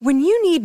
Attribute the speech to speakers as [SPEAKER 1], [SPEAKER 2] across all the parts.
[SPEAKER 1] When you need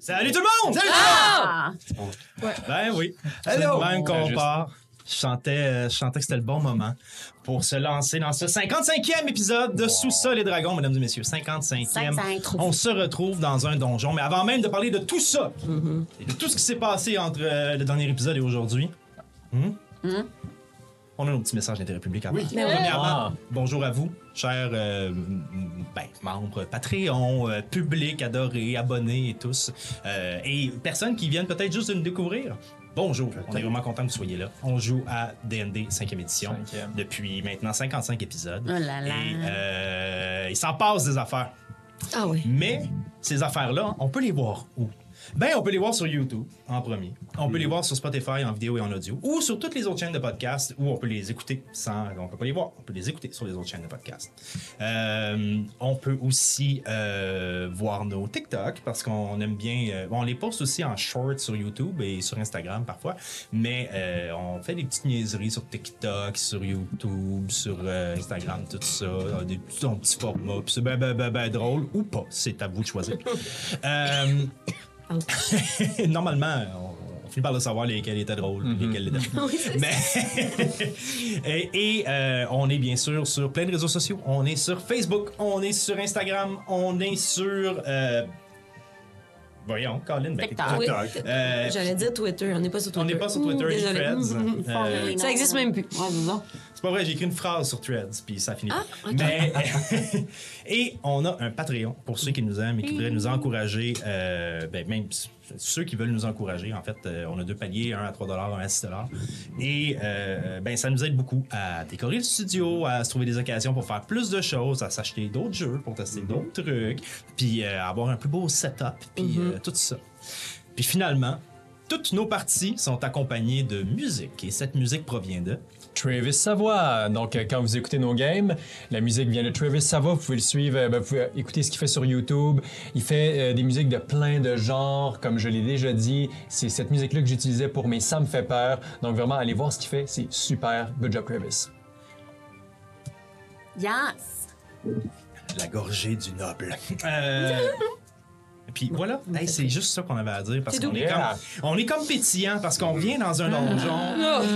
[SPEAKER 2] Salut tout le monde!
[SPEAKER 3] Ah!
[SPEAKER 2] Ben oui, c'est
[SPEAKER 4] Hello!
[SPEAKER 2] de même
[SPEAKER 4] Ouais,
[SPEAKER 2] qu'on
[SPEAKER 4] juste-
[SPEAKER 2] part. Je chantais, euh, je chantais que c'était le bon moment pour se lancer dans ce 55e épisode de Sous-sol et dragons, mesdames et messieurs. 55e.
[SPEAKER 3] 55.
[SPEAKER 2] On se retrouve dans un donjon. Mais avant même de parler de tout ça, et de tout ce qui s'est passé entre euh, le dernier épisode et aujourd'hui, hmm? on a nos petits messages d'intérêt public avant.
[SPEAKER 3] Ben
[SPEAKER 2] Premièrement,
[SPEAKER 4] Ah.
[SPEAKER 2] bonjour à vous, chers euh, ben, membres Patreon, euh, public adoré, abonnés et tous, euh, et personnes qui viennent peut-être juste de nous découvrir. Bonjour, on est vraiment content que vous soyez là. On joue à D&D 5e édition
[SPEAKER 4] Cinquième.
[SPEAKER 2] depuis maintenant 55 épisodes.
[SPEAKER 3] Oh là là.
[SPEAKER 2] Et euh, il s'en passe des affaires.
[SPEAKER 5] Ah oui.
[SPEAKER 2] Mais ces affaires-là, on peut les voir où? Ben, on peut les voir sur YouTube en premier. On peut les voir sur Spotify en vidéo et en audio. Ou sur toutes les autres chaînes de podcast où on peut les écouter sans. On peut pas les voir. On peut les écouter sur les autres chaînes de podcast. Euh, on peut aussi euh, voir nos TikTok parce qu'on aime bien. euh, bon, on les poste aussi en short sur YouTube et sur Instagram parfois. Mais euh, on fait des petites niaiseries sur TikTok, sur YouTube, sur euh, Instagram, tout ça. euh, Des petits, un petit format. Puis c'est ben, ben, ben, ben drôle ou pas. C'est à vous de choisir. Euh, normalement, on, on finit par le savoir lesquels étaient drôles, puis lesquels étaient pas. Mais et, et, euh, on est bien sûr sur plein de réseaux sociaux. On est sur Facebook, on est sur Instagram, on est sur euh, voyons, Colin, ben,
[SPEAKER 3] TikTok.
[SPEAKER 2] Euh,
[SPEAKER 5] J'allais dire Twitter. On n'est pas sur Twitter.
[SPEAKER 2] on n'est pas sur
[SPEAKER 5] Ouh,
[SPEAKER 2] Twitter et
[SPEAKER 5] désolé.
[SPEAKER 2] Threads.
[SPEAKER 5] Mm, mm, mm.
[SPEAKER 2] Euh,
[SPEAKER 5] Ça existe même plus.
[SPEAKER 3] Ouais, c'est ça.
[SPEAKER 2] c'est pas vrai, j'ai écrit une phrase sur Threads, puis ça finit. Mais et on a un Patreon pour ceux qui nous aiment et qui voudraient nous encourager. euh, ben, même s- ceux qui veulent nous encourager, en fait, euh, on a deux paliers, un à 3 un à 6 Et euh, ben ça nous aide beaucoup à décorer le studio, à se trouver des occasions pour faire plus de choses, à s'acheter d'autres jeux, pour tester d'autres trucs, puis euh, avoir un plus beau setup, puis euh, tout ça. Puis finalement. Toutes nos parties sont accompagnées de musique et cette musique provient de
[SPEAKER 4] Travis Savoie. Donc, euh, quand vous écoutez nos games, la musique vient de Travis Savoie. Vous pouvez le suivre, euh, ben, vous pouvez écouter ce qu'il fait sur YouTube. Il fait euh, des musiques de plein de genres, comme je l'ai déjà dit. C'est cette musique-là que j'utilisais pour mes Ça me fait peur. Donc, vraiment, allez voir ce qu'il fait. C'est super. Good job, Travis.
[SPEAKER 3] Yes!
[SPEAKER 2] La gorgée du noble. Euh, Puis voilà, Hey, c'est juste ça qu'on avait à dire parce
[SPEAKER 5] C'est
[SPEAKER 2] qu'on
[SPEAKER 5] tout.
[SPEAKER 2] est comme, on est comme pétillant parce qu'on vient dans un donjon.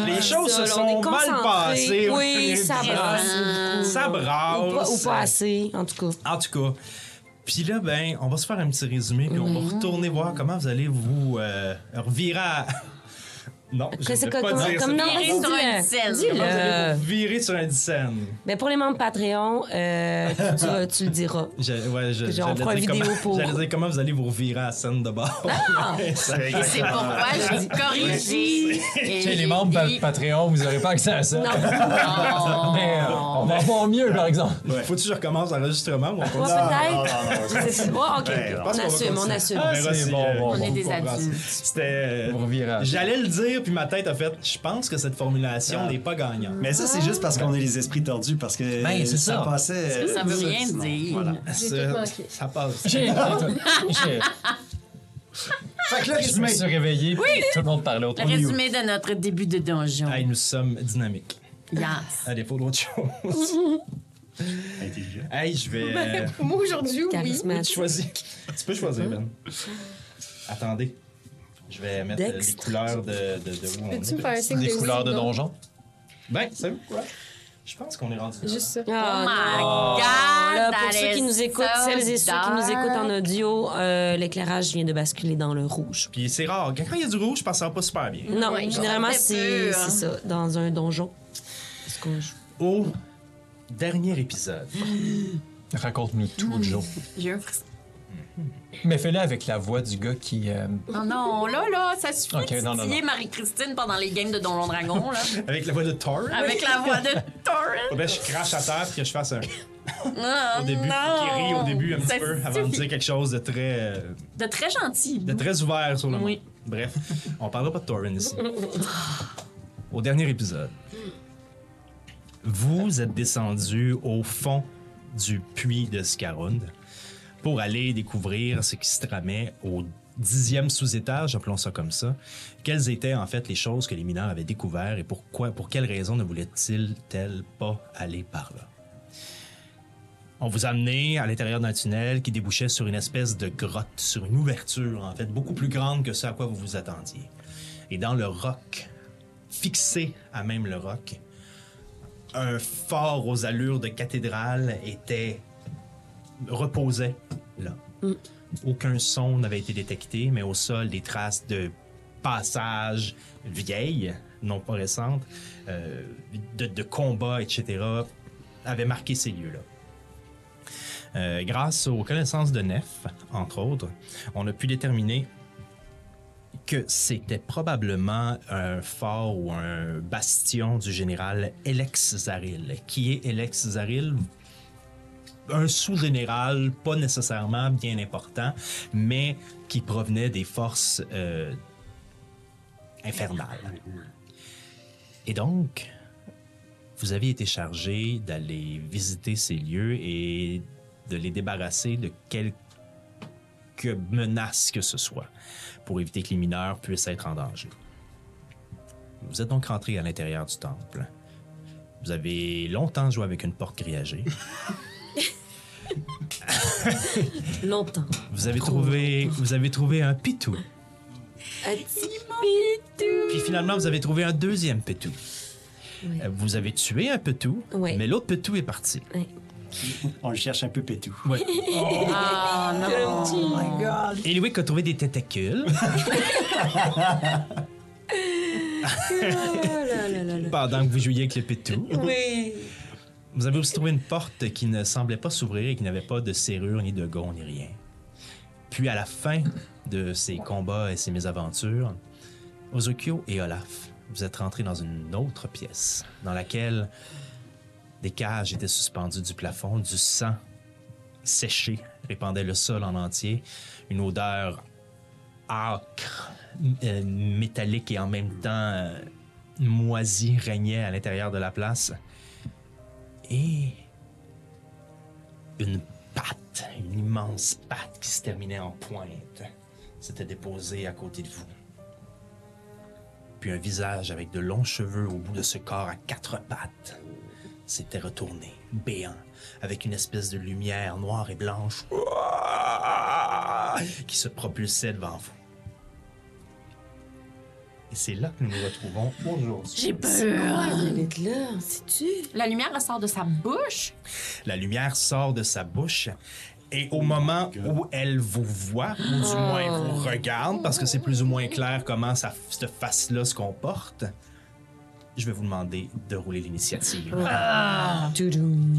[SPEAKER 2] Les choses
[SPEAKER 5] Ah. Euh, ça,
[SPEAKER 2] se
[SPEAKER 5] là, on est
[SPEAKER 2] sont mal
[SPEAKER 5] concentré.
[SPEAKER 2] passées.
[SPEAKER 5] Oui, ça
[SPEAKER 2] brasse.
[SPEAKER 5] brasse.
[SPEAKER 2] Ça
[SPEAKER 5] Ou pas,
[SPEAKER 2] brasse.
[SPEAKER 5] ou pas assez, en tout cas.
[SPEAKER 2] En tout cas. Puis là, ben, on va se faire un petit résumé, puis on
[SPEAKER 5] Mm-hmm.
[SPEAKER 2] va retourner voir comment vous allez vous euh, revirer à... Non, je
[SPEAKER 5] c'est
[SPEAKER 2] ne vais
[SPEAKER 5] quoi-
[SPEAKER 2] pas
[SPEAKER 5] comment-
[SPEAKER 2] dire ça.
[SPEAKER 5] comme- non,
[SPEAKER 3] Virer sur
[SPEAKER 5] vas-y,
[SPEAKER 3] une
[SPEAKER 5] dis-le.
[SPEAKER 3] scène.
[SPEAKER 5] Dis-le.
[SPEAKER 2] Comment vous allez vous virer sur un dixaine.
[SPEAKER 5] Ben, pour les membres Patreon, euh, tu, vas- tu le diras.
[SPEAKER 2] Je- ouais, je-
[SPEAKER 5] Puis on
[SPEAKER 2] j'allais
[SPEAKER 5] fera
[SPEAKER 2] dire
[SPEAKER 5] une vidéo
[SPEAKER 2] comment-
[SPEAKER 5] pour. Ah!
[SPEAKER 2] J'allais dire comment vous allez vous revirer à la scène de bord.
[SPEAKER 3] Et c'est pourquoi je dis corriger.
[SPEAKER 4] Chez les membres pa- Patreon, vous n'aurez pas accès à ça. Mais euh, on va avoir mieux, par exemple.
[SPEAKER 2] Faut-tu que je recommence l'enregistrement? Ah, Moi,
[SPEAKER 5] Ouais, peut-être. Je sais pas. Ouais, OK.
[SPEAKER 2] Ben, je pense
[SPEAKER 5] on
[SPEAKER 2] qu'on va
[SPEAKER 5] assume, on
[SPEAKER 2] continuer.
[SPEAKER 5] assume.
[SPEAKER 4] Ah, c'est bon, bon,
[SPEAKER 3] on est des
[SPEAKER 2] comprend
[SPEAKER 3] adultes.
[SPEAKER 2] ça. C'était. euh,
[SPEAKER 4] On va virer à-
[SPEAKER 2] J'allais le dire, puis ma tête a fait. Je pense que cette formulation
[SPEAKER 4] Ah.
[SPEAKER 2] n'est pas gagnante. Euh,
[SPEAKER 6] Mais ça, c'est juste parce qu'on est les esprits tordus, parce que
[SPEAKER 4] Ben, c'est ça.
[SPEAKER 6] passait.
[SPEAKER 3] Ça veut rien
[SPEAKER 6] sinon.
[SPEAKER 3] dire.
[SPEAKER 6] Voilà.
[SPEAKER 2] euh, Ça, ça passe.
[SPEAKER 4] J'ai- j'ai-
[SPEAKER 6] Fait que là,
[SPEAKER 4] Je me
[SPEAKER 6] résumé.
[SPEAKER 4] suis réveillé. puis Tout le monde parlait autour
[SPEAKER 3] Le
[SPEAKER 4] de nous.
[SPEAKER 3] résumé de notre début de donjon.
[SPEAKER 2] Hey, nous sommes dynamiques.
[SPEAKER 3] Yes.
[SPEAKER 2] À défaut d'autre chose. hey, je vais. euh,
[SPEAKER 5] Ben,
[SPEAKER 7] Moi aujourd'hui, oui.
[SPEAKER 2] tu
[SPEAKER 5] Charismatique.
[SPEAKER 2] choisis. Tu peux choisir, Ben. Attendez. Je vais mettre euh, les
[SPEAKER 5] Dextre.
[SPEAKER 2] couleurs de, de, de où on
[SPEAKER 7] Peux-tu me
[SPEAKER 2] est.
[SPEAKER 7] faire un signe
[SPEAKER 4] Des
[SPEAKER 7] de
[SPEAKER 4] couleurs de
[SPEAKER 7] oui, non?
[SPEAKER 4] donjon.
[SPEAKER 2] Ben, c'est quoi? Je pense qu'on est rendu là.
[SPEAKER 7] Juste ça.
[SPEAKER 5] Ah,
[SPEAKER 3] Oh My
[SPEAKER 5] non.
[SPEAKER 3] God,
[SPEAKER 5] Là, pour ceux qui nous nous écoutent,
[SPEAKER 3] So
[SPEAKER 5] celles et ceux qui nous écoutent en
[SPEAKER 3] dark.
[SPEAKER 5] audio, euh, l'éclairage vient de basculer dans le rouge.
[SPEAKER 2] Puis c'est rare. Quand il y a du rouge, je pense que ça va pas super bien.
[SPEAKER 5] Non,
[SPEAKER 3] Ouais,
[SPEAKER 5] généralement,
[SPEAKER 3] j'en avais
[SPEAKER 5] c'est
[SPEAKER 3] peur.
[SPEAKER 5] c'est ça, dans un donjon. Parce qu'on joue.
[SPEAKER 2] Au dernier épisode,
[SPEAKER 4] Raconte-nous tout, Joe.
[SPEAKER 3] J'ai un frisson.
[SPEAKER 4] Mais fais-le avec la voix du gars qui. euh,
[SPEAKER 3] Oh non, là, là, ça suffit
[SPEAKER 4] Ok, non,
[SPEAKER 3] de
[SPEAKER 4] non, non.
[SPEAKER 3] titiller Marie-Christine pendant les games de Donjon Dragon, là.
[SPEAKER 2] avec la voix de Thor,
[SPEAKER 3] avec la voix de Torrent.
[SPEAKER 2] faudrait que je crache à terre puis que je fasse un
[SPEAKER 3] Ah,
[SPEAKER 2] au début,
[SPEAKER 3] non.
[SPEAKER 2] qui rit au début un
[SPEAKER 3] Ça
[SPEAKER 2] petit peu avant de
[SPEAKER 3] suffit.
[SPEAKER 2] dire quelque chose de très, euh,
[SPEAKER 3] De très gentil.
[SPEAKER 2] de très ouvert sur le monde.
[SPEAKER 3] Oui.
[SPEAKER 2] Bref, on parlera pas de Thorin ici. Au dernier épisode, vous êtes descendu au fond du puits de Scarund pour aller découvrir ce qui se tramait au dixième sous-étage, appelons ça comme ça. Quelles étaient en fait les choses que les mineurs avaient découvertes et pourquoi, pour quelles raisons ne voulaient-ils-elles pas aller par là? On vous a amené à l'intérieur d'un tunnel qui débouchait sur une espèce de grotte, sur une ouverture en fait, beaucoup plus grande que ce à quoi vous vous attendiez. Et dans le roc, fixé à même le roc, un fort aux allures de cathédrale était reposait là. Aucun son n'avait été détecté, mais au sol, des traces de passages vieilles, non pas récentes, euh, de, de combats, etc., avaient marqué ces lieux-là. Euh, grâce aux connaissances de Neff, entre autres, on a pu déterminer que c'était probablement un fort ou un bastion du général Elex Zaril. Qui est Elex Zaril? Un sous-général, pas nécessairement bien important, mais qui provenait des forces euh, infernales. Et donc, vous avez été chargé d'aller visiter ces lieux et de les débarrasser de quelques menaces que ce soit pour éviter que les mineurs puissent être en danger. Vous êtes donc rentré à l'intérieur du temple. Vous avez longtemps joué avec une porte grillagée.
[SPEAKER 5] Longtemps.
[SPEAKER 2] Vous avez trouvé, vous avez trouvé un pitou.
[SPEAKER 5] Un petit pitou.
[SPEAKER 2] Puis finalement, vous avez trouvé un deuxième pitou.
[SPEAKER 5] Oui.
[SPEAKER 2] Euh, Vous avez tué un pitou,
[SPEAKER 5] Oui.
[SPEAKER 2] mais l'autre pitou est parti.
[SPEAKER 6] On le cherche un peu pétou.
[SPEAKER 2] Et Louis a trouvé des tentacules.
[SPEAKER 5] Oh là là là là.
[SPEAKER 2] pendant que vous jouiez avec le pitou.
[SPEAKER 5] Oui.
[SPEAKER 2] Vous avez aussi trouvé une porte qui ne semblait pas s'ouvrir et qui n'avait pas de serrure, ni de gond, ni rien. Puis à la fin de ces combats et ces mésaventures, Ozokyo et Olaf, vous êtes rentrés dans une autre pièce dans laquelle des cages étaient suspendues du plafond, du sang séché répandait le sol en entier, une odeur âcre, m- euh, métallique et en même temps euh, moisie régnait à l'intérieur de la place et une patte, une immense patte qui se terminait en pointe, s'était déposée à côté de vous. Puis un visage avec de longs cheveux au bout de ce corps à quatre pattes s'était retourné, béant, avec une espèce de lumière noire et blanche qui se propulsait devant vous. Et c'est là que nous nous retrouvons aujourd'hui.
[SPEAKER 3] J'ai peur.
[SPEAKER 5] Arrête là, c'est-tu?
[SPEAKER 3] La lumière ressort de sa bouche.
[SPEAKER 2] La lumière sort de sa bouche. Et au moment où elle vous voit, ou
[SPEAKER 3] Ah.
[SPEAKER 2] du moins vous regarde, parce que c'est plus ou moins clair comment ça, cette face-là se comporte, je vais vous demander de rouler l'initiative.
[SPEAKER 3] Ah.
[SPEAKER 5] Toudoum.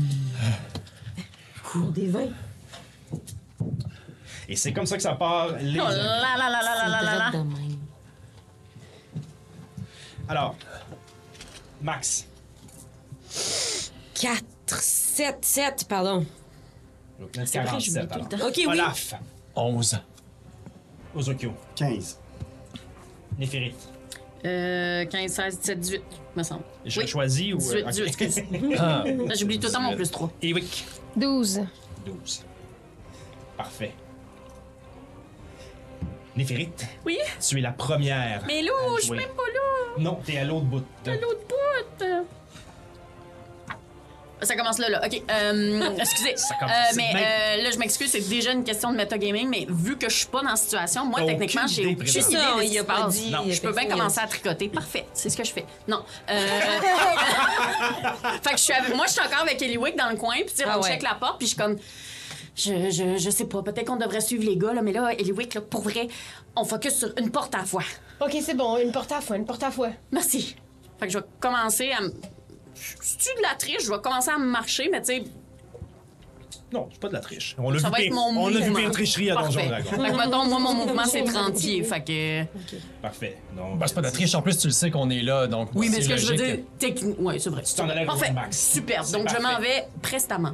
[SPEAKER 5] Pour des vins.
[SPEAKER 2] Et c'est comme ça que ça part. les-
[SPEAKER 3] Oh là là là là là là là.
[SPEAKER 5] C'est drôle de même.
[SPEAKER 2] Alors, Max,
[SPEAKER 5] 4, 7, 7, pardon.
[SPEAKER 3] vrai, j'oublie
[SPEAKER 2] 47,
[SPEAKER 3] tout le
[SPEAKER 2] alors.
[SPEAKER 3] temps.
[SPEAKER 5] Ok, oui.
[SPEAKER 2] Olaf,
[SPEAKER 4] 11.
[SPEAKER 2] Ozokyo,
[SPEAKER 6] 15.
[SPEAKER 2] Néphérite.
[SPEAKER 3] Euh, 15, 16, 17, 18, me semble.
[SPEAKER 2] Je
[SPEAKER 3] Oui.
[SPEAKER 2] choisis ou...
[SPEAKER 3] 18, 18, excuse.
[SPEAKER 4] Ah,
[SPEAKER 3] Là, J'oublie tout le temps
[SPEAKER 2] Euh,
[SPEAKER 3] mon plus 3.
[SPEAKER 2] Ewick,
[SPEAKER 7] 12.
[SPEAKER 2] 12. Parfait. Néphérite,
[SPEAKER 3] Oui,
[SPEAKER 2] tu es la première.
[SPEAKER 3] mais là,
[SPEAKER 2] à
[SPEAKER 3] je suis
[SPEAKER 2] jouer.
[SPEAKER 3] même pas là.
[SPEAKER 2] Non, t'es à l'autre bout.
[SPEAKER 3] À l'autre bout. euh. Ça commence là, là. OK. euh, excusez.
[SPEAKER 2] Ça commence.
[SPEAKER 3] Euh, mais
[SPEAKER 2] Même-
[SPEAKER 3] euh, là, je m'excuse, c'est déjà une question de metagaming, mais vu que je suis pas dans la situation, moi,
[SPEAKER 2] T'as
[SPEAKER 3] techniquement,
[SPEAKER 2] aucune
[SPEAKER 3] j'ai
[SPEAKER 2] idée,
[SPEAKER 3] aucune idée de
[SPEAKER 2] Président.
[SPEAKER 5] Non,
[SPEAKER 3] ce
[SPEAKER 5] il
[SPEAKER 3] qui
[SPEAKER 5] a
[SPEAKER 3] se
[SPEAKER 5] pas
[SPEAKER 3] passe.
[SPEAKER 5] dit,
[SPEAKER 3] Non,
[SPEAKER 5] il a
[SPEAKER 3] je peux
[SPEAKER 5] pas
[SPEAKER 3] bien
[SPEAKER 5] dit,
[SPEAKER 3] commencer
[SPEAKER 5] il a-
[SPEAKER 3] à tricoter. Parfait, c'est ce que je fais. Non. Euh... fait que je suis avec... Moi, je suis encore avec Eliwick dans le coin, puis tu sais,
[SPEAKER 5] Ah
[SPEAKER 3] on
[SPEAKER 5] ouais.
[SPEAKER 3] check la porte, puis je suis comme... Je, je, je sais pas. Peut-être qu'on devrait suivre les gars, là, mais là, Eliwick, là, pour vrai, on focus sur une porte à la fois.
[SPEAKER 7] Ok, c'est bon, une porte à fois, une porte à fois.
[SPEAKER 3] Merci. Fait que je vais commencer à. m- C'est-tu de la triche? Je vais commencer à me marcher, mais tu sais,
[SPEAKER 2] Non, c'est pas de la triche. On l'a
[SPEAKER 3] ça
[SPEAKER 2] vu,
[SPEAKER 3] va être
[SPEAKER 2] pire-
[SPEAKER 3] mon
[SPEAKER 2] on a vu
[SPEAKER 3] mouvement.
[SPEAKER 2] pire tricherie à Donjon
[SPEAKER 3] Parfait. Fait
[SPEAKER 2] Dragon.
[SPEAKER 3] que mettons, moi, mon mouvement, c'est 30 pieds. Fait que. euh,
[SPEAKER 2] Parfait. Donc,
[SPEAKER 4] Bah, c'est pas de la triche. En plus, tu le sais qu'on est là, donc.
[SPEAKER 3] Oui, mais
[SPEAKER 4] c'est
[SPEAKER 3] ce que je veux
[SPEAKER 4] logique.
[SPEAKER 3] dire, technique. Oui, c'est vrai.
[SPEAKER 2] t'en allais avec
[SPEAKER 3] Parfait.
[SPEAKER 2] le max.
[SPEAKER 3] Super.
[SPEAKER 2] C'est
[SPEAKER 3] Donc, je m'en
[SPEAKER 2] parfait.
[SPEAKER 3] vais prestamment.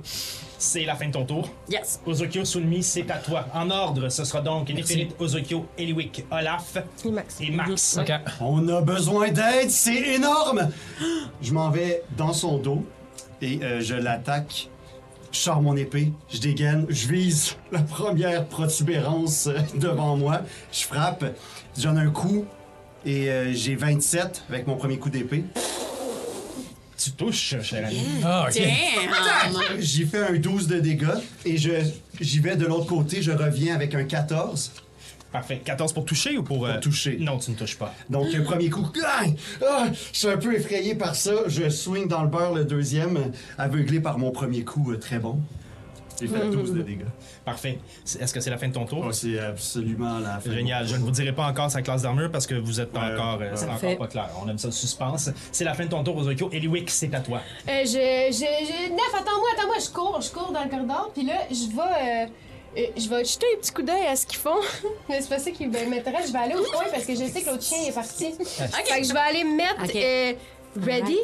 [SPEAKER 2] C'est la fin de ton tour.
[SPEAKER 3] Yes.
[SPEAKER 2] Ozokyo Sunmi, c'est à toi. En ordre, ce sera donc Néphérite, Ozokyo, Eliwick, Olaf
[SPEAKER 7] Et Max.
[SPEAKER 2] et Max.
[SPEAKER 4] Ok.
[SPEAKER 6] On a besoin d'aide, c'est énorme! Je m'en vais dans son dos et euh, je l'attaque. Je sors mon épée, je dégaine, je vise la première protubérance euh, devant moi. Je frappe, je donne un coup et euh, j'ai 27 avec mon premier coup d'épée.
[SPEAKER 2] Tu touches, cher ami.
[SPEAKER 4] Ah, ok.
[SPEAKER 3] Damn!
[SPEAKER 6] J'y fais un 12 de dégâts et je, j'y vais de l'autre côté, je reviens avec un 14.
[SPEAKER 2] Parfait. 14 pour toucher ou pour. euh,
[SPEAKER 6] toucher.
[SPEAKER 2] Non, tu ne touches pas.
[SPEAKER 6] Donc, le premier coup, aïe, ah, je suis un peu effrayé par ça. Je swing dans le beurre le deuxième, euh, aveuglé par mon premier coup euh, très bon. J'ai fait 12 de dégâts.
[SPEAKER 2] Parfait. C'est- Est-ce que c'est la fin de ton tour?
[SPEAKER 6] Oh, c'est absolument la fin.
[SPEAKER 2] Génial. Je ne vous dirai pas encore sa classe d'armure parce que vous êtes pas
[SPEAKER 6] Ouais,
[SPEAKER 2] encore. euh,
[SPEAKER 6] ouais.
[SPEAKER 2] c'est
[SPEAKER 5] Parfait.
[SPEAKER 2] encore pas clair. On aime ça le suspense. C'est la fin de ton tour, Ozokyo. Eliwick, c'est à toi.
[SPEAKER 7] Euh, je, je, je- Nef, attends-moi, attends-moi, je cours, je cours dans le corridor, puis là, je vais. euh, euh, je vais jeter un petit coup d'œil à ce qu'ils font. Mais c'est pas ça qui m'intéresse. Je vais aller au coin parce que je sais que l'autre chien est parti. Fait que je vais aller mettre
[SPEAKER 5] Ok.
[SPEAKER 7] euh, ready,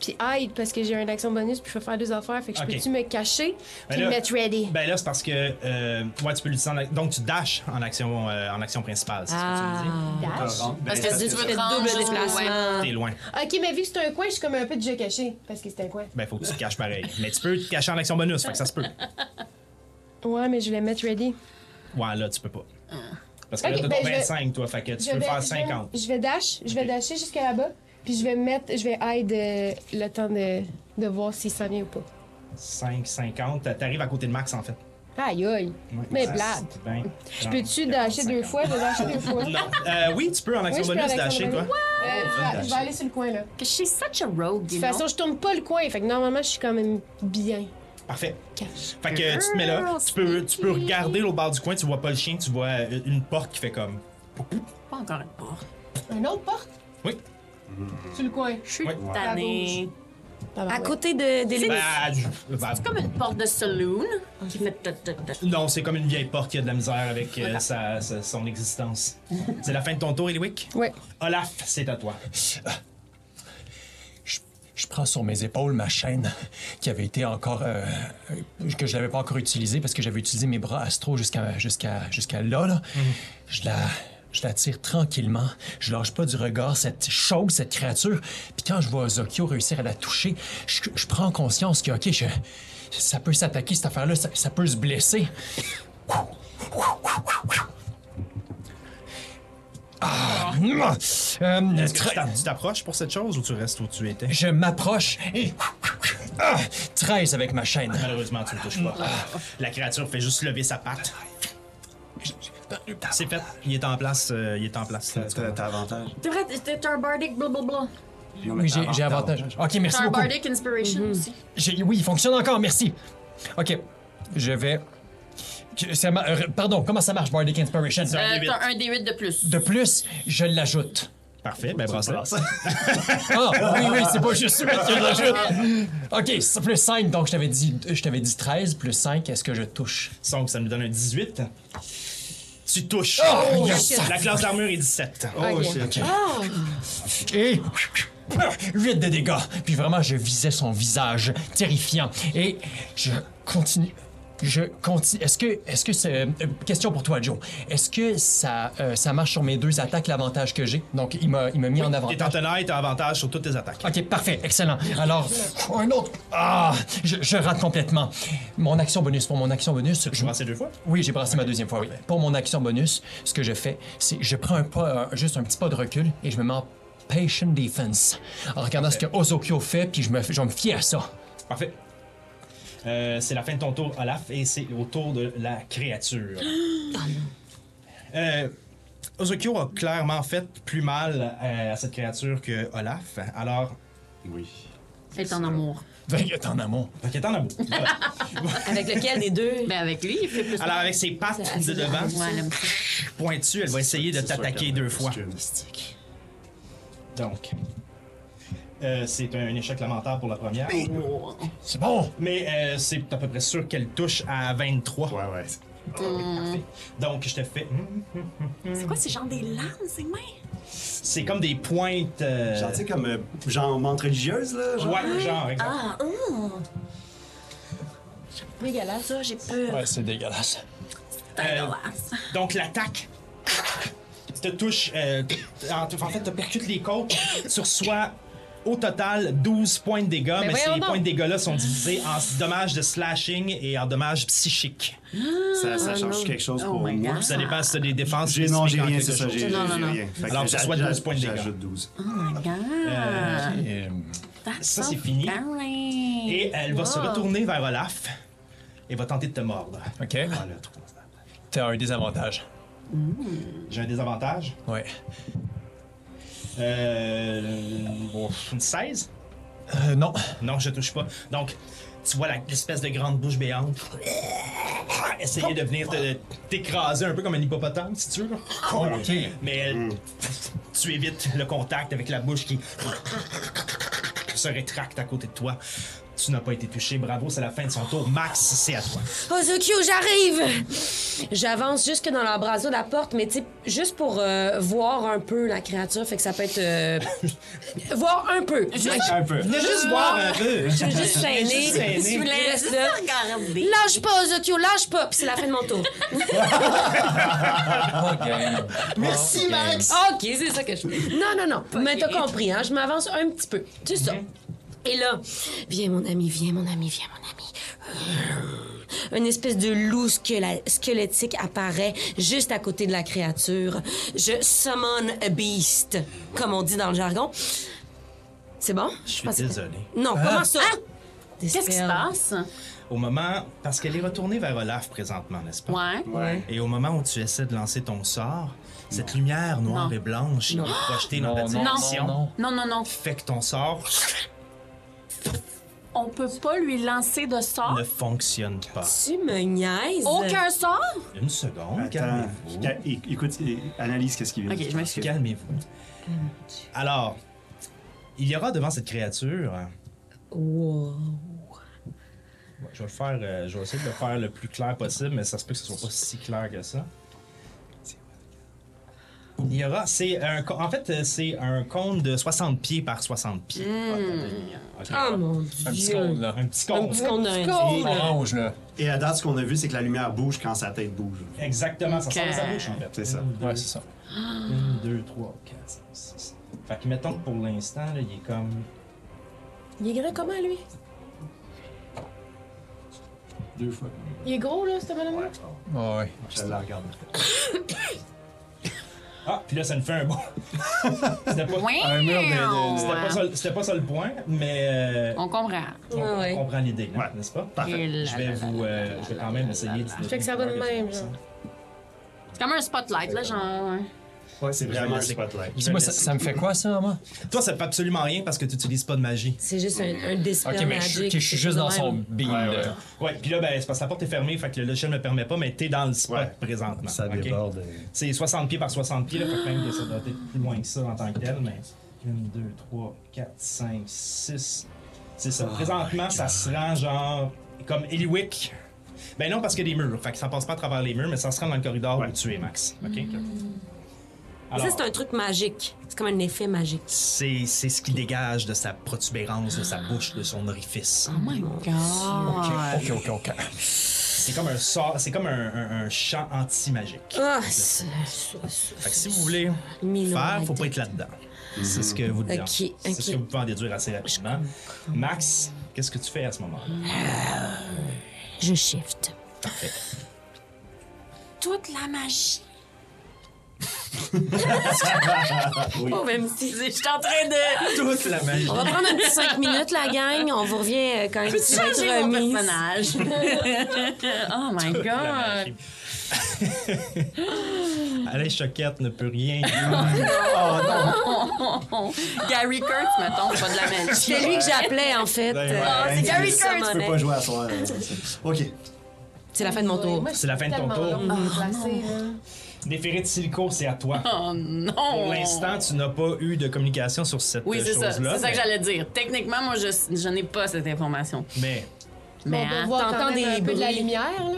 [SPEAKER 7] puis hide parce que j'ai une action bonus, puis je vais faire deux affaires. Fait que je
[SPEAKER 2] Ok.
[SPEAKER 7] peux-tu me cacher,
[SPEAKER 2] Ben
[SPEAKER 7] puis
[SPEAKER 2] là-
[SPEAKER 7] mettre ready.
[SPEAKER 2] Ben là, c'est parce que. euh, ouais, tu peux l'utiliser en ac- Donc, tu dashes en action, euh, en action principale. C'est ce que tu me dis.
[SPEAKER 6] Ah,
[SPEAKER 7] Dash.
[SPEAKER 3] Parce
[SPEAKER 6] Ben,
[SPEAKER 3] que si tu veux te rendre
[SPEAKER 5] Double
[SPEAKER 3] jusqu'au- Oh, ouais.
[SPEAKER 7] Ah.
[SPEAKER 5] déplacement.
[SPEAKER 2] T'es loin.
[SPEAKER 7] Ok, mais vu que c'est un coin, je suis comme un peu déjà caché parce que c'est un coin.
[SPEAKER 2] Ben, faut que tu te caches pareil. Mais tu peux te cacher en action bonus, fait que ça se peut.
[SPEAKER 7] Ouais, mais je voulais mettre ready.
[SPEAKER 2] Ouais, là, tu peux pas. Parce que
[SPEAKER 7] Ok,
[SPEAKER 2] là, t'as
[SPEAKER 7] ben,
[SPEAKER 2] ton
[SPEAKER 7] je vais-
[SPEAKER 2] 25, toi, fait que tu
[SPEAKER 7] Je
[SPEAKER 2] peux
[SPEAKER 7] vais-
[SPEAKER 2] faire
[SPEAKER 7] je vais-
[SPEAKER 2] 50.
[SPEAKER 7] Je vais dash, je vais
[SPEAKER 2] Ok.
[SPEAKER 7] dasher jusqu'à là-bas, puis je vais mettre, je vais hide euh, le temps de, de voir s'il s'en vient ou pas.
[SPEAKER 2] 5, 50. T'arrives à côté de Max, en fait. ben,
[SPEAKER 7] Aïe aïe, mais blade. Je peux-tu dasher deux fois? Je vais dasher deux fois.
[SPEAKER 2] Non. Euh, oui, tu peux en action
[SPEAKER 7] Oui, je peux
[SPEAKER 2] bonus
[SPEAKER 7] en action
[SPEAKER 2] dasher, toi.
[SPEAKER 7] bonus. Euh, je, vais, je vais aller sur le coin là.
[SPEAKER 3] Que she's such a rogue,
[SPEAKER 7] De
[SPEAKER 3] you
[SPEAKER 7] toute
[SPEAKER 3] know?
[SPEAKER 7] façon, je tourne pas le coin, fait que normalement, je suis quand même bien
[SPEAKER 2] Parfait.
[SPEAKER 7] cache.
[SPEAKER 2] Fait que tu te mets là, tu peux, tu peux regarder l'autre bord du coin, tu vois pas le chien, tu vois euh, une porte qui fait comme.
[SPEAKER 3] Pas encore une porte.
[SPEAKER 7] Une autre porte?
[SPEAKER 2] Oui.
[SPEAKER 7] Sur le coin.
[SPEAKER 3] Je suis
[SPEAKER 2] Ouais.
[SPEAKER 3] tannée.
[SPEAKER 5] À côté de d'Élise.
[SPEAKER 2] Bah, je- bah,
[SPEAKER 3] C'est comme une porte de saloon qui fait tut, tut, tut.
[SPEAKER 2] Non, c'est comme une vieille porte qui a de la misère avec euh, sa, sa- son existence. c'est la fin de ton tour, Eliwick?
[SPEAKER 7] Ouais.
[SPEAKER 2] Olaf, c'est à toi.
[SPEAKER 4] Je prends sur mes épaules ma chaîne qui avait été encore. euh, euh, que je l'avais pas encore utilisée parce que j'avais utilisé mes bras astro jusqu'à jusqu'à jusqu'à là. là.
[SPEAKER 2] Mhm.
[SPEAKER 4] Je la. Je la tire tranquillement. Je lâche pas du regard cette chose, cette créature. Puis quand je vois Zokyo réussir à la toucher, je, je prends conscience que, OK, je- ça peut s'attaquer, cette affaire-là, ça, ça peut se blesser. Ah, mouah! Euh,
[SPEAKER 2] Est-ce que tu
[SPEAKER 4] tra-
[SPEAKER 2] t'a- tu t'approches pour cette chose ou tu restes où tu étais?
[SPEAKER 4] je m'approche et. Ah! 13 avec ma chaîne.
[SPEAKER 2] Malheureusement, tu ne touches pas.
[SPEAKER 3] Ah.
[SPEAKER 2] Ah. La créature fait juste lever sa patte. C'est fait. Il est en place. euh, il est en place. là, tu
[SPEAKER 6] T'as
[SPEAKER 2] comprends.
[SPEAKER 6] t'as avantage.
[SPEAKER 3] C'est vrai, t'es un bardic blablabla.
[SPEAKER 4] Oui, j'ai j'ai avantage. Ok, merci
[SPEAKER 3] T'as un
[SPEAKER 4] beaucoup.
[SPEAKER 3] bardic inspiration aussi. Euh,
[SPEAKER 4] J'ai- Oui, il fonctionne encore, merci. Ok, je vais. que- ça ma- euh, Pardon, comment ça marche, Bardic Inspiration?
[SPEAKER 2] C'est un
[SPEAKER 3] Euh,
[SPEAKER 2] D8.
[SPEAKER 3] T'as un D8 de plus.
[SPEAKER 4] De plus, je l'ajoute.
[SPEAKER 2] Parfait, ben brasse
[SPEAKER 4] Ah, oui, oui, c'est pas juste 8 que l'ajoute. Ok, c'est plus 5, donc je t'avais dit, je t'avais dit 13, plus 5, est-ce que je touche?
[SPEAKER 2] Donc, ça nous donne un 18. Tu touches.
[SPEAKER 4] Oh, yes.
[SPEAKER 2] La classe d'armure est 17.
[SPEAKER 6] Oh,
[SPEAKER 7] Ok.
[SPEAKER 6] shit.
[SPEAKER 4] Et 8 de dégâts. Puis vraiment, je visais son visage terrifiant. Et je continue. Je continue. Est-ce que, est-ce que c'est euh, question pour toi, Joe Est-ce que ça, euh, ça marche sur mes deux attaques l'avantage que j'ai Donc il m'a, il m'a mis en avant.
[SPEAKER 2] T'es en tenaille, t'as avantage sur toutes tes attaques.
[SPEAKER 4] Ok, parfait, excellent. Alors, un autre. Ah, je, je rate complètement. Mon action bonus pour mon action bonus. Je
[SPEAKER 2] Brassez deux fois.
[SPEAKER 4] oui, j'ai brassé ma deuxième fois, oui. Pour mon action bonus, ce que je fais, c'est je prends un pas, un- juste un petit pas de recul et je me mets en patient defense. En regardant ce que Ozokyo fait, puis je me, je me fie à ça.
[SPEAKER 2] Parfait. Euh, c'est la fin de ton tour, Olaf, et c'est au tour de la créature. Euh, Ozokyo a clairement fait plus mal euh, à cette créature que Olaf. Alors,
[SPEAKER 6] Oui.
[SPEAKER 3] Faites en amour.
[SPEAKER 4] Ben, il est en amont.
[SPEAKER 2] Fait que t'en as beau.
[SPEAKER 5] Avec lequel des deux?
[SPEAKER 3] Ben avec lui, il fait plus
[SPEAKER 2] Alors, avec ses pattes de devant
[SPEAKER 3] Ah, Ouais, elle aime ça.
[SPEAKER 2] pointues, elle va essayer de
[SPEAKER 6] C'est sûr
[SPEAKER 2] t'attaquer
[SPEAKER 6] qu'elle-
[SPEAKER 2] deux fois.
[SPEAKER 6] Excuse.
[SPEAKER 2] Donc. euh, c'est un échec lamentable pour la première.
[SPEAKER 4] C'est bon!
[SPEAKER 2] Mais euh, c'est à peu près sûr qu'elle touche à 23.
[SPEAKER 6] Ouais, ouais.
[SPEAKER 2] Parfait. Donc, je te fais. hmm,
[SPEAKER 8] C'est quoi, c'est genre des lames, c'est mains?
[SPEAKER 3] Euh,
[SPEAKER 2] C'est comme des pointes. euh,
[SPEAKER 6] Genre, tu sais, comme. euh, genre, menthe religieuse, là. Genre.
[SPEAKER 2] Ouais, genre, exemple.
[SPEAKER 8] Ah, hum! Dégueulasse, ça, j'ai peur.
[SPEAKER 4] Ouais, c'est dégueulasse.
[SPEAKER 8] Dégueulasse.
[SPEAKER 2] Donc l'attaque te touche, euh, en, en fait, te percute les côtes, sur soi au total 12 points de dégâts, mais, ces
[SPEAKER 5] voyons donc.
[SPEAKER 2] points de dégâts-là sont divisés en dommages de slashing et en dommages psychiques.
[SPEAKER 6] Ça, ça change quelque chose
[SPEAKER 3] Oh
[SPEAKER 6] pour
[SPEAKER 3] my
[SPEAKER 6] moi.
[SPEAKER 3] God.
[SPEAKER 2] Ça dépasse des défenses.
[SPEAKER 6] J'ai Ah. non, j'ai
[SPEAKER 2] spécifiques en
[SPEAKER 6] rien,
[SPEAKER 2] quelque
[SPEAKER 6] c'est ça,
[SPEAKER 2] chose.
[SPEAKER 6] j'ai j'ai
[SPEAKER 3] Non, non, non.
[SPEAKER 6] rien. Fait que
[SPEAKER 2] Alors, ça soit
[SPEAKER 6] j'ajoute-
[SPEAKER 2] 12 points de dégâts.
[SPEAKER 6] J'ajoute 12.
[SPEAKER 3] oh Regarde.
[SPEAKER 4] Et, euh,
[SPEAKER 2] ça, c'est fini.
[SPEAKER 3] Darling.
[SPEAKER 6] euh,
[SPEAKER 2] Et elle va se retourner vers Olaf et va tenter de te mordre.
[SPEAKER 4] ok.
[SPEAKER 2] Ah, le trou.
[SPEAKER 4] T'as un désavantage.
[SPEAKER 2] J'ai un désavantage.
[SPEAKER 4] Ouais.
[SPEAKER 2] Euh, bon, une 16?
[SPEAKER 4] Euh, non.
[SPEAKER 2] Non, je touche pas. Donc, tu vois la- l'espèce de grande bouche béante essayer de venir te- t'écraser un peu comme un hippopotame, si tu veux.
[SPEAKER 4] ok.
[SPEAKER 2] Mais elle- tu évites le contact avec la bouche qui se rétracte à côté de toi. Tu n'as pas été touché. Bravo, c'est la fin de son tour. Max, c'est à toi.
[SPEAKER 5] Ozokyo, j'arrive! J'avance jusque dans l'embrasure de la porte, mais tu sais, juste pour euh, voir un peu la créature, fait que ça peut être. euh, voir un peu.
[SPEAKER 2] Un peu. Venez juste voir un peu.
[SPEAKER 5] Je veux juste
[SPEAKER 2] Juste
[SPEAKER 5] traîner.
[SPEAKER 2] traîner.
[SPEAKER 5] Je laisse là.
[SPEAKER 8] Regardez.
[SPEAKER 5] Lâche pas, Ozokyo, lâche pas! Puis c'est la fin de mon tour.
[SPEAKER 4] Merci, Max!
[SPEAKER 5] OK, c'est ça que je fais. Non, non, non. Mais t'as compris, hein? Je m'avance un petit peu. C'est ça. Et là, viens, mon ami, viens, mon ami, viens, mon ami. Euh, Une espèce de loup squela- squelettique apparaît juste à côté de la créature. Je summon a beast, comme on dit dans le jargon. C'est bon?
[SPEAKER 2] Je suis désolé.
[SPEAKER 5] Non, comment ça?
[SPEAKER 3] Qu'est-ce qui se passe?
[SPEAKER 2] Au moment. Parce qu'elle est retournée vers Olaf présentement, n'est-ce pas?
[SPEAKER 3] Ouais.
[SPEAKER 2] Et au moment où tu essaies de lancer ton sort, cette lumière noire
[SPEAKER 3] Non.
[SPEAKER 2] et blanche est projetée dans ta
[SPEAKER 4] Non, non,
[SPEAKER 2] direction.
[SPEAKER 4] non.
[SPEAKER 3] Non, non, non.
[SPEAKER 2] Fait que ton sort
[SPEAKER 3] On peut pas lui lancer de sort.
[SPEAKER 2] ne fonctionne pas.
[SPEAKER 5] Tu me niaises?
[SPEAKER 3] Aucun sort?
[SPEAKER 2] Une seconde,
[SPEAKER 6] Attends,
[SPEAKER 2] calmez-vous.
[SPEAKER 6] éc- écoute, é- analyse qu'est-ce qui vient.
[SPEAKER 3] Ok, je m'excuse.
[SPEAKER 2] Calmez-vous. Alors, il y aura devant cette créature. hein,
[SPEAKER 5] Wow.
[SPEAKER 2] Ouais, Je vais, le faire, euh, je vais essayer de le faire le plus clair possible, mais ça se peut que ce soit pas si clair que ça. Il y aura. C'est un, co- en fait, euh, c'est un cône de 60 pieds par 60 pieds.
[SPEAKER 3] Hmm.
[SPEAKER 5] Oh mon dieu.
[SPEAKER 4] Un petit con, là.
[SPEAKER 2] Un petit
[SPEAKER 5] Un
[SPEAKER 2] cône.
[SPEAKER 5] petit con de
[SPEAKER 2] Et-
[SPEAKER 4] Orange, là.
[SPEAKER 6] Et à date, ce qu'on a vu, c'est que la lumière bouge quand sa tête bouge.
[SPEAKER 2] Exactement, ça sort de sa
[SPEAKER 3] Ok.
[SPEAKER 2] bouche en fait.
[SPEAKER 6] C'est ça.
[SPEAKER 4] Ouais, c'est ça.
[SPEAKER 2] 1, 2, 3, 4, 5, 6. Fait que mettons que pour l'instant, là, il est comme
[SPEAKER 5] Il est grand comment, lui?
[SPEAKER 6] Deux fois.
[SPEAKER 7] Il est gros, là, ce madame-là?
[SPEAKER 4] Ouais, ouais.
[SPEAKER 6] Je la regarde.
[SPEAKER 2] Ah, puis là, ça nous fait un bon. c'était pas,
[SPEAKER 6] Un mur de- de-
[SPEAKER 2] c'était pas ça, c'était pas ça le point, mais euh,
[SPEAKER 3] On comprend.
[SPEAKER 2] on, on
[SPEAKER 5] Ah Ouais.
[SPEAKER 2] comprend l'idée, là,
[SPEAKER 6] Ouais.
[SPEAKER 2] n'est-ce pas?
[SPEAKER 6] Parfait.
[SPEAKER 3] Et
[SPEAKER 2] Je vais
[SPEAKER 3] là, là,
[SPEAKER 2] vous.
[SPEAKER 3] là,
[SPEAKER 2] euh,
[SPEAKER 3] là,
[SPEAKER 2] je vais
[SPEAKER 3] là,
[SPEAKER 2] quand
[SPEAKER 3] là,
[SPEAKER 2] même
[SPEAKER 3] là,
[SPEAKER 2] essayer de.
[SPEAKER 3] là.
[SPEAKER 7] Fait que ça va de même, genre.
[SPEAKER 3] C'est comme un spotlight, là, genre. ouais.
[SPEAKER 6] Ouais, c'est vraiment un
[SPEAKER 2] laisser-
[SPEAKER 6] spotlight.
[SPEAKER 2] Je vais le
[SPEAKER 4] Dis-moi, ça,
[SPEAKER 2] laisser.
[SPEAKER 4] ça me fait quoi, ça, moi?
[SPEAKER 2] Toi, ça te fait absolument rien parce que tu n'utilises pas de magie.
[SPEAKER 5] C'est juste un, un display
[SPEAKER 4] Ok, mais je, suis-
[SPEAKER 5] magic,
[SPEAKER 4] ok, je suis
[SPEAKER 5] c'est
[SPEAKER 4] juste
[SPEAKER 5] de
[SPEAKER 4] dans
[SPEAKER 5] même.
[SPEAKER 4] son beam,
[SPEAKER 6] Ouais,
[SPEAKER 4] là.
[SPEAKER 6] ouais.
[SPEAKER 2] Ouais, puis là, ben, c'est parce que la porte est fermée, fait que le logiciel ne me permet pas, mais t'es dans le spot
[SPEAKER 6] Ouais.
[SPEAKER 2] présentement.
[SPEAKER 6] Ça
[SPEAKER 2] ok?
[SPEAKER 6] déborde.
[SPEAKER 2] C'est 60 pieds par 60 pieds, là, fait que même que ça doit être plus loin que ça en tant que tel, mais 1, 2, 3, 4, 5, 6. C'est ça. Présentement, ça se rend genre comme Eliwick. Ben non, parce qu'il y a des murs, fait que ça passe pas à travers les murs, mais ça se rend dans le corridor où tu es, Max. Ok? Alors,
[SPEAKER 5] Hmm. Ça, c'est un truc magique. C'est comme un effet magique.
[SPEAKER 2] c'est c'est ce qui dégage de sa protubérance, de sa bouche, de son
[SPEAKER 5] Ah,
[SPEAKER 2] orifice.
[SPEAKER 3] Oh my god.
[SPEAKER 4] Ok, ok, ok.
[SPEAKER 2] C'est comme un sort, c'est comme un, un- un champ anti-magique.
[SPEAKER 5] Ah, c'est...
[SPEAKER 2] Fait que si vous voulez
[SPEAKER 5] Mille
[SPEAKER 2] faire, faut
[SPEAKER 5] likes.
[SPEAKER 2] pas être là-dedans. C'est ce que vous dites.
[SPEAKER 5] Ok, ok.
[SPEAKER 2] C'est ce que vous pouvez en déduire assez rapidement. Max, qu'est-ce que tu fais à ce moment-là?
[SPEAKER 5] Je shift.
[SPEAKER 8] Toute la magie.
[SPEAKER 5] Oh, même si...
[SPEAKER 8] Je suis en train de.
[SPEAKER 2] Toute
[SPEAKER 3] Oh
[SPEAKER 2] la magie.
[SPEAKER 5] On va prendre un petit 5 minutes, la gang. On vous revient euh, quand tu vas être
[SPEAKER 3] Changer mon
[SPEAKER 5] remise.
[SPEAKER 3] personnage. oh my god.
[SPEAKER 2] Alain Choquette ne peut rien dire.
[SPEAKER 3] Gary Kurtz, mettons, c'est pas de la magie.
[SPEAKER 5] C'est lui que j'appelais, en fait.
[SPEAKER 2] Ben,
[SPEAKER 5] Euh,
[SPEAKER 2] ouais.
[SPEAKER 5] Ah,
[SPEAKER 6] c'est
[SPEAKER 5] Gary
[SPEAKER 6] Tu
[SPEAKER 5] Kurtz.
[SPEAKER 6] peux pas jouer à soir. euh, ok.
[SPEAKER 5] C'est la fin de mon tour. Ah,
[SPEAKER 7] Moi, je
[SPEAKER 2] C'est la fin de ton
[SPEAKER 7] tellement
[SPEAKER 2] tour.
[SPEAKER 7] longue à déplacer, là.
[SPEAKER 2] Déféré de silico, c'est à toi.
[SPEAKER 3] Oh non!
[SPEAKER 2] Pour l'instant, tu n'as pas eu de communication sur cette
[SPEAKER 3] Oui,
[SPEAKER 2] euh,
[SPEAKER 3] c'est ça.
[SPEAKER 2] chose-là.
[SPEAKER 3] C'est ça
[SPEAKER 2] mais-
[SPEAKER 3] que j'allais dire. Techniquement, moi, je, je n'ai pas cette information.
[SPEAKER 2] Mais
[SPEAKER 3] Mais
[SPEAKER 7] on peut
[SPEAKER 3] hein,
[SPEAKER 7] voir
[SPEAKER 5] t'entends
[SPEAKER 7] quand même
[SPEAKER 5] des
[SPEAKER 7] un peu de la
[SPEAKER 5] bruits.
[SPEAKER 7] lumière, là.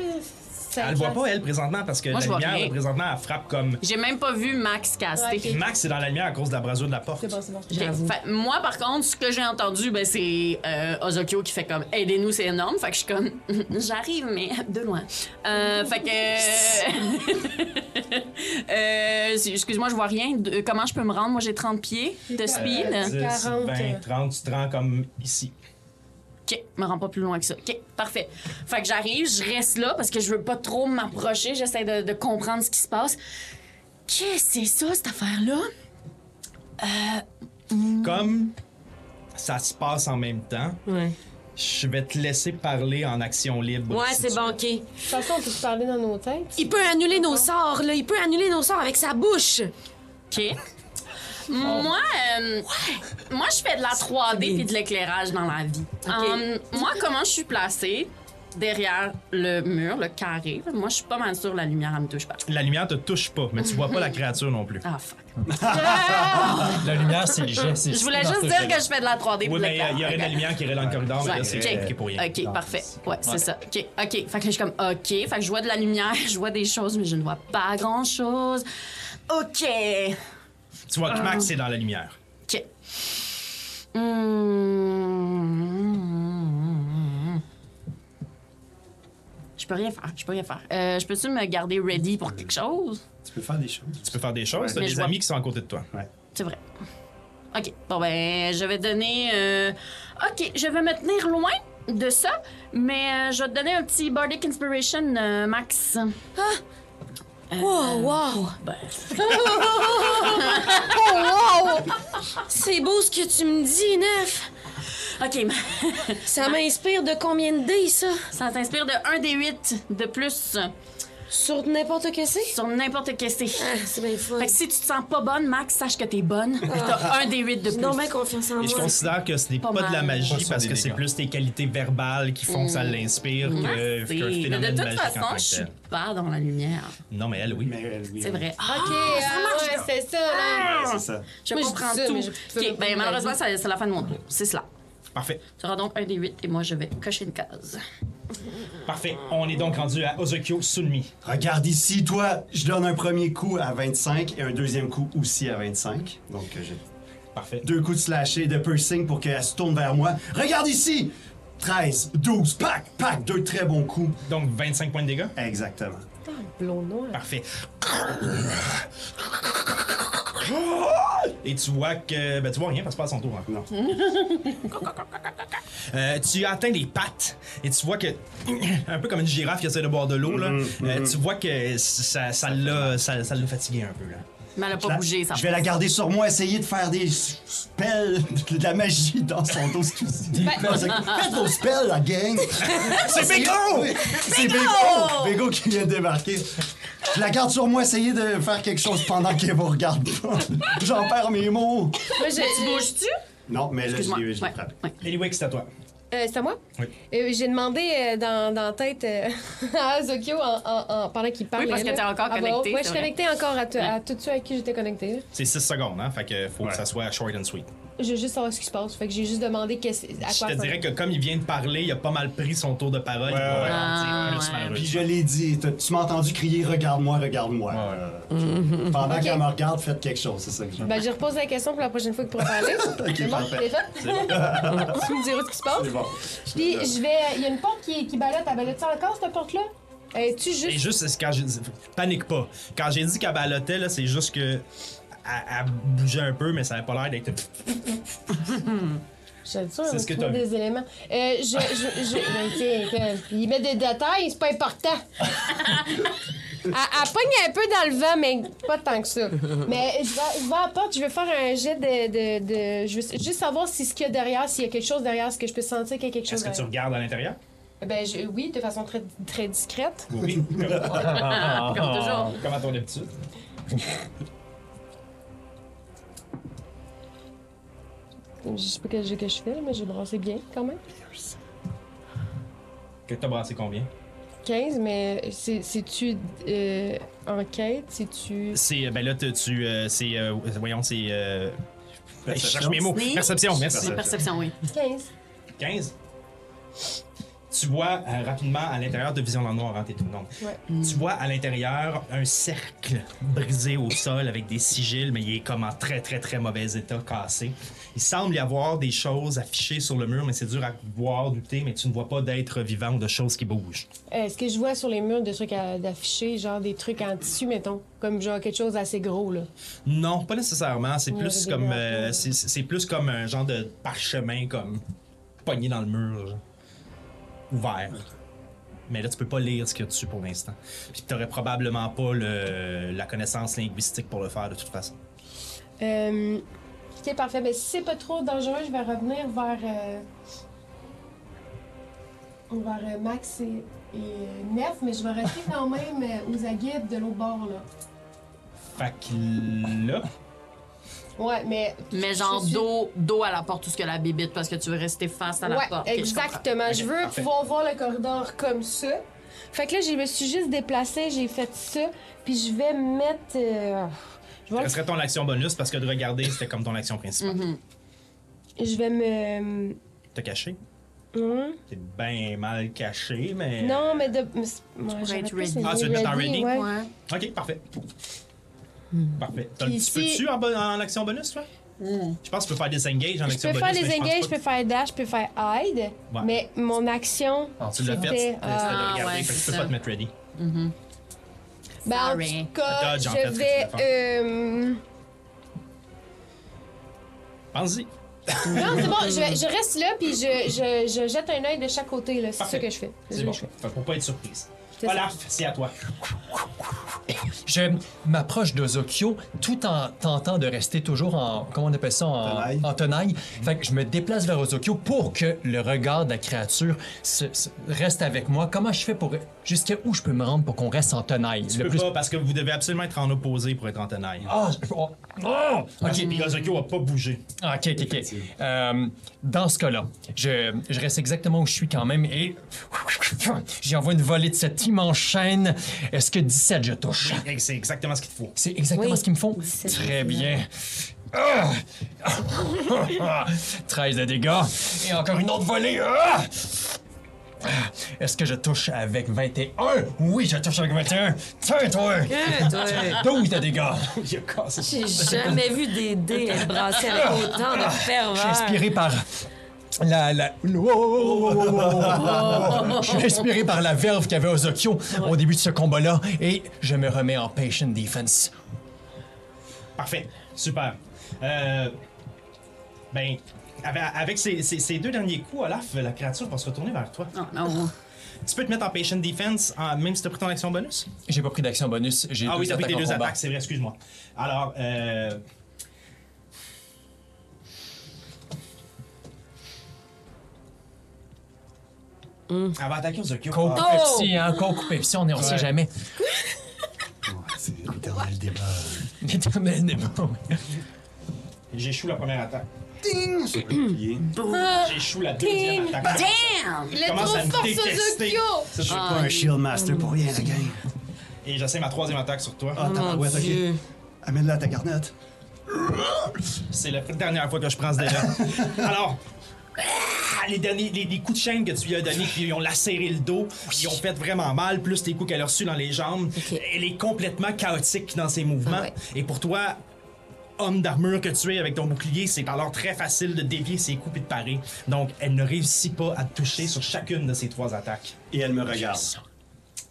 [SPEAKER 7] Ça
[SPEAKER 2] elle ne voit
[SPEAKER 7] classe.
[SPEAKER 2] pas, elle, présentement, parce que
[SPEAKER 3] Moi, je
[SPEAKER 2] la
[SPEAKER 3] vois
[SPEAKER 2] lumière,
[SPEAKER 3] rien.
[SPEAKER 2] là, présentement, elle frappe comme.
[SPEAKER 3] j'ai même pas vu Max caster.
[SPEAKER 7] Ouais, ok.
[SPEAKER 2] Max est dans la lumière à cause de la brasure de la porte.
[SPEAKER 7] C'est bon, c'est bon.
[SPEAKER 3] Ok, fait- moi, par contre, ce que j'ai entendu, ben, c'est euh, Ozokyo qui fait comme Aidez-nous, c'est énorme. Fait que je suis comme J'arrive, mais de loin. Euh, fait que. Euh, Excuse-moi, je vois rien. De- comment je peux me rendre Moi, j'ai 30 pieds de speed.
[SPEAKER 7] Euh,
[SPEAKER 2] 10,
[SPEAKER 7] 40.
[SPEAKER 2] 20, 30, tu te rends comme ici.
[SPEAKER 3] OK, me rends pas plus loin que ça. OK, parfait. Fait que j'arrive, je reste là parce que je veux pas trop m'approcher. J'essaie de, de comprendre ce qui se passe. Qu'est-ce que c'est ça, cette affaire-là?
[SPEAKER 2] Comme ça se passe en même temps,
[SPEAKER 5] Ouais,
[SPEAKER 2] je vais te laisser parler en action libre.
[SPEAKER 5] ouais
[SPEAKER 2] si
[SPEAKER 5] c'est
[SPEAKER 2] tu
[SPEAKER 5] banqué.
[SPEAKER 7] De toute façon, on peut se parler dans nos têtes.
[SPEAKER 5] Il peut annuler nos sorts, là. Il peut annuler nos sorts avec sa bouche.
[SPEAKER 3] OK.
[SPEAKER 2] Oh.
[SPEAKER 3] Moi, euh, moi, je fais de la 3D puis de l'éclairage dans la vie. Euh, moi, comment je suis placée? Derrière le mur, le carré. Moi, je suis pas mal sûre la lumière, elle me touche pas.
[SPEAKER 2] La lumière te touche pas, mais tu vois pas la créature non plus.
[SPEAKER 3] Ah, fuck.
[SPEAKER 4] La lumière, c'est le geste.
[SPEAKER 3] Je voulais juste dire que je fais de la 3D puis
[SPEAKER 2] Oui,
[SPEAKER 3] de
[SPEAKER 2] mais il y a- il y aurait de la
[SPEAKER 3] l'éclairage.
[SPEAKER 2] lumière qui irait dans le corridor, mais
[SPEAKER 3] Ouais,
[SPEAKER 2] là, c'est
[SPEAKER 3] check.
[SPEAKER 2] bloqué pour rien.
[SPEAKER 3] OK, parfait. Ouais, c'est ça. OK, OK. Fait que là, je suis comme, OK. Fait que je vois de la lumière, je vois des choses, mais je ne vois pas grand-chose. OK.
[SPEAKER 2] Tu vois que Max est dans la lumière.
[SPEAKER 3] OK. Hmm. Je peux rien faire, je peux rien faire. Euh, je peux-tu me garder ready pour quelque chose?
[SPEAKER 6] Tu peux faire des choses.
[SPEAKER 2] Tu peux faire des choses, t'as
[SPEAKER 3] Mais je
[SPEAKER 2] des
[SPEAKER 3] vois-
[SPEAKER 2] amis qui sont à côté de toi.
[SPEAKER 3] C'est vrai. OK. Bon, ben, je vais donner. euh, OK, je vais me tenir loin de ça, mais euh, je vais te donner un petit Bardic Inspiration, euh, Max.
[SPEAKER 5] Wow, wow.
[SPEAKER 3] Ben,
[SPEAKER 5] Oh, wow. C'est beau ce que tu me dis, Neuf.
[SPEAKER 3] OK, ma-
[SPEAKER 5] Ça m'inspire de combien de dés, ça?
[SPEAKER 3] ça t'inspire de 1 des 8 de plus
[SPEAKER 5] Sur n'importe que c'est?
[SPEAKER 3] sur n'importe quel c'est.
[SPEAKER 5] Ah, c'est bien fou.
[SPEAKER 3] Fait que si tu te sens pas bonne, Max, sache que t'es bonne. Puis T'as un des 8 de plus.
[SPEAKER 5] Non, mais confiance en
[SPEAKER 2] Et je
[SPEAKER 5] moi.
[SPEAKER 2] considère que ce n'est pas,
[SPEAKER 3] Ah, Pas
[SPEAKER 2] de la
[SPEAKER 3] mal.
[SPEAKER 4] Pas
[SPEAKER 2] magie
[SPEAKER 4] sur
[SPEAKER 2] parce
[SPEAKER 4] des
[SPEAKER 2] que c'est
[SPEAKER 4] dégâts.
[SPEAKER 2] plus tes qualités verbales qui font que ça l'inspire que,
[SPEAKER 3] Merci.
[SPEAKER 2] que le
[SPEAKER 3] Mais
[SPEAKER 2] Euh, phénomène
[SPEAKER 3] de toute
[SPEAKER 2] magique en tant
[SPEAKER 3] façon,
[SPEAKER 2] que
[SPEAKER 3] je suis
[SPEAKER 2] tel.
[SPEAKER 3] pas dans la lumière.
[SPEAKER 2] Non, mais elle, oui.
[SPEAKER 6] Mais, euh, oui,
[SPEAKER 3] C'est
[SPEAKER 6] oui.
[SPEAKER 3] vrai. Ah,
[SPEAKER 7] Ok, ah, ouais, c'est ça, là.
[SPEAKER 6] Ouais, c'est ça.
[SPEAKER 3] je
[SPEAKER 7] Moi, je
[SPEAKER 3] comprends
[SPEAKER 7] dis ça, mais
[SPEAKER 3] tout.
[SPEAKER 7] je-
[SPEAKER 3] Ok, ben, malheureusement, ça- c'est la fin de mon tour. C'est cela.
[SPEAKER 2] Parfait.
[SPEAKER 3] Tu auras donc un des 8 et moi, je vais cocher une case.
[SPEAKER 2] Parfait. On est donc rendu à Ozokyo Sunmi.
[SPEAKER 6] Regarde ici, toi, je donne un premier coup à 25 et un deuxième coup aussi à 25. Donc, euh, j'ai
[SPEAKER 2] Parfait.
[SPEAKER 6] deux coups de slasher, de piercing pour qu'elle se tourne vers moi. Regarde ici! 13, 12, pack, pack, deux très bons coups.
[SPEAKER 2] Donc 25 points de dégâts.
[SPEAKER 6] Exactement.
[SPEAKER 7] Blond noir.
[SPEAKER 2] Parfait. Et tu vois que. Ben, tu vois rien parce que c'est pas à son tour encore.
[SPEAKER 6] Non.
[SPEAKER 2] Euh, tu atteins les pattes et tu vois que. Un peu comme une girafe qui essaie de boire de l'eau, là.
[SPEAKER 6] Mm-hmm,
[SPEAKER 2] euh, tu vois que ça, ça l'a ça, ça l'a fatigué un peu, là.
[SPEAKER 3] Mais elle a pas
[SPEAKER 6] La-
[SPEAKER 3] bougé, ça.
[SPEAKER 6] je vais la garder sur moi, essayer de faire des s- spells, de la magie dans son dos. excusez. Faites vos spells, la gang!
[SPEAKER 2] C'est Bego!
[SPEAKER 6] Oui, C'est Bego! Bego qui vient de débarquer. Je la garde sur moi, essayez de faire quelque chose pendant qu'elle vous regarde pas. J'en perds mes mots.
[SPEAKER 7] Moi, je-
[SPEAKER 3] Tu bouges-tu?
[SPEAKER 6] Non, mais là, je
[SPEAKER 3] Excuse-moi.
[SPEAKER 6] l'ai je l'ai
[SPEAKER 3] Ouais,
[SPEAKER 6] frappé.
[SPEAKER 3] ouais.
[SPEAKER 2] Eliwick, c'est à toi.
[SPEAKER 7] Euh, c'est à moi?
[SPEAKER 2] Oui.
[SPEAKER 7] Euh, J'ai demandé euh, dans, dans tête euh, à Zokyo en, en- en- pendant qu'il parlait.
[SPEAKER 3] parce que
[SPEAKER 7] là.
[SPEAKER 3] t'es encore
[SPEAKER 7] Ah, bah,
[SPEAKER 3] connectée, c'est
[SPEAKER 7] ouais, je suis
[SPEAKER 3] vrai.
[SPEAKER 7] connectée encore à, tout- à tous ceux à qui j'étais connectée. là.
[SPEAKER 2] C'est 6 secondes, hein? Fait que faut
[SPEAKER 6] Ouais.
[SPEAKER 2] que ça soit short and sweet.
[SPEAKER 7] Je veux juste savoir ce qui se passe. Fait que j'ai juste demandé qu'est-ce- à
[SPEAKER 2] Je
[SPEAKER 7] quoi
[SPEAKER 2] te
[SPEAKER 7] ça-
[SPEAKER 2] dirais que comme il vient de parler, il a pas mal pris son tour de parole. il va en dire
[SPEAKER 6] ouais.
[SPEAKER 3] Ah,
[SPEAKER 2] plus,
[SPEAKER 3] ouais.
[SPEAKER 2] malheureusement.
[SPEAKER 6] Puis je l'ai dit, t'as- tu m'as entendu crier Regarde-moi, regarde-moi. Euh, Pendant qu'elle me regarde, faites quelque chose, c'est ça que je veux.
[SPEAKER 7] Ben, je repose la question pour la prochaine fois que pourra parler. C'est bon?
[SPEAKER 6] parfait.
[SPEAKER 7] C'est fait? Tu me diras ce qui se passe.
[SPEAKER 6] C'est bon.
[SPEAKER 7] Puis, je vais. Il y a une porte qui, qui balotte. Elle balotte ça encore, cette porte-là? Es-tu
[SPEAKER 2] Et
[SPEAKER 7] juste.
[SPEAKER 2] juste, c'est quand j'ai dit- panique pas. Quand j'ai dit qu'elle balotait, là, c'est juste que. Elle, elle bougeait un peu, mais ça avait pas l'air d'être.
[SPEAKER 7] Je suis sûre,
[SPEAKER 2] C'est ce
[SPEAKER 7] tu
[SPEAKER 2] que
[SPEAKER 7] mets
[SPEAKER 2] t'as vu.
[SPEAKER 7] des éléments. Euh, je. je, je... ben, tiens, que- il met des détails, c'est pas important. elle, elle pogne un peu dans le vent, mais pas tant que ça. Mais je vais, je vais à la porte, je vais faire un jet de. de, de- je veux juste savoir si ce qu'il y a derrière, s'il y a quelque chose derrière, ce que je peux sentir qu'il y a quelque chose
[SPEAKER 2] Est-ce que tu
[SPEAKER 7] derrière.
[SPEAKER 2] regardes à l'intérieur?
[SPEAKER 7] Ben je- oui, de façon très, très discrète.
[SPEAKER 2] Oui, comme, Oh.
[SPEAKER 3] Comme toujours.
[SPEAKER 2] comme à Ah. ton habitude.
[SPEAKER 7] Je sais pas quel jeu que je fais, là, mais j'ai brassé bien quand même.
[SPEAKER 2] Que t'as brassé combien?
[SPEAKER 7] 15, mais c'est- c'est-tu euh, enquête? C'est-tu.
[SPEAKER 2] C'est, ben là, t'as- tu, euh, c'est, euh, voyons, c'est, euh, je cherche mes mots.
[SPEAKER 3] Sneak.
[SPEAKER 2] Perception, merci.
[SPEAKER 3] C'est perception, oui.
[SPEAKER 7] 15.
[SPEAKER 2] 15. Tu vois euh, rapidement à l'intérieur de Vision dans le Noir, hein, t'es tout le monde.
[SPEAKER 7] Ouais.
[SPEAKER 2] Tu vois à l'intérieur un cercle brisé au sol avec des sigils, mais il est comme en très très très mauvais état, cassé. Il semble y avoir des choses affichées sur le mur, mais c'est dur à voir, douter, mais tu ne vois pas d'êtres vivants ou de choses qui bougent.
[SPEAKER 7] Est-ce Euh, que je vois sur les murs des trucs à- d'afficher, genre des trucs en tissu, mettons? Comme genre quelque chose d'assez gros, là.
[SPEAKER 2] Non, pas nécessairement. C'est plus
[SPEAKER 7] des
[SPEAKER 2] comme,
[SPEAKER 7] drapeaux,
[SPEAKER 2] euh,
[SPEAKER 7] ouais.
[SPEAKER 2] c'est- c'est plus comme un genre de parchemin comme pogné dans le mur, genre. ouvert. Mais là, tu peux pas lire ce qu'il y a dessus pour l'instant. Puis t'aurais probablement pas le- la connaissance linguistique pour le faire de toute façon.
[SPEAKER 7] Euh, ok, parfait. Mais si c'est pas trop dangereux, je vais revenir vers. euh, vers euh, Max et, et euh, Nef, mais je vais rester quand même euh, aux aguets de l'autre bord, là.
[SPEAKER 2] Fait que là,
[SPEAKER 7] Ouais, mais.
[SPEAKER 3] Mais genre
[SPEAKER 7] Je suis-
[SPEAKER 3] dos, dos à la porte, tout ce que la bibite, parce que tu veux rester face à la
[SPEAKER 7] ouais,
[SPEAKER 3] porte. Ok, je
[SPEAKER 7] exactement. Je, veux pouvoir voir le corridor comme ça. Fait que là, je me suis juste déplacée, j'ai fait ça, puis je vais mettre. euh, je, vais
[SPEAKER 2] ça serait ton action bonus parce que de regarder, c'était comme ton action principale.
[SPEAKER 7] Mm-hmm. je vais me.
[SPEAKER 2] T'as caché?
[SPEAKER 7] Hum.
[SPEAKER 2] T'es bien mal caché, mais.
[SPEAKER 7] Non, mais de. mais c'est- ouais,
[SPEAKER 3] pourrais
[SPEAKER 7] j'aurais
[SPEAKER 3] être
[SPEAKER 7] pu
[SPEAKER 3] ready.
[SPEAKER 7] essayer
[SPEAKER 2] Ah, tu veux te mettre en ready?
[SPEAKER 7] ouais.
[SPEAKER 3] comprends. Ouais.
[SPEAKER 2] Ok, parfait. Parfait. T'as un
[SPEAKER 7] Hmm. Puis
[SPEAKER 2] petit peu
[SPEAKER 7] si-
[SPEAKER 2] dessus en, bon- en action bonus, toi? Je pense que tu peux faire des engages en
[SPEAKER 7] Je
[SPEAKER 2] action
[SPEAKER 7] peux
[SPEAKER 2] bonus.
[SPEAKER 7] faire
[SPEAKER 2] mais
[SPEAKER 7] les
[SPEAKER 2] pense
[SPEAKER 7] engages,
[SPEAKER 2] pas
[SPEAKER 7] je peux faire dash, je peux faire hide,
[SPEAKER 2] Ouais.
[SPEAKER 7] mais mon action.
[SPEAKER 2] Ah, tu l'as fait,
[SPEAKER 7] c'était,
[SPEAKER 2] c'était de
[SPEAKER 7] ah,
[SPEAKER 2] regarder, fait
[SPEAKER 3] ouais,
[SPEAKER 2] que tu
[SPEAKER 3] c'est
[SPEAKER 2] peux pas
[SPEAKER 3] ça.
[SPEAKER 2] te mettre ready.
[SPEAKER 7] Ben, en
[SPEAKER 3] Sorry.
[SPEAKER 7] tout cas,
[SPEAKER 2] Dodge, en fait,
[SPEAKER 7] je
[SPEAKER 2] ce que
[SPEAKER 7] vais.
[SPEAKER 2] tu voulais
[SPEAKER 7] euh,
[SPEAKER 2] Pense-y.
[SPEAKER 7] Non, c'est bon, je, je reste là, puis je, je, je jette un œil de chaque côté, là. C'est
[SPEAKER 2] Parfait.
[SPEAKER 7] ça que je fais. C'est
[SPEAKER 2] C'est
[SPEAKER 7] ça
[SPEAKER 2] bon.
[SPEAKER 7] que je fais.
[SPEAKER 2] Fait pour pas être surprise.
[SPEAKER 7] C'est ça.
[SPEAKER 2] Olaf, c'est à toi.
[SPEAKER 4] Je m'approche de Zokyo tout en tentant de rester toujours en. Comment on appelle ça En
[SPEAKER 6] Tenaille.
[SPEAKER 4] en tenaille. Fait que je me déplace vers Zokyo pour que le regard de la créature se- se- reste avec moi. Comment je fais pour. Jusqu'à où je peux me rendre pour qu'on reste en tenaille
[SPEAKER 2] Tu peux pas parce que vous devez absolument être en opposé pour être en tenaille.
[SPEAKER 4] Ah, je peux- oh, oh!
[SPEAKER 2] Ok, puis Ozokyo a pas bougé.
[SPEAKER 4] Ah, Ok, ok, ok. Euh, dans ce cas-là, je, je reste exactement où je suis quand même et j'y envoie une volée de cette immense chaîne. Est-ce que 17 je touche?
[SPEAKER 2] Et C'est exactement ce qu'il te faut.
[SPEAKER 4] C'est exactement
[SPEAKER 5] Oui.
[SPEAKER 4] ce qu'ils me font.
[SPEAKER 5] 17,
[SPEAKER 4] Très bien. Ah! Ah! 13 de dégâts. Et encore une autre volée. Ah! Ah! Est-ce que je touche avec 21? Oui, je touche avec 21. Tiens, toi! 12 de dégâts.
[SPEAKER 2] Il a cassé.
[SPEAKER 5] J'ai jamais vu des dés être brassés avec autant de ferveur.
[SPEAKER 4] Je suis inspiré par la, la- Wow, wow, wow, wow, wow, wow, wow. Je suis inspiré par la verve qu'avait Ozokyo au début de ce combat-là et je me remets en patient defense.
[SPEAKER 2] Parfait. Super. Euh, ben, avec, avec ces, ces- ces deux derniers coups, Olaf, la créature va se retourner vers toi.
[SPEAKER 3] Oh, non.
[SPEAKER 2] Tu peux te mettre en patient defense en- même si t'as pris ton action bonus?
[SPEAKER 4] J'ai pas pris d'action bonus, j'ai
[SPEAKER 2] Ah
[SPEAKER 4] deux
[SPEAKER 2] oui, t'as pris tes
[SPEAKER 4] attaques en
[SPEAKER 2] deux
[SPEAKER 4] combat.
[SPEAKER 2] attaques, c'est vrai, excuse-moi. Alors, euh...
[SPEAKER 7] Hmm.
[SPEAKER 2] Elle va attaquer aux Okyo.
[SPEAKER 4] Coke
[SPEAKER 2] Ah,
[SPEAKER 4] Pepsi, hein, Coke Pepsi, on ne sait
[SPEAKER 2] Ouais.
[SPEAKER 4] jamais.
[SPEAKER 6] C'est l'éternel débat.
[SPEAKER 4] L'éternel n'est pas-
[SPEAKER 7] Oh.
[SPEAKER 2] J'échoue la première attaque.
[SPEAKER 6] Ding! Sur le bouclier.
[SPEAKER 2] J'échoue la deuxième
[SPEAKER 7] Ding!
[SPEAKER 2] attaque.
[SPEAKER 3] Damn!
[SPEAKER 7] Euh, Il est
[SPEAKER 2] Commence
[SPEAKER 7] trop
[SPEAKER 2] à me
[SPEAKER 7] fort, Ah.
[SPEAKER 2] détester.
[SPEAKER 7] Suzuki!
[SPEAKER 6] Je suis
[SPEAKER 2] Ah,
[SPEAKER 6] pas un shield master pour rien, la gang.
[SPEAKER 2] Et j'essaie ma troisième attaque sur toi.
[SPEAKER 6] Ah, t'as ouais, ok. Amène-la à ta garnette.
[SPEAKER 2] C'est la dernière fois que je prends ce délai. Alors. ah, Les, derniers, les, les coups de chaîne que tu lui as donnés, qui lui ont lacéré le dos, ils ont fait vraiment mal, plus les coups qu'elle a reçus dans les jambes. Elle est complètement chaotique dans ses mouvements.
[SPEAKER 5] Ah ouais.
[SPEAKER 2] Et pour toi, homme d'armure que tu es avec ton bouclier, c'est alors très facile de dévier ses coups et de parer. Donc, elle ne réussit pas à te toucher sur chacune de ses trois attaques.
[SPEAKER 6] Et elle me regarde.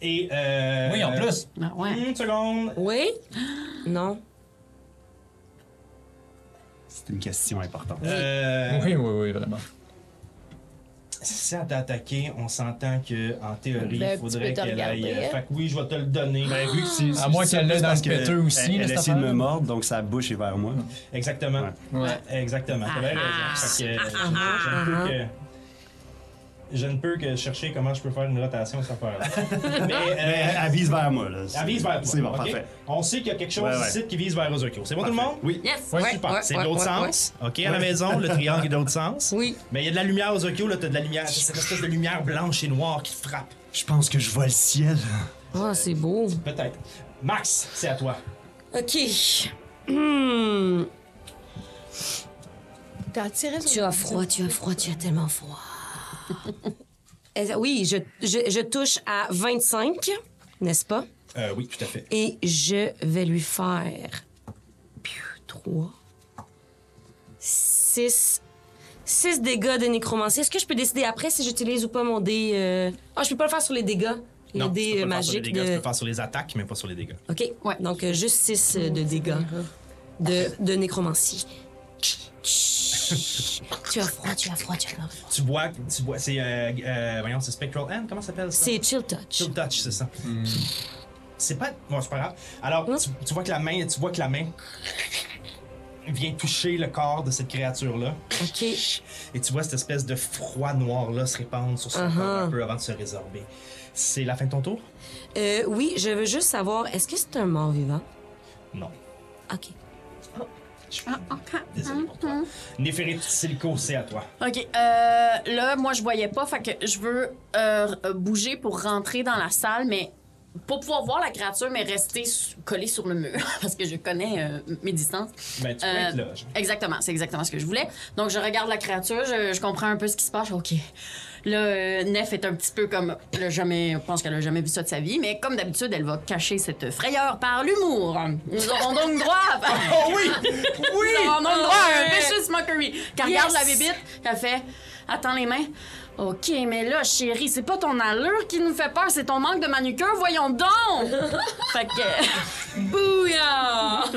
[SPEAKER 2] Et. euh,
[SPEAKER 4] Oui, en plus.
[SPEAKER 3] Ah ouais.
[SPEAKER 2] Une seconde.
[SPEAKER 5] Oui? Non.
[SPEAKER 6] C'est une question importante.
[SPEAKER 2] Euh,
[SPEAKER 4] Oui, oui, oui, vraiment.
[SPEAKER 2] Si elle t'a attaqué, on s'entend que en théorie, il
[SPEAKER 7] Ben, tu
[SPEAKER 2] faudrait
[SPEAKER 7] peux te
[SPEAKER 2] qu'elle aille.
[SPEAKER 7] regarder,
[SPEAKER 2] euh,
[SPEAKER 7] hein.
[SPEAKER 2] Fait que oui, je vais te le donner.
[SPEAKER 6] Ben,
[SPEAKER 2] Ah,
[SPEAKER 6] vu que c'est.
[SPEAKER 4] À moins
[SPEAKER 6] c'est
[SPEAKER 4] qu'elle l'ait
[SPEAKER 6] plus
[SPEAKER 4] dans
[SPEAKER 6] parce
[SPEAKER 4] le péteux
[SPEAKER 6] que
[SPEAKER 4] aussi,
[SPEAKER 6] Elle,
[SPEAKER 4] là,
[SPEAKER 6] elle
[SPEAKER 4] cette
[SPEAKER 6] essaie de me
[SPEAKER 4] affaire.
[SPEAKER 6] mordre, donc sa bouche est vers moi.
[SPEAKER 2] Euh. Exactement. Ah,
[SPEAKER 4] Ouais.
[SPEAKER 7] Ah,
[SPEAKER 2] Exactement. T'as bien raison. Fait que, euh, j'ai- j'ai un peu que- je ne peux que chercher comment je peux faire une rotation cette affaire-là. Mais, euh,
[SPEAKER 6] Mais elle vise vers moi, là.
[SPEAKER 2] elle vise vers toi.
[SPEAKER 6] C'est bon,
[SPEAKER 2] ok?
[SPEAKER 6] parfait.
[SPEAKER 2] On sait qu'il y a quelque chose
[SPEAKER 6] Ouais, ouais.
[SPEAKER 2] ici qui vise vers Ozokyo. C'est bon tout le
[SPEAKER 6] Parfait.
[SPEAKER 2] monde?
[SPEAKER 6] Oui.
[SPEAKER 8] Yes.
[SPEAKER 2] Ouais, super. c'est de l'autre sens. OK, à la maison, le triangle est de l'autre sens.
[SPEAKER 5] Oui.
[SPEAKER 2] Mais il y a de la lumière aux Okyo, là, t'as de la lumière, cette espèce de lumière blanche et noire qui frappe.
[SPEAKER 6] Je pense que je vois le ciel.
[SPEAKER 5] Ah, c'est beau.
[SPEAKER 2] Peut-être. Max, c'est à toi.
[SPEAKER 5] OK. Hmm.
[SPEAKER 7] T'as attiré
[SPEAKER 5] Tu as froid, tu as froid, tu as tellement froid. Euh, oui, je, je- je touche à 25, n'est-ce pas?
[SPEAKER 2] Euh, oui, tout à fait.
[SPEAKER 5] Et je vais lui faire 3, 6, 6 dégâts de nécromancie. Est-ce que je peux décider après si j'utilise ou pas mon dé... euh, Ah, je peux pas le faire sur les dégâts. Les
[SPEAKER 2] tu peux
[SPEAKER 5] dés
[SPEAKER 2] pas le faire
[SPEAKER 5] euh,
[SPEAKER 2] sur les
[SPEAKER 5] magiques
[SPEAKER 2] dégâts, Tu
[SPEAKER 5] de...
[SPEAKER 2] peux faire sur les attaques, mais pas sur les dégâts.
[SPEAKER 5] OK, donc euh, juste 6 de dégâts de, de nécromancie. tu as froid, tu as froid, tu as froid.
[SPEAKER 2] Tu vois, tu vois, c'est, euh, euh, voyons, c'est Spectral Hand, comment ça s'appelle ça?
[SPEAKER 5] C'est Chill Touch.
[SPEAKER 2] Chill Touch, c'est ça. C'est pas, bon, c'est pas grave. Alors, tu, tu vois que la main, tu vois que la main vient toucher le corps de cette créature-là.
[SPEAKER 5] OK.
[SPEAKER 2] Et tu vois cette espèce de froid noir-là se répandre sur son
[SPEAKER 3] Uh-huh.
[SPEAKER 2] corps un peu avant de se résorber. C'est la fin de ton tour?
[SPEAKER 5] Euh, oui, je veux juste savoir, est-ce que c'est un mort vivant?
[SPEAKER 2] Non.
[SPEAKER 5] OK.
[SPEAKER 3] ah.
[SPEAKER 2] Désolé pour toi. Néphérite Silco, c'est à toi.
[SPEAKER 3] OK. euh, là, moi, je voyais pas. Fait que je veux euh, euh, bouger pour rentrer dans la salle, mais pas pouvoir voir la créature, mais rester s- collée sur le mur. Parce que je connais euh, mes distances.
[SPEAKER 2] Ben, tu peux
[SPEAKER 3] Euh,
[SPEAKER 2] être là. je-
[SPEAKER 3] Exactement, c'est exactement ce que je voulais. Donc, je regarde la créature, je, je comprends un peu ce qui se passe. OK. Là, euh, Nef est un petit peu comme. Elle a jamais, je pense qu'elle a jamais vu ça de sa vie, mais comme d'habitude, elle va cacher cette frayeur par l'humour. Nous aurons donc droit à.
[SPEAKER 2] Oh oui! Oui!
[SPEAKER 3] Nous aurons donc
[SPEAKER 5] Ah
[SPEAKER 3] droit à un
[SPEAKER 5] ouais.
[SPEAKER 3] vicious mockery. Qu'elle
[SPEAKER 5] Yes.
[SPEAKER 3] regarde la bébite, qu'elle fait Attends les mains. OK, mais là, chérie, c'est pas ton allure qui nous fait peur, c'est ton manque de manucure, voyons donc! fait que. Bouillard!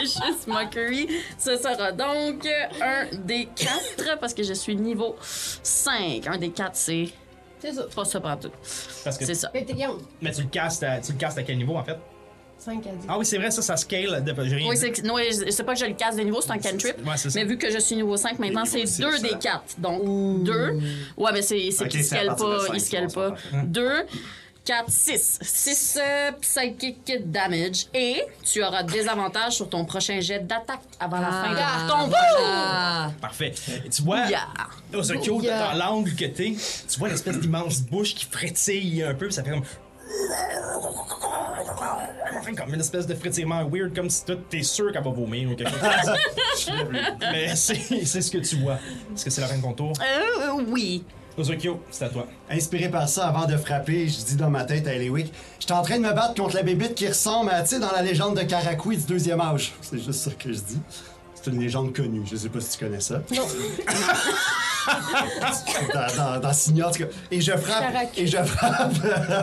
[SPEAKER 3] Vicious mockery. Ce sera donc un des quatre, parce que je suis niveau 5. Un des quatre, c'est.
[SPEAKER 7] C'est ça.
[SPEAKER 3] Pas ça pour tout.
[SPEAKER 2] Parce que,
[SPEAKER 3] C'est ça.
[SPEAKER 7] Mais t'es young.
[SPEAKER 2] mais tu le, castes à, tu le castes à quel niveau en fait?
[SPEAKER 7] 5 à 10.
[SPEAKER 2] Ah oui, c'est vrai, ça, ça scale. De, j'ai rien
[SPEAKER 3] Oui,
[SPEAKER 2] dit.
[SPEAKER 3] c'est non, je sais pas que je le casse de niveau, c'est un cantrip.
[SPEAKER 2] Ouais, c'est ça.
[SPEAKER 3] mais vu que je suis niveau 5 maintenant, c'est
[SPEAKER 6] niveau
[SPEAKER 3] 2
[SPEAKER 6] six,
[SPEAKER 3] des
[SPEAKER 6] ça.
[SPEAKER 3] 4. Donc 2. Ouais, mais c'est c'est
[SPEAKER 6] Ok,
[SPEAKER 3] qu'il
[SPEAKER 6] c'est à
[SPEAKER 3] scale
[SPEAKER 6] partir
[SPEAKER 3] pas,
[SPEAKER 6] de cinq,
[SPEAKER 3] il scale
[SPEAKER 6] c'est bon,
[SPEAKER 3] pas.
[SPEAKER 6] c'est
[SPEAKER 3] 2 4 6. 6 euh, psychic damage et tu auras des avantages sur ton prochain jet d'attaque avant la fin de ton
[SPEAKER 5] Ah!
[SPEAKER 2] Parfait. Tu vois,
[SPEAKER 3] Yeah.
[SPEAKER 2] Ozokyo, dans l'angle que t'es, tu vois l'espèce d'immense bouche qui frétille un peu, puis ça fait comme. Comme une espèce de frétillement weird, comme si toi, t'es sûr qu'elle va vomir ou quelque chose comme ça. Mais c'est c'est ce que tu vois. Est-ce que c'est la fin de ton tour?
[SPEAKER 3] Euh, oui.
[SPEAKER 2] Ozokyo, c'est à toi.
[SPEAKER 6] Inspiré par ça, avant de frapper, je dis dans ma tête à Eliwick, j'étais en train de me battre contre la bébite qui ressemble à, tu sais, dans la légende de Karakoui du deuxième âge. C'est juste ça que je dis. C'est une légende connue, je sais pas si tu connais ça. Non. dans, dans, dans Signor, en tout cas. Et je frappe,
[SPEAKER 7] Karakoui.
[SPEAKER 6] et je frappe,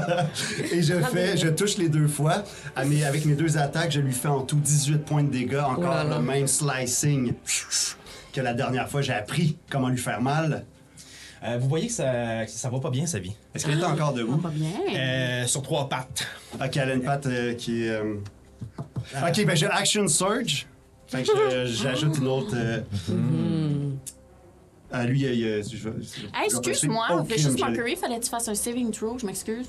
[SPEAKER 6] et je fais, je touche les deux fois. À mes- avec mes deux attaques, je lui fais en tout 18 points de dégâts, encore
[SPEAKER 5] Oh là là.
[SPEAKER 6] le même slicing que la dernière fois, j'ai appris comment lui faire mal.
[SPEAKER 2] Euh, vous voyez que ça, que ça va pas bien, sa vie.
[SPEAKER 6] Est-ce qu'elle est encore debout?
[SPEAKER 2] Euh, sur trois pattes.
[SPEAKER 6] Ok, elle a une patte euh, qui. est, euh, Ok, ben j'ai Action Surge. Fait que je- j'ajoute une autre. euh, À lui, il y a- je vais- je vais
[SPEAKER 3] Hey,
[SPEAKER 6] passer.
[SPEAKER 3] Excuse-moi,
[SPEAKER 6] Oh,
[SPEAKER 3] Vicious
[SPEAKER 6] crime, je l'ai.
[SPEAKER 3] Mockery, fallait que tu fasses un saving throw, je m'excuse.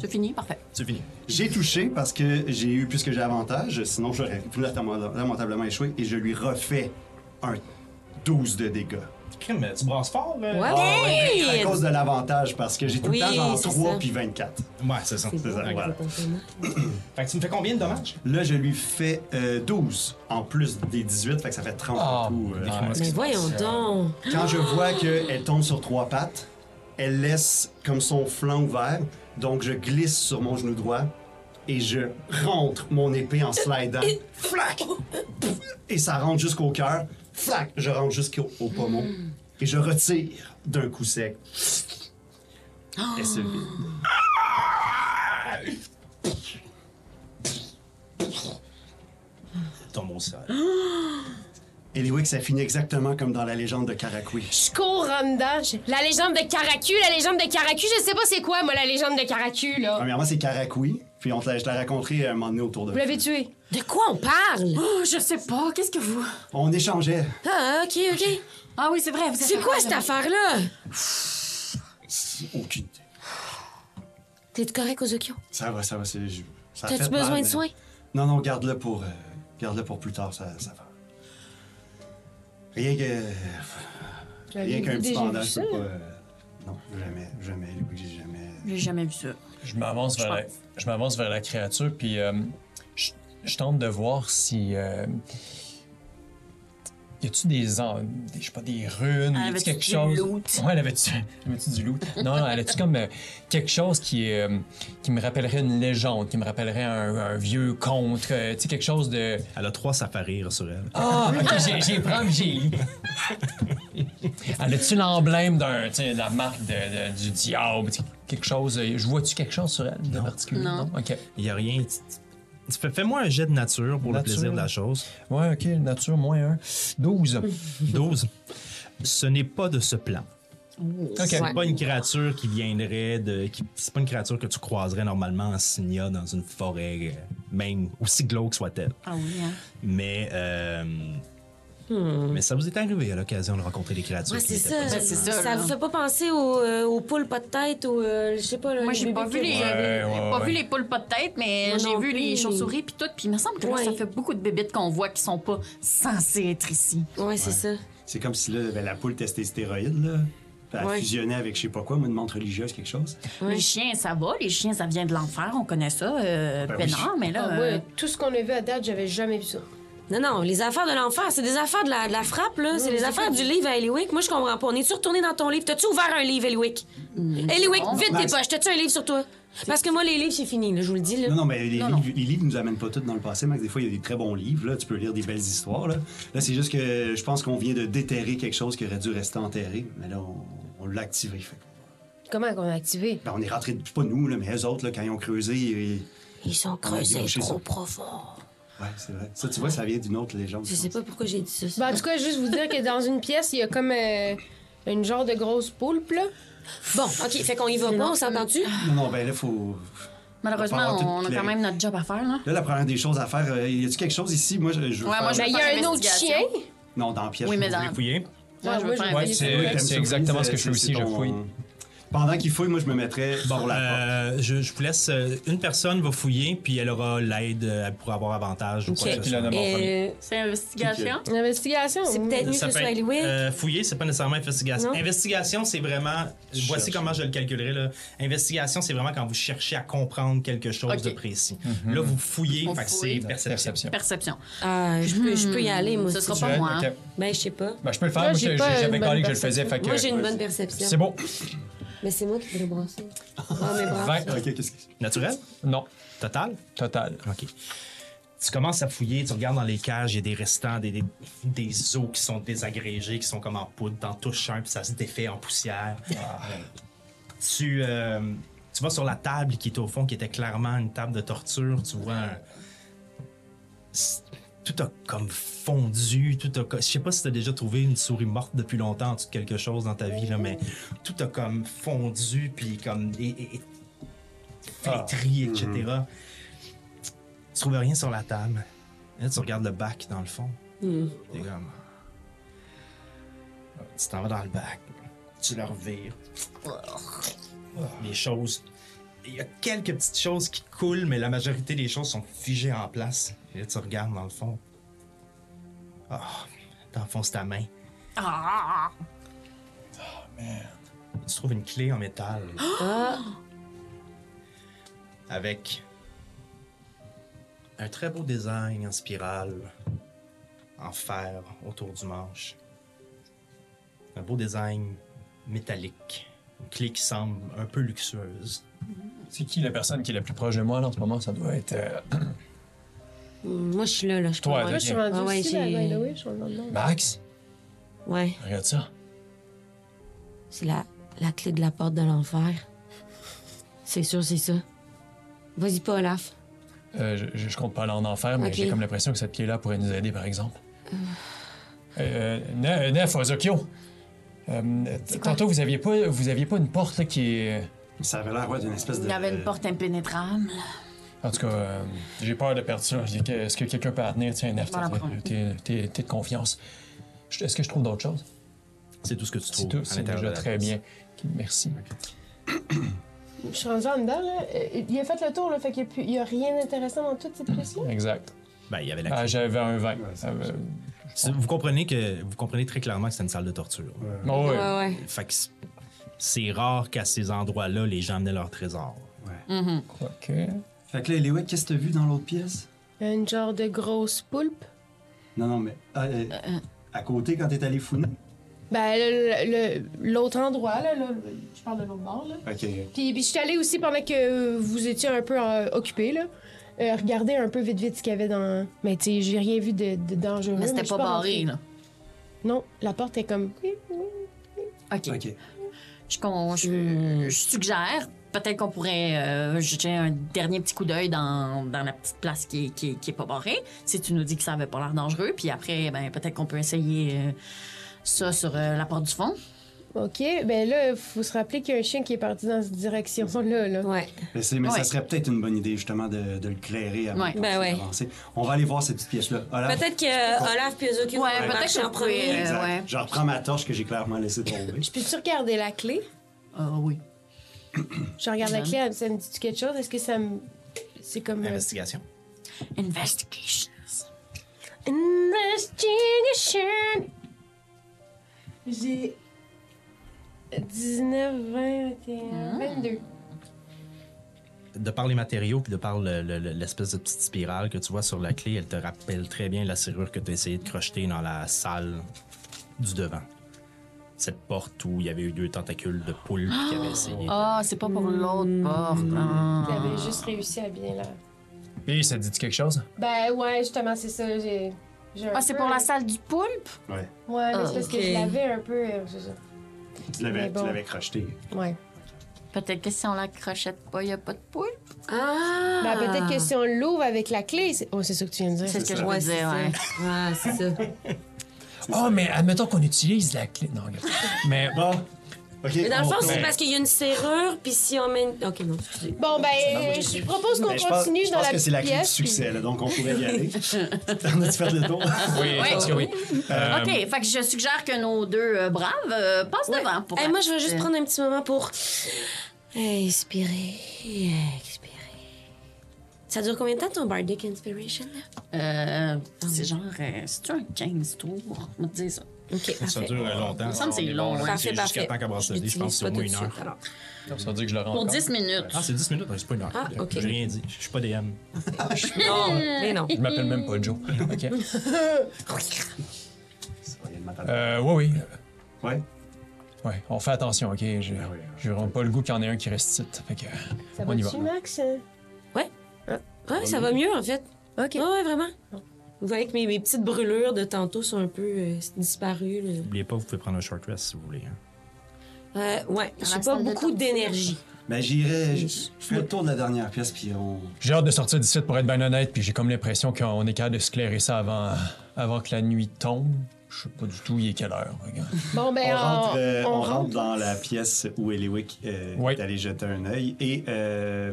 [SPEAKER 3] C'est fini, parfait.
[SPEAKER 2] C'est fini.
[SPEAKER 6] J'ai touché parce que j'ai eu plus que j'ai avantage, sinon j'aurais pu lamentable- lamentablement échoué et je lui refais un 12 de dégâts.
[SPEAKER 2] Crime, tu brasses fort, là?
[SPEAKER 5] Ouais.
[SPEAKER 6] À cause de l'avantage, parce que j'ai tout
[SPEAKER 5] Oui,
[SPEAKER 6] le temps genre
[SPEAKER 5] c'est
[SPEAKER 6] 3
[SPEAKER 5] ça.
[SPEAKER 6] puis 24.
[SPEAKER 2] Ouais, c'est ça.
[SPEAKER 6] C'est ça,
[SPEAKER 2] Ok.
[SPEAKER 6] voilà.
[SPEAKER 2] Fait que tu me fais combien de dommages?
[SPEAKER 6] Là, je lui fais euh, 12 en plus des 18, fait que ça fait 30 en
[SPEAKER 4] Ah,
[SPEAKER 6] tout. euh,
[SPEAKER 4] nice.
[SPEAKER 5] Mais voyons donc.
[SPEAKER 6] Quand je vois qu'elle tombe sur trois pattes, elle laisse comme son flanc ouvert, donc je glisse sur mon genou droit et je rentre mon épée en slidant. Flac! Pouf! Et ça rentre jusqu'au cœur. Flac! Je rentre jusqu'au au pommeau. Et je retire d'un coup sec. Elle se vide.
[SPEAKER 2] Tombe au sol.
[SPEAKER 6] Et les Wicks, ça finit exactement comme dans la légende de Karakoui.
[SPEAKER 5] Je cours en dedans.
[SPEAKER 7] La légende de Caracu, la légende de Caracu, je sais pas c'est quoi, moi, la légende de Caracu, là.
[SPEAKER 6] Premièrement, c'est Karakoui, puis on te l'a- je te l'ai raconté euh, un moment donné autour de
[SPEAKER 7] Vous l'avez tué.
[SPEAKER 5] De quoi on parle?
[SPEAKER 3] Oh, je sais pas, qu'est-ce que vous.
[SPEAKER 6] On échangeait.
[SPEAKER 5] Ah, OK, OK.
[SPEAKER 3] Ah oui, c'est vrai, vous êtes
[SPEAKER 5] C'est quoi cette affaire-là?
[SPEAKER 6] c'est- Aucune idée.
[SPEAKER 5] T'es correct, Ozokyo?
[SPEAKER 6] Ça va, ça va, c'est. je- ça a
[SPEAKER 5] T'as-tu
[SPEAKER 6] fait
[SPEAKER 5] besoin
[SPEAKER 6] mal,
[SPEAKER 5] de
[SPEAKER 6] mais-
[SPEAKER 5] soins?
[SPEAKER 6] Non, non, garde-le pour, euh, garde-le pour plus tard, ça, ça va. Rien que. Rien qu'un petit bandage, je peux pas. euh, Non, jamais, jamais, Louis, jamais.
[SPEAKER 3] J'ai jamais vu ça.
[SPEAKER 4] Je m'avance vers, la- je m'avance vers la créature, puis euh, je, je tente de voir si. euh, y a-tu des, en- des- je sais pas, des runes,
[SPEAKER 3] Elle
[SPEAKER 4] y a-tu
[SPEAKER 3] avait-tu
[SPEAKER 4] quelque
[SPEAKER 3] du
[SPEAKER 4] chose.
[SPEAKER 3] loot?
[SPEAKER 4] Ouais, elle avait-tu, elle avait-tu du loot? Non, non, elle a-tu comme euh, quelque chose qui, est, euh, qui me rappellerait une légende, qui me rappellerait un, un vieux conte, euh, tu sais, quelque chose de.
[SPEAKER 2] Elle a trois safaris sur elle.
[SPEAKER 4] Ah, ok, j'ai- j'ai prends puis j'ai lu. Elle a-tu l'emblème d'un, tu sais, de la marque de- de- du diable, tu sais, quelque chose, euh, je vois-tu quelque chose sur elle de particulier?
[SPEAKER 3] Non.
[SPEAKER 4] Ok.
[SPEAKER 2] Il n'y a rien. Tu- tu- fais- Fais-moi un jet de nature pour
[SPEAKER 4] Nature.
[SPEAKER 2] le plaisir de la chose.
[SPEAKER 4] Ouais, ok, nature, moins 1. 12.
[SPEAKER 2] 12. Ce n'est pas de ce plan.
[SPEAKER 4] Ok.
[SPEAKER 2] C'est pas une créature qui viendrait de. qui- C'est pas une créature que tu croiserais normalement en signa dans une forêt, euh, même aussi glauque soit-elle.
[SPEAKER 3] Ah oui, hein?
[SPEAKER 2] Mais. euh, Mais ça vous est arrivé à l'occasion de rencontrer des créatures
[SPEAKER 5] Ouais,
[SPEAKER 2] qui n'étaient
[SPEAKER 5] c'est ça.
[SPEAKER 2] pas
[SPEAKER 3] ben, c'est ça,
[SPEAKER 5] Ça
[SPEAKER 3] là.
[SPEAKER 5] vous fait pas penser aux euh, aux poules pas de tête ou, euh, je sais pas, là,
[SPEAKER 3] Moi,
[SPEAKER 5] les
[SPEAKER 3] j'ai pas,
[SPEAKER 5] bébés
[SPEAKER 3] vu les,
[SPEAKER 5] qui-
[SPEAKER 4] Ouais, ouais,
[SPEAKER 3] pas
[SPEAKER 4] ouais.
[SPEAKER 3] vu les poules pas de tête, mais
[SPEAKER 5] Moi
[SPEAKER 3] j'ai
[SPEAKER 5] non
[SPEAKER 3] vu les
[SPEAKER 5] plus.
[SPEAKER 3] chauves-souris puis tout. Puis il me semble que là,
[SPEAKER 5] Ouais.
[SPEAKER 3] ça fait beaucoup de bébites qu'on voit qui sont pas censées être ici.
[SPEAKER 5] Ouais, c'est ça.
[SPEAKER 6] C'est comme si là, ben, la poule testait les stéroïdes, là. puis Elle
[SPEAKER 5] Ouais.
[SPEAKER 6] fusionnait avec je sais pas quoi, mais une montre religieuse, quelque chose.
[SPEAKER 5] Ouais.
[SPEAKER 3] Les chiens, ça va. Les chiens, ça vient de l'enfer. On connaît ça. Euh,
[SPEAKER 6] Ben oui.
[SPEAKER 3] peinard, mais là...
[SPEAKER 7] Ah
[SPEAKER 3] euh,
[SPEAKER 7] ouais, tout ce qu'on a vu à date, j'avais jamais vu ça.
[SPEAKER 5] Non, non, les affaires de l'enfer, c'est des affaires de la, de la frappe, là. C'est les affaires du livre à Eliwick. Moi, je comprends pas. On est-tu retourné dans ton livre? T'as-tu ouvert un livre, Eliwick? Eliwick, vite tes poches. T'as-tu un livre sur toi? Parce que moi, les livres, c'est fini, là, je vous le dis, là.
[SPEAKER 6] Non, non, mais les, Livres, les livres nous amènent pas toutes dans le passé, Max. Des fois, il y a des très bons livres, là. Tu peux lire des belles histoires, là. Là, c'est juste que je pense qu'on vient de déterrer quelque chose qui aurait dû rester enterré. Mais là, on, on l'a activé. Fait. que-
[SPEAKER 7] Comment qu'on a activé?
[SPEAKER 6] Ben, on est rentré, pas nous, là, mais eux autres, là, quand ils ont creusé. ils-
[SPEAKER 5] Ils sont creusés
[SPEAKER 6] débouché
[SPEAKER 5] trop
[SPEAKER 6] ça.
[SPEAKER 5] profond.
[SPEAKER 6] Ouais, c'est vrai. Ça, tu vois, ça vient d'une autre légende.
[SPEAKER 5] Je sais pas pourquoi j'ai dit ça.
[SPEAKER 7] Ben, en tout cas, juste vous dire que dans une pièce, il y a comme euh, une genre de grosse poulpe, là.
[SPEAKER 5] Bah, Bon, OK, fait qu'on y va pas, on s'entend-tu?
[SPEAKER 6] Non, non, ben là, faut.
[SPEAKER 3] Malheureusement,
[SPEAKER 6] On va avoir
[SPEAKER 3] on,
[SPEAKER 6] toutes
[SPEAKER 3] a quand
[SPEAKER 6] les-
[SPEAKER 3] même notre job à faire, là.
[SPEAKER 6] Là, la première des choses à faire, euh, y a-tu quelque chose ici? Moi, je, je veux
[SPEAKER 3] Ouais,
[SPEAKER 6] faire-
[SPEAKER 3] moi, je
[SPEAKER 7] Ben, il y
[SPEAKER 3] Faire
[SPEAKER 7] a un autre
[SPEAKER 3] l'investigation.
[SPEAKER 7] chien.
[SPEAKER 6] Non, dans la pièce.
[SPEAKER 3] Oui, mais
[SPEAKER 6] je-
[SPEAKER 3] dans...
[SPEAKER 2] Vous fouillez?
[SPEAKER 3] Moi, je veux
[SPEAKER 7] Ouais, moi,
[SPEAKER 3] faire
[SPEAKER 7] je
[SPEAKER 3] un
[SPEAKER 7] vais
[SPEAKER 4] c'est-
[SPEAKER 7] essayer.
[SPEAKER 6] T'aimes ça,
[SPEAKER 4] exactement
[SPEAKER 6] Louise?
[SPEAKER 4] ce que je fais
[SPEAKER 6] C'est-
[SPEAKER 4] aussi,
[SPEAKER 6] c'est
[SPEAKER 4] je
[SPEAKER 6] ton-
[SPEAKER 4] fouille.
[SPEAKER 6] Pendant qu'il fouille, moi, je me mettrais sur la porte.
[SPEAKER 2] Euh, je, je vous laisse. euh, Une personne va fouiller, puis elle aura l'aide euh, pour avoir avantage ou quoi que
[SPEAKER 4] Ok.
[SPEAKER 2] ce soit.
[SPEAKER 4] Bon,
[SPEAKER 5] Euh,
[SPEAKER 3] C'est investigation.
[SPEAKER 7] Une investigation.
[SPEAKER 5] c'est peut-être mieux que
[SPEAKER 2] Ça
[SPEAKER 5] ce
[SPEAKER 2] peut
[SPEAKER 5] soit
[SPEAKER 2] être,
[SPEAKER 5] Eliwick.
[SPEAKER 2] euh, fouiller, c'est pas nécessairement investigation.
[SPEAKER 5] Non.
[SPEAKER 2] Investigation, c'est vraiment. voici
[SPEAKER 6] cherches.
[SPEAKER 2] comment je le calculerai. Là. Investigation, c'est vraiment quand vous cherchez à comprendre quelque chose
[SPEAKER 3] Ok.
[SPEAKER 2] de précis. Là, vous fouillez,
[SPEAKER 3] On
[SPEAKER 2] fait que
[SPEAKER 3] fouille.
[SPEAKER 2] c'est Mm-hmm. perception.
[SPEAKER 4] Perception.
[SPEAKER 3] Perception.
[SPEAKER 5] Ah, je peux, je peux y aller, moi.
[SPEAKER 3] Ce
[SPEAKER 5] si
[SPEAKER 3] sera
[SPEAKER 5] tu
[SPEAKER 3] pas
[SPEAKER 5] veux.
[SPEAKER 4] Ouais,
[SPEAKER 3] moi,
[SPEAKER 4] ok.
[SPEAKER 3] hein.
[SPEAKER 5] Ben, je sais pas.
[SPEAKER 4] Ben, je peux le faire,
[SPEAKER 7] Moi,
[SPEAKER 4] moi,
[SPEAKER 7] j'ai
[SPEAKER 4] j'ai-
[SPEAKER 7] pas une
[SPEAKER 4] j'avais
[SPEAKER 7] bonne
[SPEAKER 4] collé que je le faisais,
[SPEAKER 7] perception.
[SPEAKER 4] fait que.
[SPEAKER 5] Moi, j'ai une bonne perception.
[SPEAKER 4] C'est bon.
[SPEAKER 5] Mais c'est moi qui vais le brasser. Ah, mes bras.
[SPEAKER 4] Vingt.
[SPEAKER 6] Ok, qu'est-ce que c'est?
[SPEAKER 2] Naturel?
[SPEAKER 4] Non,
[SPEAKER 2] Total?
[SPEAKER 4] total.
[SPEAKER 2] OK. Tu commences à fouiller, tu regardes dans les cages, il y a des restants, des, des, des os qui sont désagrégés, qui sont comme en poudre, t'en touches un, puis ça se défait en poussière. Tu, euh, tu vas sur la table qui est au fond, qui était clairement une table de torture, tu vois un- C'est- Tout a comme fondu, tout a... co- Je sais pas si t'as déjà trouvé une souris morte depuis longtemps, en dessous de quelque chose dans ta vie, là, mais tout a comme fondu, puis comme... Et, et- et flétri, etc. Tu trouves rien sur la table. Là, tu regardes le bac dans le fond. T'es comme. Tu t'en vas dans le bac. Tu le revires. Ah. Les choses. Il y a quelques petites choses qui coulent, mais la majorité des choses sont figées en place. Et là, tu regardes dans le fond. Ah, dans le fond, c'est ta main.
[SPEAKER 3] Ah!
[SPEAKER 2] Tu trouves une clé en métal. Ah! Avec un très beau design en spirale, en fer autour du manche. Un beau design métallique. Une clé qui semble un peu luxueuse.
[SPEAKER 4] C'est qui la personne qui est la plus proche de moi, là, en ce moment? Ça doit être. euh,
[SPEAKER 5] Hum, Moi, je suis là, là. Je
[SPEAKER 4] Toi,
[SPEAKER 5] peux pas-
[SPEAKER 7] Moi, je suis rendue ben,
[SPEAKER 5] Ah ouais,
[SPEAKER 7] aussi,
[SPEAKER 5] j'ai-
[SPEAKER 7] là, by the way, je suis rendue là.
[SPEAKER 4] Max?
[SPEAKER 5] Ouais,
[SPEAKER 4] Regarde ça.
[SPEAKER 5] c'est la, la clé de la porte de l'enfer. C'est sûr, c'est ça. Vas-y pas, Olaf.
[SPEAKER 4] Euh, je- je, je compte pas aller en enfer, mais
[SPEAKER 5] Ok.
[SPEAKER 4] j'ai comme l'impression que cette clé-là pourrait nous aider, par exemple. Euh, Ne- Nef, Ozokyo. Euh, tantôt, vous aviez, pas, vous aviez pas une porte là, qui est.
[SPEAKER 6] Ça avait l'air ouais, d'une espèce de.
[SPEAKER 3] Il y avait
[SPEAKER 4] Euh,
[SPEAKER 3] une porte impénétrable.
[SPEAKER 4] En tout cas, euh, j'ai peur de perdre ça. J'ai- Est-ce que quelqu'un peut la tenir? Tiens, Nef,
[SPEAKER 3] Voilà,
[SPEAKER 4] t'as-
[SPEAKER 3] prends.
[SPEAKER 4] t'es t'es- t'es de confiance. Je- Est-ce que je trouve d'autres choses?
[SPEAKER 2] C'est tout ce que tu
[SPEAKER 4] C'est
[SPEAKER 2] trouves
[SPEAKER 4] tout,
[SPEAKER 2] Oh, à
[SPEAKER 4] c'est
[SPEAKER 2] l'intérieur de
[SPEAKER 4] déjà
[SPEAKER 2] la
[SPEAKER 4] très
[SPEAKER 2] pièce.
[SPEAKER 4] bien. Merci.
[SPEAKER 7] Je suis rendu en dedans, là. Euh, Il a fait le tour, là, fait qu'il n'y a, plus- il y a rien d'intéressant dans toute cette pièce-là.
[SPEAKER 4] Exact.
[SPEAKER 2] Ben, il y avait la
[SPEAKER 4] Ah,
[SPEAKER 2] clé.
[SPEAKER 4] J'avais un 20.
[SPEAKER 6] Ouais, c'est
[SPEAKER 4] Ah, euh,
[SPEAKER 2] C'est- Vous comprenez que vous comprenez très clairement que c'est une salle de torture.
[SPEAKER 4] oh, ouais.
[SPEAKER 5] ouais.
[SPEAKER 2] Fait que c'est- c'est rare qu'à ces endroits-là, les gens amenaient leur trésor.
[SPEAKER 4] OK.
[SPEAKER 6] Fait que là, Eliwick, qu'est-ce que t'as vu dans l'autre pièce?
[SPEAKER 7] Une genre de grosse poulpe.
[SPEAKER 6] Non, non, mais. ah, euh, À côté, quand t'es allé fouiner.
[SPEAKER 7] Ben, le- le- l'autre endroit, là, là, je parle de l'autre bord, là.
[SPEAKER 6] Ok.
[SPEAKER 7] Puis, puis je suis allée aussi pendant que vous étiez un peu occupé occupés, là. euh, regarder un peu vite vite ce qu'il y avait dans. Mais tu sais, j'ai rien vu de, de dangereux.
[SPEAKER 3] Mais c'était
[SPEAKER 7] je suis
[SPEAKER 3] pas barré,
[SPEAKER 7] rentrée.
[SPEAKER 3] là.
[SPEAKER 7] Non, la porte est comme.
[SPEAKER 3] OK.
[SPEAKER 6] Ok.
[SPEAKER 3] Je, con- je- je suggère, peut-être qu'on pourrait euh, jeter un dernier petit coup d'œil dans, dans la petite place qui, est- qui, est- qui est pas barrée, si tu nous dis que ça avait pas l'air dangereux. Puis après, ben, peut-être qu'on peut essayer euh, ça sur euh, la porte du fond.
[SPEAKER 7] Ok, ben là, faut se rappeler qu'il y a un chien qui est parti dans cette direction-là, là.
[SPEAKER 5] Ouais.
[SPEAKER 6] Mais, c'est- mais
[SPEAKER 3] Ouais.
[SPEAKER 6] ça serait peut-être une bonne idée, justement, de, de le clairer avant
[SPEAKER 3] Ouais.
[SPEAKER 6] qu'on
[SPEAKER 5] Ben ouais.
[SPEAKER 6] avance. On va aller voir cette petite pièce-là. Ah, Olaf,
[SPEAKER 5] Peut-être que euh, Olaf puis Ozokyo
[SPEAKER 3] Ouais,
[SPEAKER 5] vont
[SPEAKER 3] peut-être
[SPEAKER 5] marcher
[SPEAKER 3] que
[SPEAKER 5] en
[SPEAKER 3] vous pouvez,
[SPEAKER 5] premier.
[SPEAKER 3] euh,
[SPEAKER 6] Exact.
[SPEAKER 3] ouais.
[SPEAKER 6] Je reprends ma torche que j'ai clairement laissée tomber.
[SPEAKER 7] Je peux-tu regarder la clé?
[SPEAKER 3] Ah oui.
[SPEAKER 7] Je regarde la clé, elle- ça me dit quelque chose? Est-ce que ça me. C'est comme.
[SPEAKER 2] Eh,
[SPEAKER 7] euh,
[SPEAKER 2] Investigation.
[SPEAKER 3] Investigation.
[SPEAKER 7] Investigation! J'ai 19, 20,
[SPEAKER 3] Ah.
[SPEAKER 7] 21, 22.
[SPEAKER 2] De par les matériaux puis de par le- le- le- l'espèce de petite spirale que tu vois sur la clé, elle te rappelle très bien la serrure que tu as essayé de crocheter dans la salle du devant. Cette porte où il y avait eu deux tentacules de poule qui avaient essayé.
[SPEAKER 3] Ah, c'est pas pour l'autre porte. Ah.
[SPEAKER 7] J'avais juste réussi à bien la.
[SPEAKER 4] Et ça dit quelque chose?
[SPEAKER 7] Ben ouais, justement, c'est ça. J'ai. j'ai un
[SPEAKER 3] Ah, c'est
[SPEAKER 7] peu-
[SPEAKER 3] pour la salle du poulpe?
[SPEAKER 6] Ouais.
[SPEAKER 7] Ouais, mais
[SPEAKER 3] Ah,
[SPEAKER 7] c'est parce
[SPEAKER 5] ok.
[SPEAKER 7] que je l'avais un peu. euh, je- je-
[SPEAKER 6] Tu l'avais,
[SPEAKER 7] Mais bon.
[SPEAKER 6] tu l'avais crocheté.
[SPEAKER 7] Ouais.
[SPEAKER 3] Peut-être que si on la crochette pas, il a pas de poulpe.
[SPEAKER 5] Ah!
[SPEAKER 7] Ben peut-être que si on l'ouvre avec la clé. c'est- Oh, c'est ça que tu viens de dire.
[SPEAKER 3] C'est ce que je
[SPEAKER 6] ça.
[SPEAKER 3] veux
[SPEAKER 5] Ouais, c'est
[SPEAKER 3] dire,
[SPEAKER 5] ça.
[SPEAKER 3] ouais.
[SPEAKER 5] Ouais, c'est ça.
[SPEAKER 4] Oh, mais admettons qu'on utilise la clé. Non, regarde. mais
[SPEAKER 6] Bon. OK.
[SPEAKER 5] Mais dans le
[SPEAKER 6] on
[SPEAKER 5] fond,
[SPEAKER 6] retourne.
[SPEAKER 5] c'est parce qu'il y a une serrure, puis si on met une... Ok, non, excusez.
[SPEAKER 7] Bon, ben, euh, je propose qu'on
[SPEAKER 6] Mais Ben, je pense,
[SPEAKER 7] continue
[SPEAKER 6] je
[SPEAKER 7] dans
[SPEAKER 6] pense
[SPEAKER 7] la
[SPEAKER 6] que c'est la clé du
[SPEAKER 7] pièce, puis-
[SPEAKER 6] succès, là, donc on pourrait y aller. On a-tu fait le tour?
[SPEAKER 4] oui, je pense que oui. Euh,
[SPEAKER 3] OK, fait que je suggère que nos deux euh, braves euh, passent devant pour
[SPEAKER 5] Eh,
[SPEAKER 3] la-
[SPEAKER 5] moi, je veux juste prendre un petit moment pour inspirer, expirer. Ça dure combien de temps ton Bardic Inspiration? là?
[SPEAKER 3] Euh, c'est genre, euh, c'est-tu un 15 tours? On va te dire ça.
[SPEAKER 5] Ok,
[SPEAKER 2] Ça
[SPEAKER 5] parfait.
[SPEAKER 2] dure euh, longtemps.
[SPEAKER 3] me semble que c'est long, hein. ouais.
[SPEAKER 5] Parfait,
[SPEAKER 2] C'est jusqu'à
[SPEAKER 5] parfait.
[SPEAKER 2] temps qu'à Brasserie, je pense que c'est au moins une heure.
[SPEAKER 4] Ça veut dire que je le rends
[SPEAKER 3] Pour
[SPEAKER 4] encore.
[SPEAKER 3] 10 minutes.
[SPEAKER 2] Ah, c'est 10 minutes? C'est pas une heure.
[SPEAKER 5] Ah, ok.
[SPEAKER 2] J'ai rien dit. Je suis pas DM.
[SPEAKER 5] Non, mais non.
[SPEAKER 4] Je m'appelle même pas Joe. OK.
[SPEAKER 6] Ça va, il y a le matin.
[SPEAKER 4] Euh, oui, oui.
[SPEAKER 6] Ouais.
[SPEAKER 4] Ouais, on fait attention, OK? Je
[SPEAKER 2] Ah
[SPEAKER 6] oui,
[SPEAKER 2] hein.
[SPEAKER 6] ouais.
[SPEAKER 4] je rends pas le goût qu'il y en ait un qui reste titre. Fait que,
[SPEAKER 7] Ça
[SPEAKER 4] on y va.
[SPEAKER 7] va-tu, Max? hein.
[SPEAKER 5] Ouais, ça va mieux, en fait.
[SPEAKER 7] Ok.
[SPEAKER 5] Ouais, ouais, vraiment. Vous voyez que mes, mes petites brûlures de tantôt sont un peu euh, disparues. là.
[SPEAKER 2] N'oubliez pas, vous pouvez prendre un short rest si vous voulez. hein.
[SPEAKER 5] Euh, ouais,
[SPEAKER 3] la
[SPEAKER 5] j'ai pas
[SPEAKER 3] salle de
[SPEAKER 5] beaucoup
[SPEAKER 3] torture.
[SPEAKER 5] d'énergie.
[SPEAKER 6] Ben, j'irai. Je je fais le tour de la dernière pièce, puis on.
[SPEAKER 4] J'ai hâte de sortir d'ici pour être bien honnête, puis j'ai comme l'impression qu'on est capable de se clairer ça avant, avant que la nuit tombe. Je sais pas du tout, il est quelle heure, regarde.
[SPEAKER 7] Bon, ben,
[SPEAKER 6] On rentre, euh,
[SPEAKER 7] on,
[SPEAKER 6] on
[SPEAKER 7] on
[SPEAKER 6] rentre dans la pièce où Eliwick euh,
[SPEAKER 4] Ouais.
[SPEAKER 6] est allé jeter un œil. Et euh,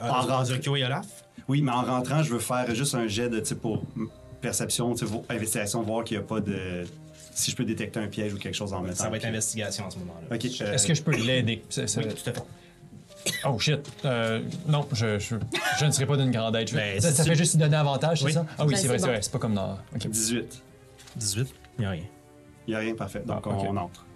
[SPEAKER 6] en
[SPEAKER 2] Ah,
[SPEAKER 6] rentrant,
[SPEAKER 2] Zokyo et Olaf?
[SPEAKER 6] oui, mais en rentrant, je veux faire juste un jet de type pour m- perception, tu sais, vo- investigation, voir qu'il n'y a pas de. Si je peux détecter un piège ou quelque chose en mettant.
[SPEAKER 2] Ça va être
[SPEAKER 6] le pied.
[SPEAKER 2] investigation en ce moment-là.
[SPEAKER 6] Ok. euh,
[SPEAKER 4] Est-ce que je peux l'aider? C'est- c'est-
[SPEAKER 2] Oui, tout à fait.
[SPEAKER 4] Oh shit. Euh, non, je, je, je ne serai pas d'une grande aide. Je-
[SPEAKER 2] Ben,
[SPEAKER 4] ça,
[SPEAKER 2] si
[SPEAKER 4] ça
[SPEAKER 2] tu-
[SPEAKER 4] fait juste lui donner avantage, c'est
[SPEAKER 2] Oui.
[SPEAKER 4] ça? Ah oui,
[SPEAKER 5] Ben,
[SPEAKER 4] c'est vrai,
[SPEAKER 5] c'est
[SPEAKER 4] c'est
[SPEAKER 5] bon.
[SPEAKER 4] vrai. C'est pas comme dans. OK.
[SPEAKER 6] 18.
[SPEAKER 2] 18? Il a rien.
[SPEAKER 6] Il n'y a rien, parfait. Donc,
[SPEAKER 4] Ah,
[SPEAKER 6] on-
[SPEAKER 4] ok.
[SPEAKER 6] on entre.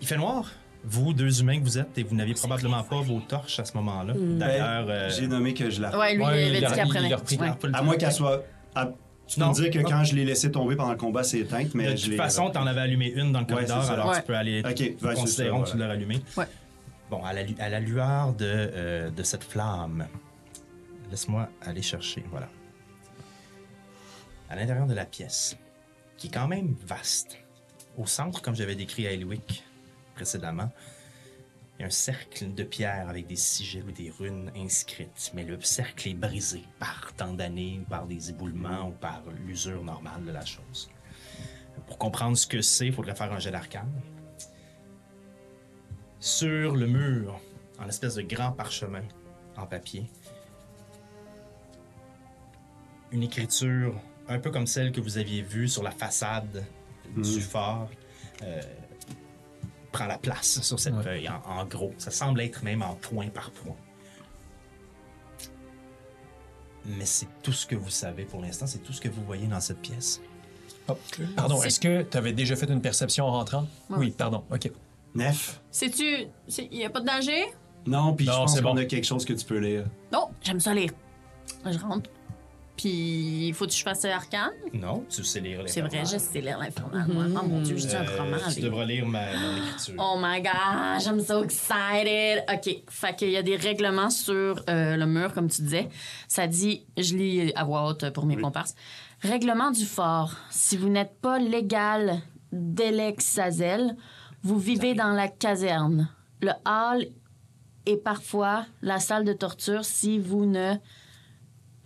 [SPEAKER 2] Il fait noir. Vous, deux humains que vous êtes, et vous n'aviez probablement pas vos torches à ce moment-là.
[SPEAKER 6] Hmm.
[SPEAKER 2] D'ailleurs, euh,
[SPEAKER 6] Ben, J'ai nommé que je la.
[SPEAKER 3] Ouais, lui,
[SPEAKER 4] Ouais,
[SPEAKER 3] il avait
[SPEAKER 4] il a-
[SPEAKER 3] dit qu'il
[SPEAKER 4] il
[SPEAKER 3] apprenait.
[SPEAKER 4] l'a repris. Ah
[SPEAKER 3] Ouais.
[SPEAKER 2] pas Ah, le
[SPEAKER 6] À
[SPEAKER 2] temps.
[SPEAKER 6] moins qu'elle soit. à- Tu peux
[SPEAKER 2] Non.
[SPEAKER 6] me dire que quand je l'ai laissé tomber pendant le combat, c'est éteinte, mais
[SPEAKER 2] De
[SPEAKER 6] je
[SPEAKER 2] toute
[SPEAKER 6] l'ai-
[SPEAKER 2] façon, t'en avais allumé une dans le
[SPEAKER 6] Ouais,
[SPEAKER 2] corridor,
[SPEAKER 6] c'est ça.
[SPEAKER 2] alors
[SPEAKER 3] Ouais.
[SPEAKER 2] tu peux aller.
[SPEAKER 6] Ok, ouais, c'est
[SPEAKER 2] considérons que
[SPEAKER 6] ça,
[SPEAKER 2] tu l'as
[SPEAKER 6] voilà.
[SPEAKER 2] allumé.
[SPEAKER 3] Ouais.
[SPEAKER 2] Bon, à la, lu- à la lueur de, euh, de cette flamme, laisse-moi aller chercher. Voilà. À l'intérieur de la pièce, qui est quand même vaste, au centre, comme j'avais décrit à Elwick précédemment, il y a un cercle de pierre avec des sigils ou des runes inscrites, mais le cercle est brisé par tant d'années, par des éboulements ou par l'usure normale de la chose. Pour comprendre ce que c'est, il faudrait faire un jet d'arcane. Sur le mur, en espèce de grand parchemin en papier, une écriture un peu comme celle que vous aviez vue sur la façade du fort, euh, prend la place sur cette
[SPEAKER 4] Ouais.
[SPEAKER 2] feuille, en, en gros. Ça semble être même en point par point. Mais c'est tout ce que vous savez pour l'instant, c'est tout ce que vous voyez dans cette pièce.
[SPEAKER 4] Oh, Pardon, est-ce que tu avais déjà fait une perception en rentrant? Oui, pardon, ok.
[SPEAKER 6] Nef.
[SPEAKER 3] Sais-tu. c'est- Il n'y a pas de danger?
[SPEAKER 6] Non, puis je
[SPEAKER 4] Non,
[SPEAKER 6] pense
[SPEAKER 4] c'est
[SPEAKER 6] qu'on
[SPEAKER 4] bon.
[SPEAKER 6] a quelque chose que tu peux lire.
[SPEAKER 3] Non, j'aime ça lire. Je rentre. Puis, il faut que je fasse arcane.
[SPEAKER 2] Non, tu sais lire les
[SPEAKER 3] C'est vrai,
[SPEAKER 2] paroles.
[SPEAKER 3] je sais lire l'infernal. moi. Oh mon dieu, j'ai un
[SPEAKER 2] Euh,
[SPEAKER 3] roman
[SPEAKER 2] Tu
[SPEAKER 3] avec.
[SPEAKER 2] devras lire ma, mon écriture.
[SPEAKER 3] Oh my god, I'm so excited! OK, fait qu'il y a des règlements sur euh, le mur, comme tu disais. Ça dit, je lis à voix haute pour mes comparses. Règlement du fort. Si vous n'êtes pas légal d'Elexazel, vous vivez dans la caserne. Le hall est parfois la salle de torture si vous ne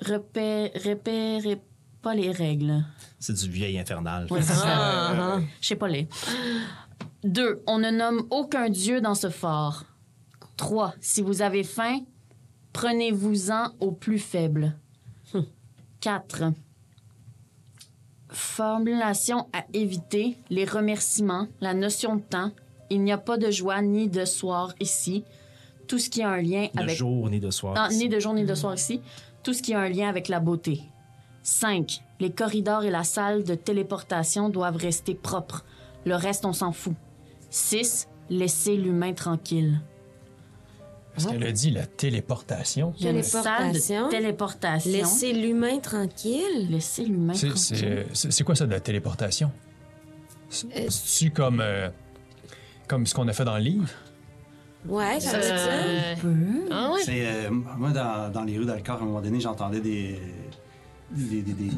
[SPEAKER 3] repé- repérez pas les règles.
[SPEAKER 2] C'est du vieil infernal.
[SPEAKER 3] Ouais, c'est ça. Je sais pas les. Deux, on ne nomme aucun dieu dans ce fort. Trois, si vous avez faim, prenez-vous-en au plus faible. Quatre, formulation à éviter, les remerciements, la notion de temps. Il n'y a pas de joie ni de soir ici. Tout ce qui a un lien
[SPEAKER 2] de
[SPEAKER 3] avec
[SPEAKER 2] jour ni de soir.
[SPEAKER 3] ah, ni de jour ni
[SPEAKER 6] Mm.
[SPEAKER 3] de soir ici. Tout ce qui a un lien avec la beauté. 5. Les corridors et la salle de téléportation doivent rester propres. Le reste, on s'en fout. 6. Laissez l'humain tranquille.
[SPEAKER 4] Parce qu'elle a dit la téléportation.
[SPEAKER 3] Il y a une salle
[SPEAKER 5] Téléportation.
[SPEAKER 3] de téléportation.
[SPEAKER 5] Laissez l'humain tranquille.
[SPEAKER 3] Laissez l'humain
[SPEAKER 4] C'est-
[SPEAKER 3] tranquille.
[SPEAKER 4] C'est c'est- c'est quoi ça de la téléportation? C'est- C'est-tu comme, euh, comme ce qu'on a fait dans le livre?
[SPEAKER 5] Ouais, ça veut dire ça.
[SPEAKER 3] Un
[SPEAKER 7] Euh,
[SPEAKER 3] peu.
[SPEAKER 7] Ah ouais.
[SPEAKER 6] C'est, euh, moi, dans, dans les rues d'Alcor, à un moment donné, j'entendais des, des, des- des-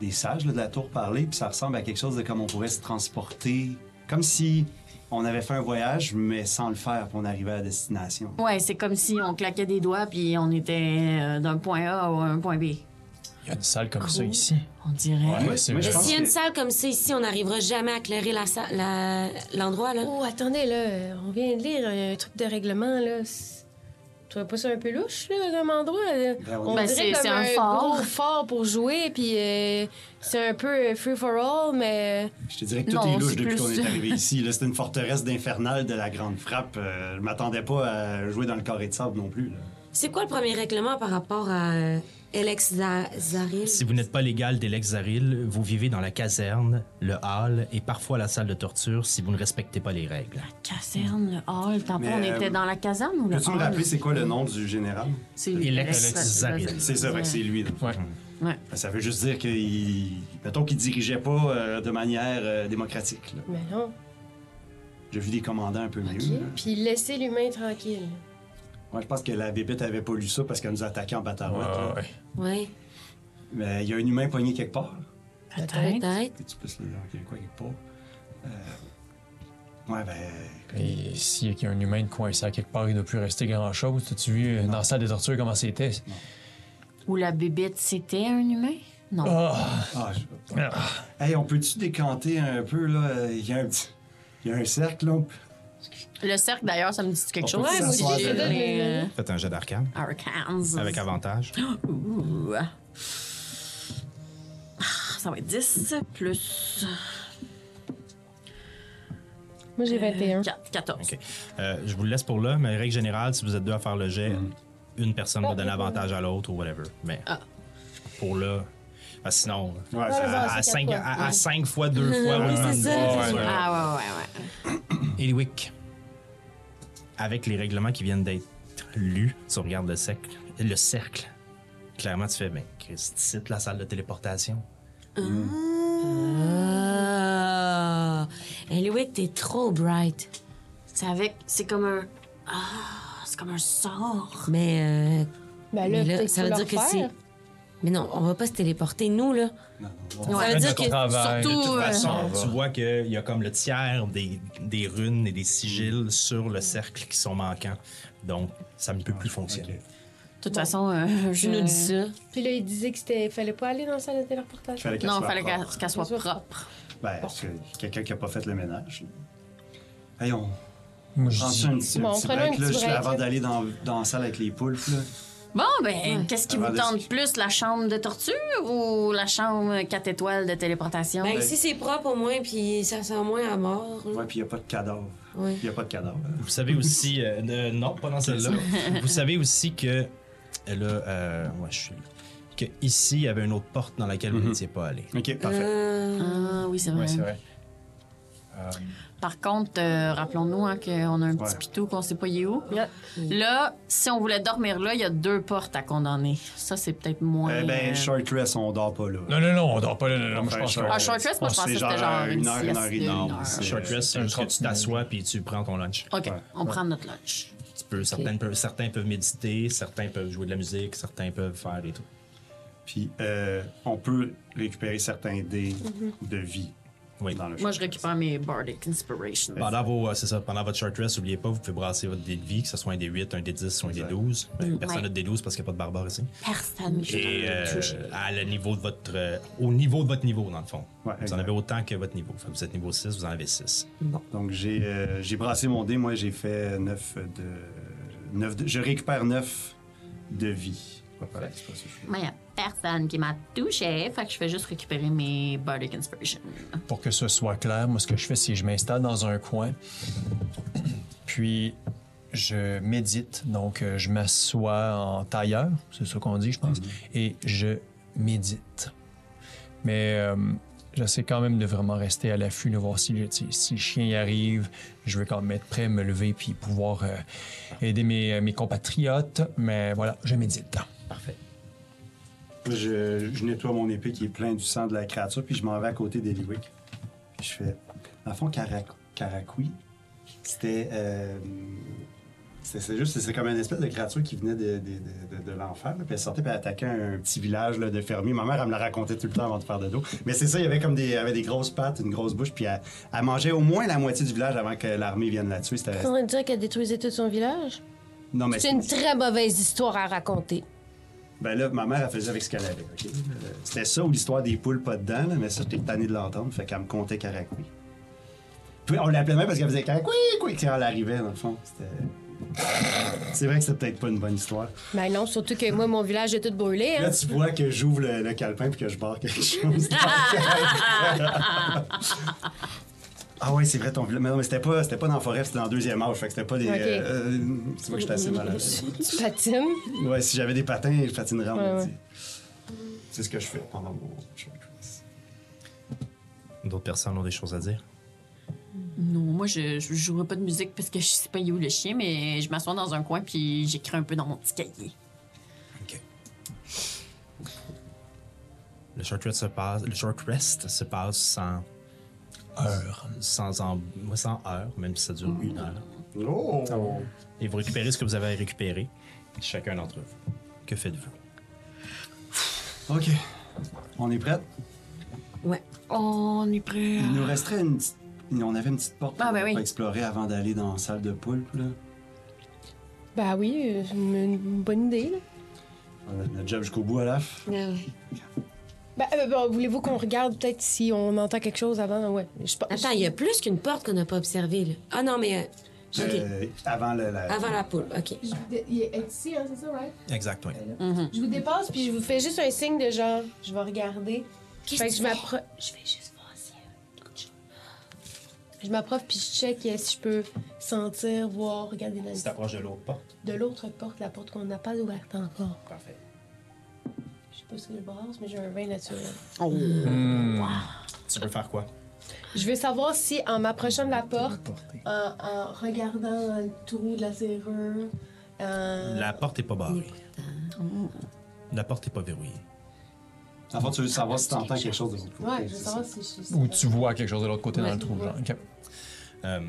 [SPEAKER 6] des sages là, de la tour parler, puis ça ressemble à quelque chose de comme on pourrait se transporter, comme si on avait fait un voyage, mais sans le faire, puis on arrivait à destination.
[SPEAKER 3] Ouais, c'est comme si on claquait des doigts puis on était euh, d'un point A à un point B.
[SPEAKER 4] Il y a une salle comme ça ici.
[SPEAKER 3] On dirait.
[SPEAKER 4] Ouais, c'est
[SPEAKER 6] moi, je
[SPEAKER 4] vrai.
[SPEAKER 6] pense
[SPEAKER 5] S'il y a
[SPEAKER 6] que-
[SPEAKER 5] une salle comme ça ici, on n'arrivera jamais à éclairer la sa- la- l'endroit, là.
[SPEAKER 7] Oh, attendez, là, euh, on vient de lire un truc de règlement, là. C'est- Tu vois pas ça un peu louche, là, comme endroit? là?
[SPEAKER 6] Ben, on-
[SPEAKER 7] on
[SPEAKER 3] Ben, c'est-
[SPEAKER 7] dirait
[SPEAKER 3] c'est
[SPEAKER 7] comme
[SPEAKER 3] un
[SPEAKER 7] un,
[SPEAKER 3] fort.
[SPEAKER 7] gros fort pour jouer, puis euh, c'est un peu euh, free-for-all, mais... euh,
[SPEAKER 6] Je te dirais que tout
[SPEAKER 3] Non,
[SPEAKER 6] est louche
[SPEAKER 3] c'est
[SPEAKER 6] depuis
[SPEAKER 3] plus-
[SPEAKER 6] qu'on est arrivé ici. là. C'est une forteresse d'infernal de la grande frappe. Euh, je m'attendais pas à jouer dans le carré de sable non plus. là.
[SPEAKER 5] C'est quoi le premier règlement par rapport à euh, Alex Za- Zaril?
[SPEAKER 2] Si vous n'êtes pas légal d'Elex Zaril, vous vivez dans la caserne, le hall et parfois la salle de torture si vous ne respectez pas les règles.
[SPEAKER 3] Caserne, le hall. Tantôt,
[SPEAKER 6] Mais,
[SPEAKER 3] on était
[SPEAKER 6] euh,
[SPEAKER 3] dans la caserne ou le
[SPEAKER 6] Peux-tu me
[SPEAKER 3] hall?
[SPEAKER 6] rappeler c'est quoi le nom du général?
[SPEAKER 3] C'est
[SPEAKER 2] Elex Zaril.
[SPEAKER 6] C'est ça, fait que c'est lui. là.
[SPEAKER 4] Ouais.
[SPEAKER 3] Ouais.
[SPEAKER 6] Ben, Ça veut juste dire qu'il. Mettons qu'il dirigeait pas euh, de manière euh, démocratique. là.
[SPEAKER 7] Mais non.
[SPEAKER 6] J'ai vu des commandants un peu mieux.
[SPEAKER 7] OK.
[SPEAKER 6] là.
[SPEAKER 7] Puis laissez l'humain tranquille.
[SPEAKER 6] Moi, je pense que la bébête avait pas lu ça parce qu'elle nous attaquait en batarouette. là.
[SPEAKER 4] Ouais, ouais.
[SPEAKER 5] Ouais,
[SPEAKER 6] Mais il y a un humain poigné quelque part.
[SPEAKER 3] Peut-être.
[SPEAKER 5] peut-être.
[SPEAKER 6] Tu peux se le dire qu'il y a quoi quelque part. Euh, Ouais, ben.
[SPEAKER 4] Et s'il y a un humain de coincé à quelque part, il ne doit plus rester grand-chose. T'as-tu vu euh, dans la salle des tortures comment c'était?
[SPEAKER 3] Ou la bébête, c'était un humain? Non.
[SPEAKER 5] Euh.
[SPEAKER 4] Ah!
[SPEAKER 6] Ah, je-
[SPEAKER 4] Ah!
[SPEAKER 6] Hey, on peut-tu décanter un peu, là? Il y a un petit... Il y a un cercle, là.
[SPEAKER 3] Le cercle, d'ailleurs, ça me dit quelque
[SPEAKER 6] On
[SPEAKER 3] chose.
[SPEAKER 6] peut
[SPEAKER 7] Ouais, moi aussi,
[SPEAKER 6] s'asseoir
[SPEAKER 7] je
[SPEAKER 6] dedans.
[SPEAKER 7] donne
[SPEAKER 3] euh,
[SPEAKER 7] le-
[SPEAKER 2] Faites un jeu d'arcane
[SPEAKER 3] Arcans.
[SPEAKER 2] avec avantage.
[SPEAKER 3] Oh! Ouh. Ah, Ça va être 10 plus
[SPEAKER 7] Moi, j'ai
[SPEAKER 5] Euh,
[SPEAKER 7] 21.
[SPEAKER 3] 4, 14.
[SPEAKER 2] Ok. Euh, je vous le laisse pour là, mais règle générale, si vous êtes deux à faire le jet,
[SPEAKER 3] Mm.
[SPEAKER 2] une personne va donner avantage à l'autre ou whatever. Mais
[SPEAKER 3] Oh, Ah.
[SPEAKER 2] pour là, parce que sinon,
[SPEAKER 6] Ouais,
[SPEAKER 2] à,
[SPEAKER 6] ça-
[SPEAKER 7] ça,
[SPEAKER 2] à
[SPEAKER 7] c'est
[SPEAKER 2] cinq,
[SPEAKER 7] quatre
[SPEAKER 2] à-
[SPEAKER 7] fois.
[SPEAKER 2] à cinq fois, deux fois,
[SPEAKER 5] Oui,
[SPEAKER 2] oui,
[SPEAKER 5] c'est
[SPEAKER 2] même
[SPEAKER 5] ça,
[SPEAKER 2] pas,
[SPEAKER 5] c'est
[SPEAKER 2] ouais, ouais.
[SPEAKER 3] Ah ouais, ouais, ouais.
[SPEAKER 2] Eliwick, avec les règlements qui viennent d'être lus, tu regardes le cercle. Le cercle. Clairement, tu fais, ben, Christ, c'est la salle de téléportation.
[SPEAKER 5] Ah. Hey, Loïc, t'es trop bright.
[SPEAKER 3] C'est avec. C'est comme un. Ah, c'est comme un sort.
[SPEAKER 5] Mais, euh, mais
[SPEAKER 7] Ben là,
[SPEAKER 5] là,
[SPEAKER 7] peut-être
[SPEAKER 5] ça
[SPEAKER 7] faut
[SPEAKER 5] veut
[SPEAKER 7] le
[SPEAKER 5] dire que si.
[SPEAKER 7] refaire.
[SPEAKER 5] Mais non, on va pas se téléporter, nous, là.
[SPEAKER 6] non.
[SPEAKER 5] ça
[SPEAKER 4] fait
[SPEAKER 5] veut dire
[SPEAKER 4] notre
[SPEAKER 5] que
[SPEAKER 4] travail, de
[SPEAKER 5] surtout.
[SPEAKER 2] toute
[SPEAKER 5] euh,
[SPEAKER 2] façon,
[SPEAKER 4] va.
[SPEAKER 2] tu vois qu'il y a comme le tiers des, des runes et des sigils sur le cercle qui sont manquants. Donc, ça ne peut
[SPEAKER 4] Ah,
[SPEAKER 2] plus fonctionner.
[SPEAKER 3] De toute façon, euh, je.
[SPEAKER 5] tu nous dis ça.
[SPEAKER 7] Puis là, il disait que c'était fallait pas aller dans la salle de téléportation.
[SPEAKER 6] Fallait qu'elle
[SPEAKER 3] Non,
[SPEAKER 6] soit
[SPEAKER 3] fallait qu'elle
[SPEAKER 6] propre.
[SPEAKER 3] qu'elle soit
[SPEAKER 7] Qu'elle soit
[SPEAKER 3] propre.
[SPEAKER 6] Ben, parce que quelqu'un qui a pas fait le ménage. là. Hey, on
[SPEAKER 4] Moi, je
[SPEAKER 6] prend
[SPEAKER 4] dis-
[SPEAKER 6] ça un petit,
[SPEAKER 7] Bon,
[SPEAKER 6] un
[SPEAKER 7] on
[SPEAKER 6] petit
[SPEAKER 7] prenait
[SPEAKER 6] break,
[SPEAKER 7] un petit
[SPEAKER 6] là, juste
[SPEAKER 7] break,
[SPEAKER 6] avant
[SPEAKER 7] là.
[SPEAKER 6] d'aller dans, dans la salle avec les poules, là.
[SPEAKER 3] Bon, ben, qu'est-ce qui
[SPEAKER 6] Ça va
[SPEAKER 3] vous tente
[SPEAKER 6] laisser-
[SPEAKER 3] plus, la chambre de torture ou la chambre 4 étoiles de téléportation?
[SPEAKER 5] Ben, si c'est propre au moins, puis ça sent moins à mort. là.
[SPEAKER 6] Ouais, puis il n'y a pas de cadavre.
[SPEAKER 5] Oui.
[SPEAKER 6] Il n'y a pas de cadavre.
[SPEAKER 2] Vous savez aussi. euh, de- non, pas dans celle-là. Vous savez aussi que. Là, euh, ouais, je suis. Que ici, il y avait une autre porte dans laquelle vous n'étiez pas allé.
[SPEAKER 6] Ok, parfait.
[SPEAKER 5] Euh,
[SPEAKER 3] Ah oui, c'est vrai.
[SPEAKER 4] Mm-hmm. Ouais, c'est vrai. Euh,
[SPEAKER 3] Par contre, euh, rappelons-nous hein, qu'on a un petit
[SPEAKER 6] Ouais.
[SPEAKER 3] pitou qu'on sait pas il est où. Là, si on voulait dormir là, il y a deux portes à condamner. Ça, c'est peut-être moins.
[SPEAKER 6] Eh ben,
[SPEAKER 3] euh,
[SPEAKER 6] short rest, on dort pas là.
[SPEAKER 4] non, non, non, on dort pas là. Non, non, moi, je
[SPEAKER 6] Enfin,
[SPEAKER 4] pense
[SPEAKER 6] short
[SPEAKER 4] qu'on-
[SPEAKER 3] Ah, short rest, moi, je
[SPEAKER 6] C'est
[SPEAKER 3] pensais que c'était
[SPEAKER 6] genre
[SPEAKER 3] genre une
[SPEAKER 6] une heure, une heure
[SPEAKER 3] sieste
[SPEAKER 6] et
[SPEAKER 3] de
[SPEAKER 6] demie.
[SPEAKER 3] une heure.
[SPEAKER 6] C'est-
[SPEAKER 2] Short rest,
[SPEAKER 4] un
[SPEAKER 2] c'est quand
[SPEAKER 4] short-
[SPEAKER 2] tu t'assois puis tu prends ton lunch.
[SPEAKER 3] OK, on prend notre lunch.
[SPEAKER 2] Tu peux, certaines peuvent- certains peuvent méditer, certains peuvent jouer de la musique, certains peuvent faire des trucs.
[SPEAKER 6] Puis euh, on peut récupérer certains dés de vie
[SPEAKER 2] Oui.
[SPEAKER 6] dans le
[SPEAKER 3] Mhm. Moi,
[SPEAKER 6] short
[SPEAKER 3] je récupère mes Bardic Inspiration.
[SPEAKER 2] Pendant, vos, euh, c'est ça, pendant votre short rest, n'oubliez pas, vous pouvez brasser votre dé de vie, que ce soit un dé 8, un dé 10 ou un dé 12. Ben, Personne
[SPEAKER 3] Ouais.
[SPEAKER 2] n'a de dé 12 parce qu'il n'y a pas de barbare ici.
[SPEAKER 3] Personne. je
[SPEAKER 2] Et
[SPEAKER 3] vais
[SPEAKER 2] euh,
[SPEAKER 3] toucher.
[SPEAKER 2] à le niveau de votre, euh, au niveau de votre niveau, dans le fond. vous
[SPEAKER 6] Ouais,
[SPEAKER 2] en
[SPEAKER 6] exact.
[SPEAKER 2] avez autant que votre niveau. Fait que vous êtes niveau 6, vous en avez 6.
[SPEAKER 6] Donc, j'ai euh, j'ai brassé mon dé. Moi, j'ai fait 9 de... 9 de- Je récupère 9 de vie. Voilà, c'est pas ça que je voulais.
[SPEAKER 3] Mais y a personne qui m'a touché, fait que je vais juste récupérer mes Bardic Inspiration.
[SPEAKER 4] Pour que ce soit clair, moi, ce que je fais, c'est que je m'installe dans un coin, puis je médite. Donc, euh, je m'assois en tailleur, c'est ça qu'on dit, je pense, et je médite. Mais euh, j'essaie quand même de vraiment rester à l'affût, de voir si le, si- si le chien y arrive. Je veux quand même être prêt, me lever, puis pouvoir euh, aider mes, mes compatriotes. Mais voilà, je médite.
[SPEAKER 6] Je, je nettoie mon épée qui est plein du sang de la créature, puis je m'en vais à côté d'Eliwick. Puis je fais. En fond, Karak Karakoui, c'était. euh, c'était- c'est juste, c'est comme une espèce de créature qui venait de, de- de- de- de l'enfer, là, puis elle sortait puis elle attaquait un petit village là, de fermiers. Ma mère, elle me la racontait tout le temps avant de faire de dos. Mais c'est ça, il y avait comme des, elle avait des grosses pattes, une grosse bouche, puis elle, elle mangeait au moins la moitié du village avant que l'armée vienne la tuer. C'était-
[SPEAKER 5] Tu es en train de dire qu'elle détruisait tout son village?
[SPEAKER 6] Non, mais
[SPEAKER 5] C'est une très mauvaise histoire à raconter.
[SPEAKER 6] Ben là, ma mère, elle faisait avec ce qu'elle avait. ok? Euh, C'était ça ou l'histoire des poules pas dedans, là, mais ça, j'étais tanné de l'entendre, fait qu'elle me comptait caracoui. Puis on l'appelait même parce qu'elle faisait caracoui, quoi, quand elle arrivait, dans le fond. C'était- C'est vrai que c'était peut-être pas une bonne histoire.
[SPEAKER 5] Ben non, surtout que moi, mon village est tout brûlé.
[SPEAKER 6] Là,
[SPEAKER 5] Hein.
[SPEAKER 6] tu vois que j'ouvre le, le calepin puis que je barre quelque chose. dans le calepin. ah ouais, c'est vrai, ton village. Mais non, mais c'était pas, c'était pas dans la forêt, c'était dans le deuxième âge, fait que c'était pas des.
[SPEAKER 5] Ok.
[SPEAKER 6] euh, euh, tu vois que j'étais assez malade.
[SPEAKER 5] Tu patines.
[SPEAKER 6] Ouais, si j'avais des patins, je patinerais en
[SPEAKER 5] Ouais,
[SPEAKER 6] maudit. C'est ce que je fais pendant mon short rest.
[SPEAKER 2] D'autres personnes ont des choses à dire.
[SPEAKER 3] Non, moi, je, je jouerai pas de musique parce que je sais pas où le chien, mais je m'assois dans un coin puis j'écris un peu dans mon petit cahier.
[SPEAKER 2] Le short rest se passe, le short rest se passe sans heure, sans, en, ouais, sans heure, même si ça dure une heure.
[SPEAKER 6] Oh!
[SPEAKER 2] Et vous récupérez ce que vous avez à récupérer, chacun d'entre vous. Que faites-vous?
[SPEAKER 6] Ok. On est prête?
[SPEAKER 5] Ouais.
[SPEAKER 3] On est prêt.
[SPEAKER 6] Il nous resterait une petite. On avait une petite porte
[SPEAKER 3] Ah, ben oui.
[SPEAKER 6] à explorer avant d'aller dans la salle de poulpe. Là.
[SPEAKER 7] Bah oui, euh, une une bonne idée, là.
[SPEAKER 6] On a notre job jusqu'au bout, Olaf.
[SPEAKER 7] Ben, euh, bon, voulez-vous qu'on regarde peut-être si on entend quelque chose avant? Ouais. Je pense.
[SPEAKER 5] Attends, il y a plus qu'une porte qu'on n'a pas observée, là. Ah non, mais... euh, OK.
[SPEAKER 6] Euh, avant le- la.
[SPEAKER 5] Avant la poule, OK.
[SPEAKER 7] Je vous dé- il est ici, hein, c'est ça, right?
[SPEAKER 2] Exact, oui.
[SPEAKER 5] Mhm.
[SPEAKER 7] Je vous dépasse, puis je vous fais juste un signe de genre, je vais regarder. Fait que je m'approche.
[SPEAKER 5] Je vais juste voir si...
[SPEAKER 7] Je m'approche puis je check euh, si je peux sentir, voir, regarder la
[SPEAKER 2] Tu t'approches de l'autre porte.
[SPEAKER 7] de l'autre porte, la porte qu'on n'a pas ouverte encore.
[SPEAKER 2] Parfait.
[SPEAKER 7] Je sais pas si je brasse, mais j'ai un vin naturel.
[SPEAKER 2] Tu veux faire quoi?
[SPEAKER 7] Je veux savoir si en m'approchant de la porte, en, en regardant le trou de la serrure, euh,
[SPEAKER 2] La porte est pas barrée. La porte est pas verrouillée.
[SPEAKER 6] En fait, tu veux savoir si t'entends quelque chose de l'autre côté.
[SPEAKER 7] ouais, je veux
[SPEAKER 6] c'est
[SPEAKER 7] savoir si je suis.
[SPEAKER 4] Ou tu vois quelque chose de l'autre côté dans le trou, genre. Ok.
[SPEAKER 2] Euh,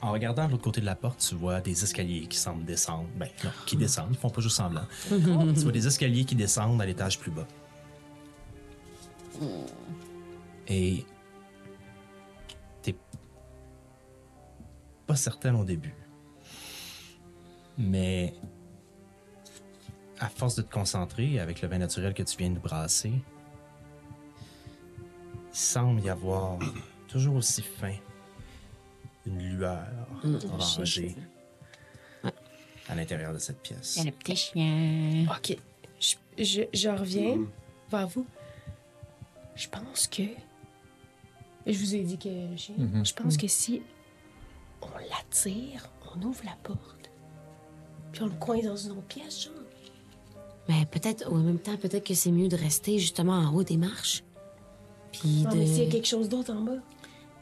[SPEAKER 2] en regardant de l'autre côté de la porte, tu vois des escaliers qui semblent descendre. Ben, non, qui descendent. Ils font pas juste semblant. tu vois des escaliers qui descendent à l'étage plus bas. Et. T'es. pas certain au début. Mais. À force de te concentrer avec le vin naturel que tu viens de brasser, il semble y avoir toujours aussi fin une lueur orangée à l'intérieur de cette pièce.
[SPEAKER 3] Il y a le petit chien.
[SPEAKER 7] Ok, je, je, je reviens
[SPEAKER 6] Mm.
[SPEAKER 7] vers vous. Je
[SPEAKER 6] Mm.
[SPEAKER 7] pense que. Je vous ai dit que le chien. Je pense que si
[SPEAKER 5] on l'attire, on ouvre la porte, puis on le coince dans une autre pièce, genre.
[SPEAKER 9] Mais Ben, peut-être, en même temps, peut-être que c'est mieux de rester justement en haut des marches. Puis
[SPEAKER 5] Non,
[SPEAKER 9] de.
[SPEAKER 5] mais s'il y a quelque chose d'autre en bas.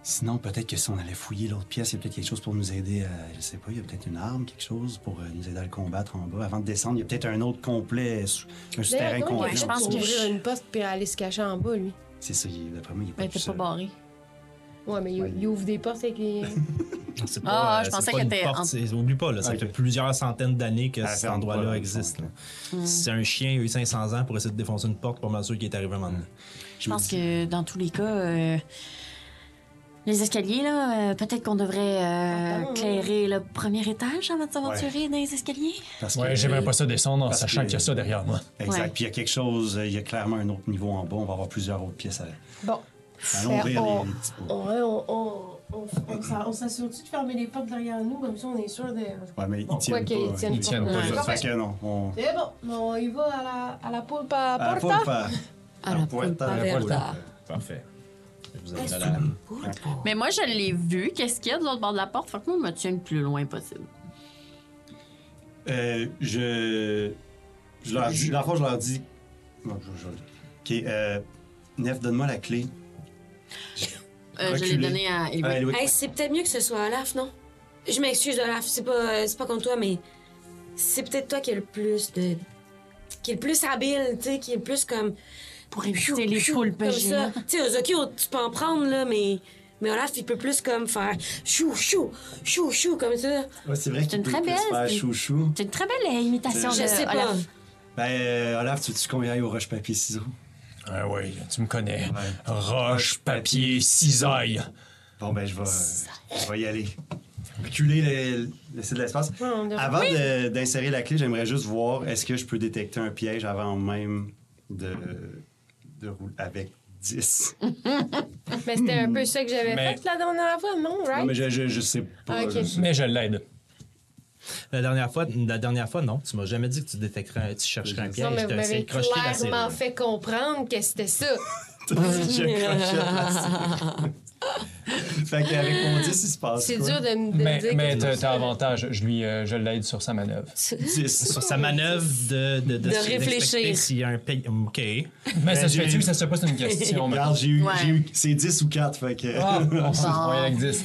[SPEAKER 6] Sinon, peut-être que si on allait fouiller l'autre pièce, il y a peut-être quelque chose pour nous aider. à- je sais pas, il y a peut-être une arme, quelque chose pour euh, nous aider à le combattre en bas. Avant de descendre, il y a peut-être un autre complet, sous- un souterrain
[SPEAKER 7] D'ailleurs, comment Ben,
[SPEAKER 6] complet.
[SPEAKER 7] il a fait
[SPEAKER 8] Ben, je pense
[SPEAKER 7] pour
[SPEAKER 8] que
[SPEAKER 7] ouvrir
[SPEAKER 8] je-
[SPEAKER 7] une porte puis aller se cacher en bas, lui.
[SPEAKER 6] C'est ça, il- d'après moi, il est pas
[SPEAKER 8] Ben,
[SPEAKER 6] tout
[SPEAKER 8] t'es pas
[SPEAKER 6] seul.
[SPEAKER 8] barré.
[SPEAKER 7] Ouais, mais il, il ouvre des portes avec les.
[SPEAKER 2] C'est
[SPEAKER 8] Ah,
[SPEAKER 2] euh,
[SPEAKER 8] je
[SPEAKER 2] c'est
[SPEAKER 8] pensais
[SPEAKER 2] pas
[SPEAKER 8] qu'elle
[SPEAKER 2] une
[SPEAKER 8] était
[SPEAKER 2] porte,
[SPEAKER 8] en-
[SPEAKER 2] c'est- Oublie pas, là, ça
[SPEAKER 6] Ok.
[SPEAKER 2] fait plusieurs centaines d'années que
[SPEAKER 6] Ah,
[SPEAKER 2] cet
[SPEAKER 6] ferme pas, dans
[SPEAKER 2] endroit-là
[SPEAKER 6] le
[SPEAKER 2] existe.
[SPEAKER 6] fond,
[SPEAKER 2] là. C'est un chien, il a eu 500 ans pour essayer de défoncer une porte, pas mal sûr qu'il est arrivé un moment donné.
[SPEAKER 6] Mm.
[SPEAKER 8] Je pense que dans tous les cas, euh, les escaliers, là, euh, peut-être qu'on
[SPEAKER 10] Ah,
[SPEAKER 8] devrait
[SPEAKER 10] ben
[SPEAKER 8] euh, clairer le premier étage avant de s'aventurer dans les escaliers.
[SPEAKER 6] Parce
[SPEAKER 4] Ouais, j'aimerais pas ça descendre en
[SPEAKER 6] parce
[SPEAKER 4] sachant
[SPEAKER 6] que-
[SPEAKER 4] qu'il y a ça derrière moi.
[SPEAKER 6] Exact.
[SPEAKER 8] Ouais.
[SPEAKER 6] Puis il y a quelque chose, euh, il y a clairement un autre niveau en bas. On va avoir plusieurs autres pièces à,
[SPEAKER 7] Bon.
[SPEAKER 6] à ouvrir.
[SPEAKER 7] Ben, on-
[SPEAKER 6] les- les petits pots.
[SPEAKER 7] Ouais, on, on, on, on s'a- on s'assure-tu de fermer les portes derrière nous, comme ça on est sûr de.
[SPEAKER 6] Ouais, mais ils
[SPEAKER 7] Bon, quoi
[SPEAKER 6] tiennent
[SPEAKER 7] qu'ils
[SPEAKER 6] pas. hein.
[SPEAKER 7] tiennent
[SPEAKER 4] Ils tiennent
[SPEAKER 7] pas.
[SPEAKER 4] pas,
[SPEAKER 7] Ouais.
[SPEAKER 4] là.
[SPEAKER 6] Fait que non, on...
[SPEAKER 7] C'est Eh bon, on y va à la, à la poule à
[SPEAKER 6] Ah,
[SPEAKER 7] porta.
[SPEAKER 6] faut pas-
[SPEAKER 9] À la
[SPEAKER 6] pointe,
[SPEAKER 9] pulpa
[SPEAKER 6] à la
[SPEAKER 9] verda.
[SPEAKER 2] Parfait. Je vous invite à la-
[SPEAKER 3] Mais moi, je l'ai vu. Qu'est-ce qu'il y a de l'autre bord de la porte? Faut que moi, je me tienne le plus loin possible.
[SPEAKER 6] Euh, je. je leur, je, dans le fond, je leur dis. Bon, je- je- Ok, euh, Nef, donne-moi la clé.
[SPEAKER 3] Euh, je l'ai
[SPEAKER 6] Reculer.
[SPEAKER 3] donné à Elwood.
[SPEAKER 6] Ah, Elwick.
[SPEAKER 9] Hey, c'est peut-être mieux que ce soit Olaf, non? Je m'excuse, Olaf, c'est pas, euh, c'est pas contre toi, mais c'est peut-être toi qui est le plus de. qui est le plus habile, tu sais, qui est le plus comme.
[SPEAKER 8] Pour éviter les poulpes
[SPEAKER 9] Comme ça.
[SPEAKER 8] géantes.
[SPEAKER 9] Tu sais, Ozokyo, tu peux en prendre, là, mais. Mais Olaf, il peut plus comme faire chou, chou, chou, chou, comme ça.
[SPEAKER 6] Ouais, c'est vrai qu'il
[SPEAKER 8] une
[SPEAKER 6] peut
[SPEAKER 8] très
[SPEAKER 6] plus
[SPEAKER 8] belle,
[SPEAKER 6] faire
[SPEAKER 8] c'est-
[SPEAKER 6] chouchou.
[SPEAKER 8] C'est une très belle euh, imitation
[SPEAKER 9] Je
[SPEAKER 8] de
[SPEAKER 9] sais pas.
[SPEAKER 8] Olaf.
[SPEAKER 6] Ben, euh, Olaf, tu veux-tu qu'on y aille au roche-papier-ciseaux?
[SPEAKER 4] Ah oui, tu me connais. Roche, papier, cisaille.
[SPEAKER 6] Bon, ben, je vais, je vais y aller. Reculer, le- laisser de l'espace.
[SPEAKER 7] on devrait-
[SPEAKER 6] Avant de- d'insérer la clé, j'aimerais juste voir est-ce que je peux détecter un piège avant même de, de rouler avec 10.
[SPEAKER 7] Mais c'était un peu ça que j'avais
[SPEAKER 4] Mais-
[SPEAKER 7] fait la dernière fois, non,
[SPEAKER 6] Non,
[SPEAKER 7] right?
[SPEAKER 6] mais je, je, je sais pas.
[SPEAKER 7] Ok.
[SPEAKER 6] je sais-
[SPEAKER 4] Mais je l'aide.
[SPEAKER 2] La dernière fois, la dernière fois, non. Tu m'as jamais dit que tu détecterais, un- tu chercherais un piège.
[SPEAKER 7] non, mais
[SPEAKER 2] T'as
[SPEAKER 7] vous
[SPEAKER 2] essayé
[SPEAKER 7] m'avez
[SPEAKER 2] de crocheter la serrure.
[SPEAKER 7] clairement fait comprendre que c'était ça.
[SPEAKER 6] je crochette là-dessus. fait qu'avec mon 10, il se passe
[SPEAKER 7] C'est
[SPEAKER 6] quoi?
[SPEAKER 7] dur de me de
[SPEAKER 4] Mais,
[SPEAKER 7] dire. que
[SPEAKER 4] mais
[SPEAKER 7] je
[SPEAKER 4] t'as
[SPEAKER 7] me suis
[SPEAKER 4] t'as
[SPEAKER 7] fait-
[SPEAKER 4] avantage, je lui, euh, je l'aide sur sa manœuvre.
[SPEAKER 6] 10.
[SPEAKER 2] Sur sa manœuvre de, de, de,
[SPEAKER 9] réfléchir.
[SPEAKER 2] d'expecter S'il y a un piège. OK.
[SPEAKER 4] Mais ça se
[SPEAKER 6] j'ai-
[SPEAKER 4] fait-tu ou ça se fait pas, c'est une question. mais-
[SPEAKER 6] Regarde, j'ai eu,
[SPEAKER 3] Ouais.
[SPEAKER 6] j'ai eu- c'est 10 ou 4, fait que...
[SPEAKER 4] Ah, on se voit avec 10.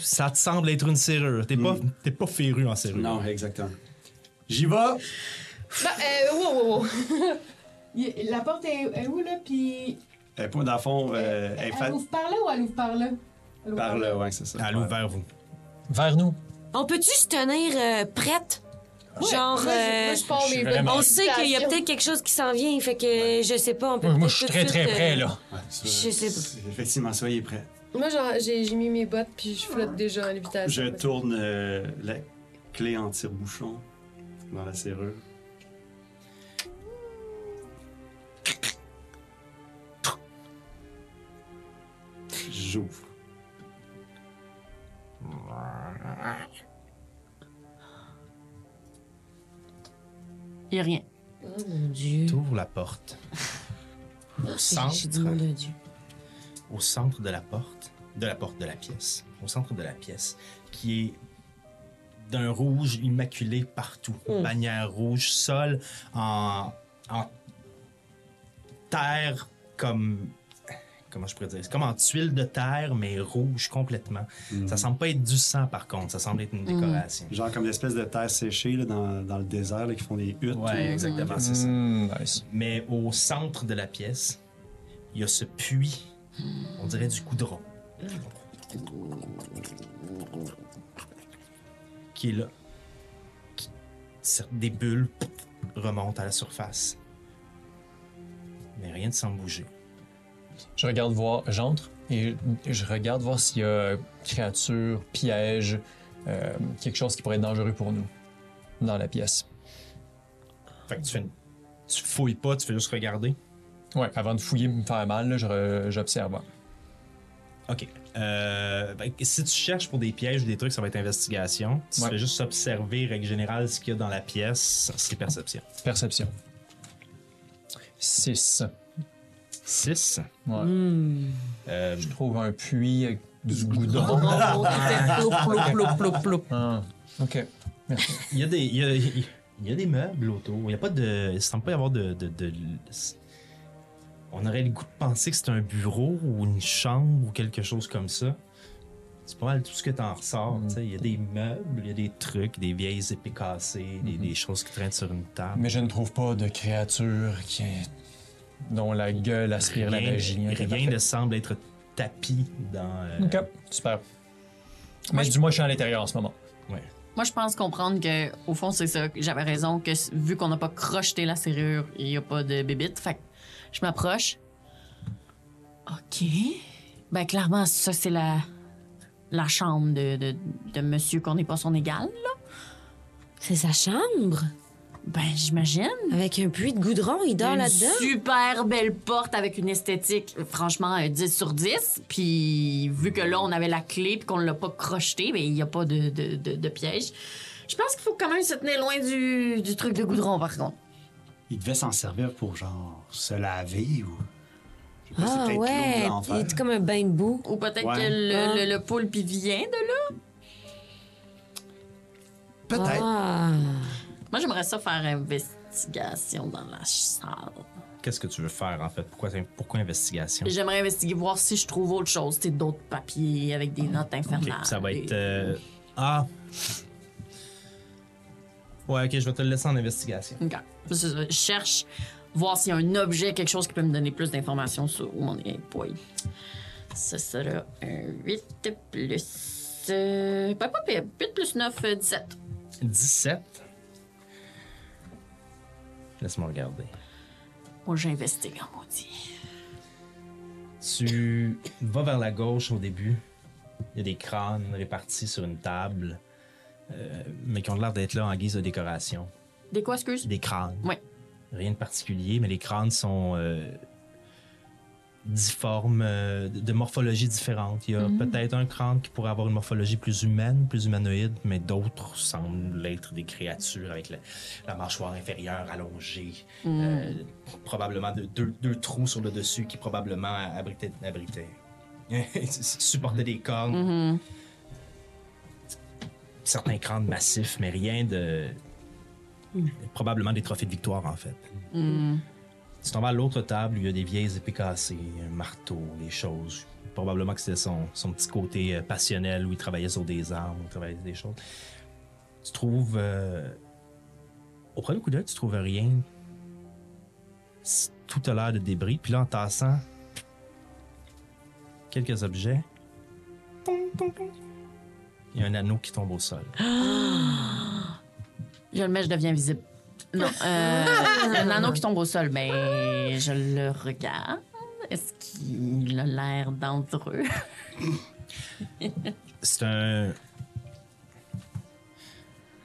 [SPEAKER 2] Ça te semble être une serrure. T'es pas, t'es pas féru en serrure.
[SPEAKER 6] Mm. Non, exactement. J'y vais.
[SPEAKER 7] Bah, euh, wow, wow, wow. Il- la porte est, est où, là? Puis.
[SPEAKER 6] Elle est pas- dans le fond, euh, elle est
[SPEAKER 7] elle
[SPEAKER 6] faite
[SPEAKER 7] ouvre par là ou elle ouvre par là? Elle ouvre
[SPEAKER 6] par là, ouais, c'est ça.
[SPEAKER 2] À l'ouvert, vous.
[SPEAKER 4] Vers nous.
[SPEAKER 9] On peut-tu se tenir euh, prête? Genre.
[SPEAKER 7] Moi, je- moi,
[SPEAKER 9] euh,
[SPEAKER 7] je pars mes bonnes
[SPEAKER 4] vraiment-
[SPEAKER 9] on sait qu'il y a
[SPEAKER 7] citations.
[SPEAKER 9] peut-être quelque chose qui s'en vient, fait que je sais pas. On peut
[SPEAKER 4] Moi, moi,
[SPEAKER 9] peut-être
[SPEAKER 4] je suis
[SPEAKER 9] tout
[SPEAKER 4] très,
[SPEAKER 9] de
[SPEAKER 4] très
[SPEAKER 9] suite,
[SPEAKER 4] près,
[SPEAKER 9] euh,
[SPEAKER 4] là.
[SPEAKER 6] Ouais, ça,
[SPEAKER 9] Je sais pas.
[SPEAKER 6] c'est- Effectivement, soyez prêts.
[SPEAKER 7] Moi, genre, j'ai j'ai mis mes bottes, puis je flotte déjà en lévitation.
[SPEAKER 6] Je tourne euh, la clé en tire-bouchon dans la serrure. J'ouvre.
[SPEAKER 3] Il y a rien.
[SPEAKER 2] T'ouvres la porte. Au centre, au centre de la porte, de la porte de la pièce, au centre de la pièce, qui est d'un rouge immaculé partout. Bannière rouge, sol en, en terre comme. Comment je pourrais dire? C'est comme en tuile de terre, mais rouge complètement. Ça semble pas être du sang, par contre. Ça semble être une décoration.
[SPEAKER 6] Genre comme l'espèce de terre séchée là, dans, dans le désert là, qui font des huttes.
[SPEAKER 2] Ouais, exactement, c'est ça.
[SPEAKER 4] Hmm, nice.
[SPEAKER 2] Mais au centre de la pièce, il y a ce puits, on dirait du coudron, qui est là. Qui- cer- Des bulles remontent à la surface. Mais rien ne semble bouger.
[SPEAKER 4] Je regarde voir, j'entre et je regarde voir s'il y a créature, piège, euh, quelque chose qui pourrait être dangereux pour nous dans la pièce.
[SPEAKER 2] Fait que tu, fais une- tu fouilles pas, tu fais juste regarder.
[SPEAKER 4] Ouais, avant de fouiller, me faire mal, là, je re- j'observe.
[SPEAKER 2] Ok. Euh, ben, si tu cherches pour des pièges ou des trucs, ça va être investigation. Tu
[SPEAKER 4] Ouais.
[SPEAKER 2] fais juste observer, règle générale, ce qu'il y a dans la pièce, c'est perception.
[SPEAKER 4] Perception. 6.
[SPEAKER 2] 6.
[SPEAKER 4] Ouais.
[SPEAKER 2] Euh,
[SPEAKER 4] Euh, Je trouve un puits avec Du goudron.
[SPEAKER 10] plop, plop, plop, plop, plop.
[SPEAKER 4] Ah, ok. Merci.
[SPEAKER 2] Il y a des, il y a, il y a des meubles autour. Il n'y a pas de. Il semble pas y avoir de. de- de- on aurait le goût de penser que c'est un bureau ou une chambre ou quelque chose comme ça. C'est pas mal tout ce que t'en ressors.
[SPEAKER 4] Mm.
[SPEAKER 2] tu sais. Il y a des meubles, il y a des trucs, des vieilles épées cassées,
[SPEAKER 4] Mm-hmm.
[SPEAKER 2] des, des choses qui traînent sur une table.
[SPEAKER 4] Mais je ne trouve pas de créature qui est- dont la gueule aspire Mm-hmm. la
[SPEAKER 2] rien
[SPEAKER 4] magie. Ok,
[SPEAKER 2] rien ne semble être tapis dans. euh,
[SPEAKER 4] parfait. Ok, super. Mais dis-moi, je suis à l'intérieur en ce moment.
[SPEAKER 2] ouais.
[SPEAKER 3] Moi, je pense comprendre que, au fond, c'est ça. que J'avais raison que s- vu qu'on n'a pas crocheté la serrure, il n'y a pas de bébite. Fait que je m'approche. OK. Ben, clairement, ça, c'est la, la chambre de, de, de monsieur qu'on n'est pas son égal, là.
[SPEAKER 9] C'est sa chambre?
[SPEAKER 3] Ben, j'imagine.
[SPEAKER 9] Avec un puits de goudron, il dort
[SPEAKER 3] Une
[SPEAKER 9] là-dedans?
[SPEAKER 3] super belle porte avec une esthétique, franchement, euh, 10 sur 10. Puis, vu que là, on avait la clé puis qu'on l'a pas crocheté, mais il n'y a pas de, de, de- de piège. Je pense qu'il faut quand même se tenir loin du, du truc de goudron, par contre.
[SPEAKER 6] Il devait s'en servir pour, genre, se laver ou. Je sais pas, c'est
[SPEAKER 9] Ah
[SPEAKER 6] peut-être l'eau
[SPEAKER 9] ouais,
[SPEAKER 6] de l'enfer.
[SPEAKER 9] il est comme un bain de boue.
[SPEAKER 3] Ou peut-être
[SPEAKER 6] Ouais.
[SPEAKER 3] que le,
[SPEAKER 9] Ah.
[SPEAKER 3] le, le poulpe il vient de là.
[SPEAKER 6] Peut-être.
[SPEAKER 9] Ah.
[SPEAKER 3] Moi, j'aimerais ça faire investigation dans la salle.
[SPEAKER 2] Qu'est-ce que tu veux faire en fait? Pourquoi, pourquoi investigation?
[SPEAKER 3] Puis J'aimerais investiguer, voir si je trouve autre chose, tu sais, d'autres papiers avec des notes
[SPEAKER 2] Ok,
[SPEAKER 3] infernales.
[SPEAKER 2] ça va être.
[SPEAKER 3] des-
[SPEAKER 2] euh, Ah! Ouais, ok, je vais te le laisser en investigation.
[SPEAKER 3] Ok. C'est ça, Je cherche voir s'il y a un objet, quelque chose qui peut me donner plus d'informations sur où on est. Boy. Ce sera un 8 plus. euh, pas, pas pire. 8 plus 9, euh, 17.
[SPEAKER 2] 17. Laisse-moi regarder.
[SPEAKER 3] Moi, j'investigue en maudit.
[SPEAKER 2] Tu vas vers la gauche au début. Il y a des crânes répartis sur une table, euh, mais qui ont l'air d'être là en guise de décoration.
[SPEAKER 3] Des quoi, excuse?
[SPEAKER 2] Des crânes.
[SPEAKER 3] Ouais.
[SPEAKER 2] Rien de particulier, mais les crânes sont euh, difformes, euh, de morphologie différente. Il y a peut-être un crâne qui pourrait avoir une morphologie plus humaine, plus humanoïde, mais d'autres semblent être des créatures avec la, la mâchoire inférieure allongée, euh, probablement de- deux, deux trous sur le dessus qui probablement abritaient, abritaient- supportaient des cornes. Certains crânes massifs, mais rien de, probablement des trophées de victoire, en fait. Tu t'en vas à l'autre table, il y a des vieilles épées cassées, un marteau, des choses. Probablement que c'était son, son petit côté euh, passionnel où il travaillait sur des armes, où il travaillait sur des choses. Tu trouves. euh, au premier coup d'œil, tu trouves rien. C'est- Tout a l'air de débris. Puis là, en tassant quelques objets, tong, tong, tong, il y a un anneau qui tombe au sol.
[SPEAKER 3] Je le mets, je deviens visible. Non, euh, un anneau qui tombe au sol, ben, je le regarde. Est-ce qu'il a l'air dangereux?
[SPEAKER 2] C'est un.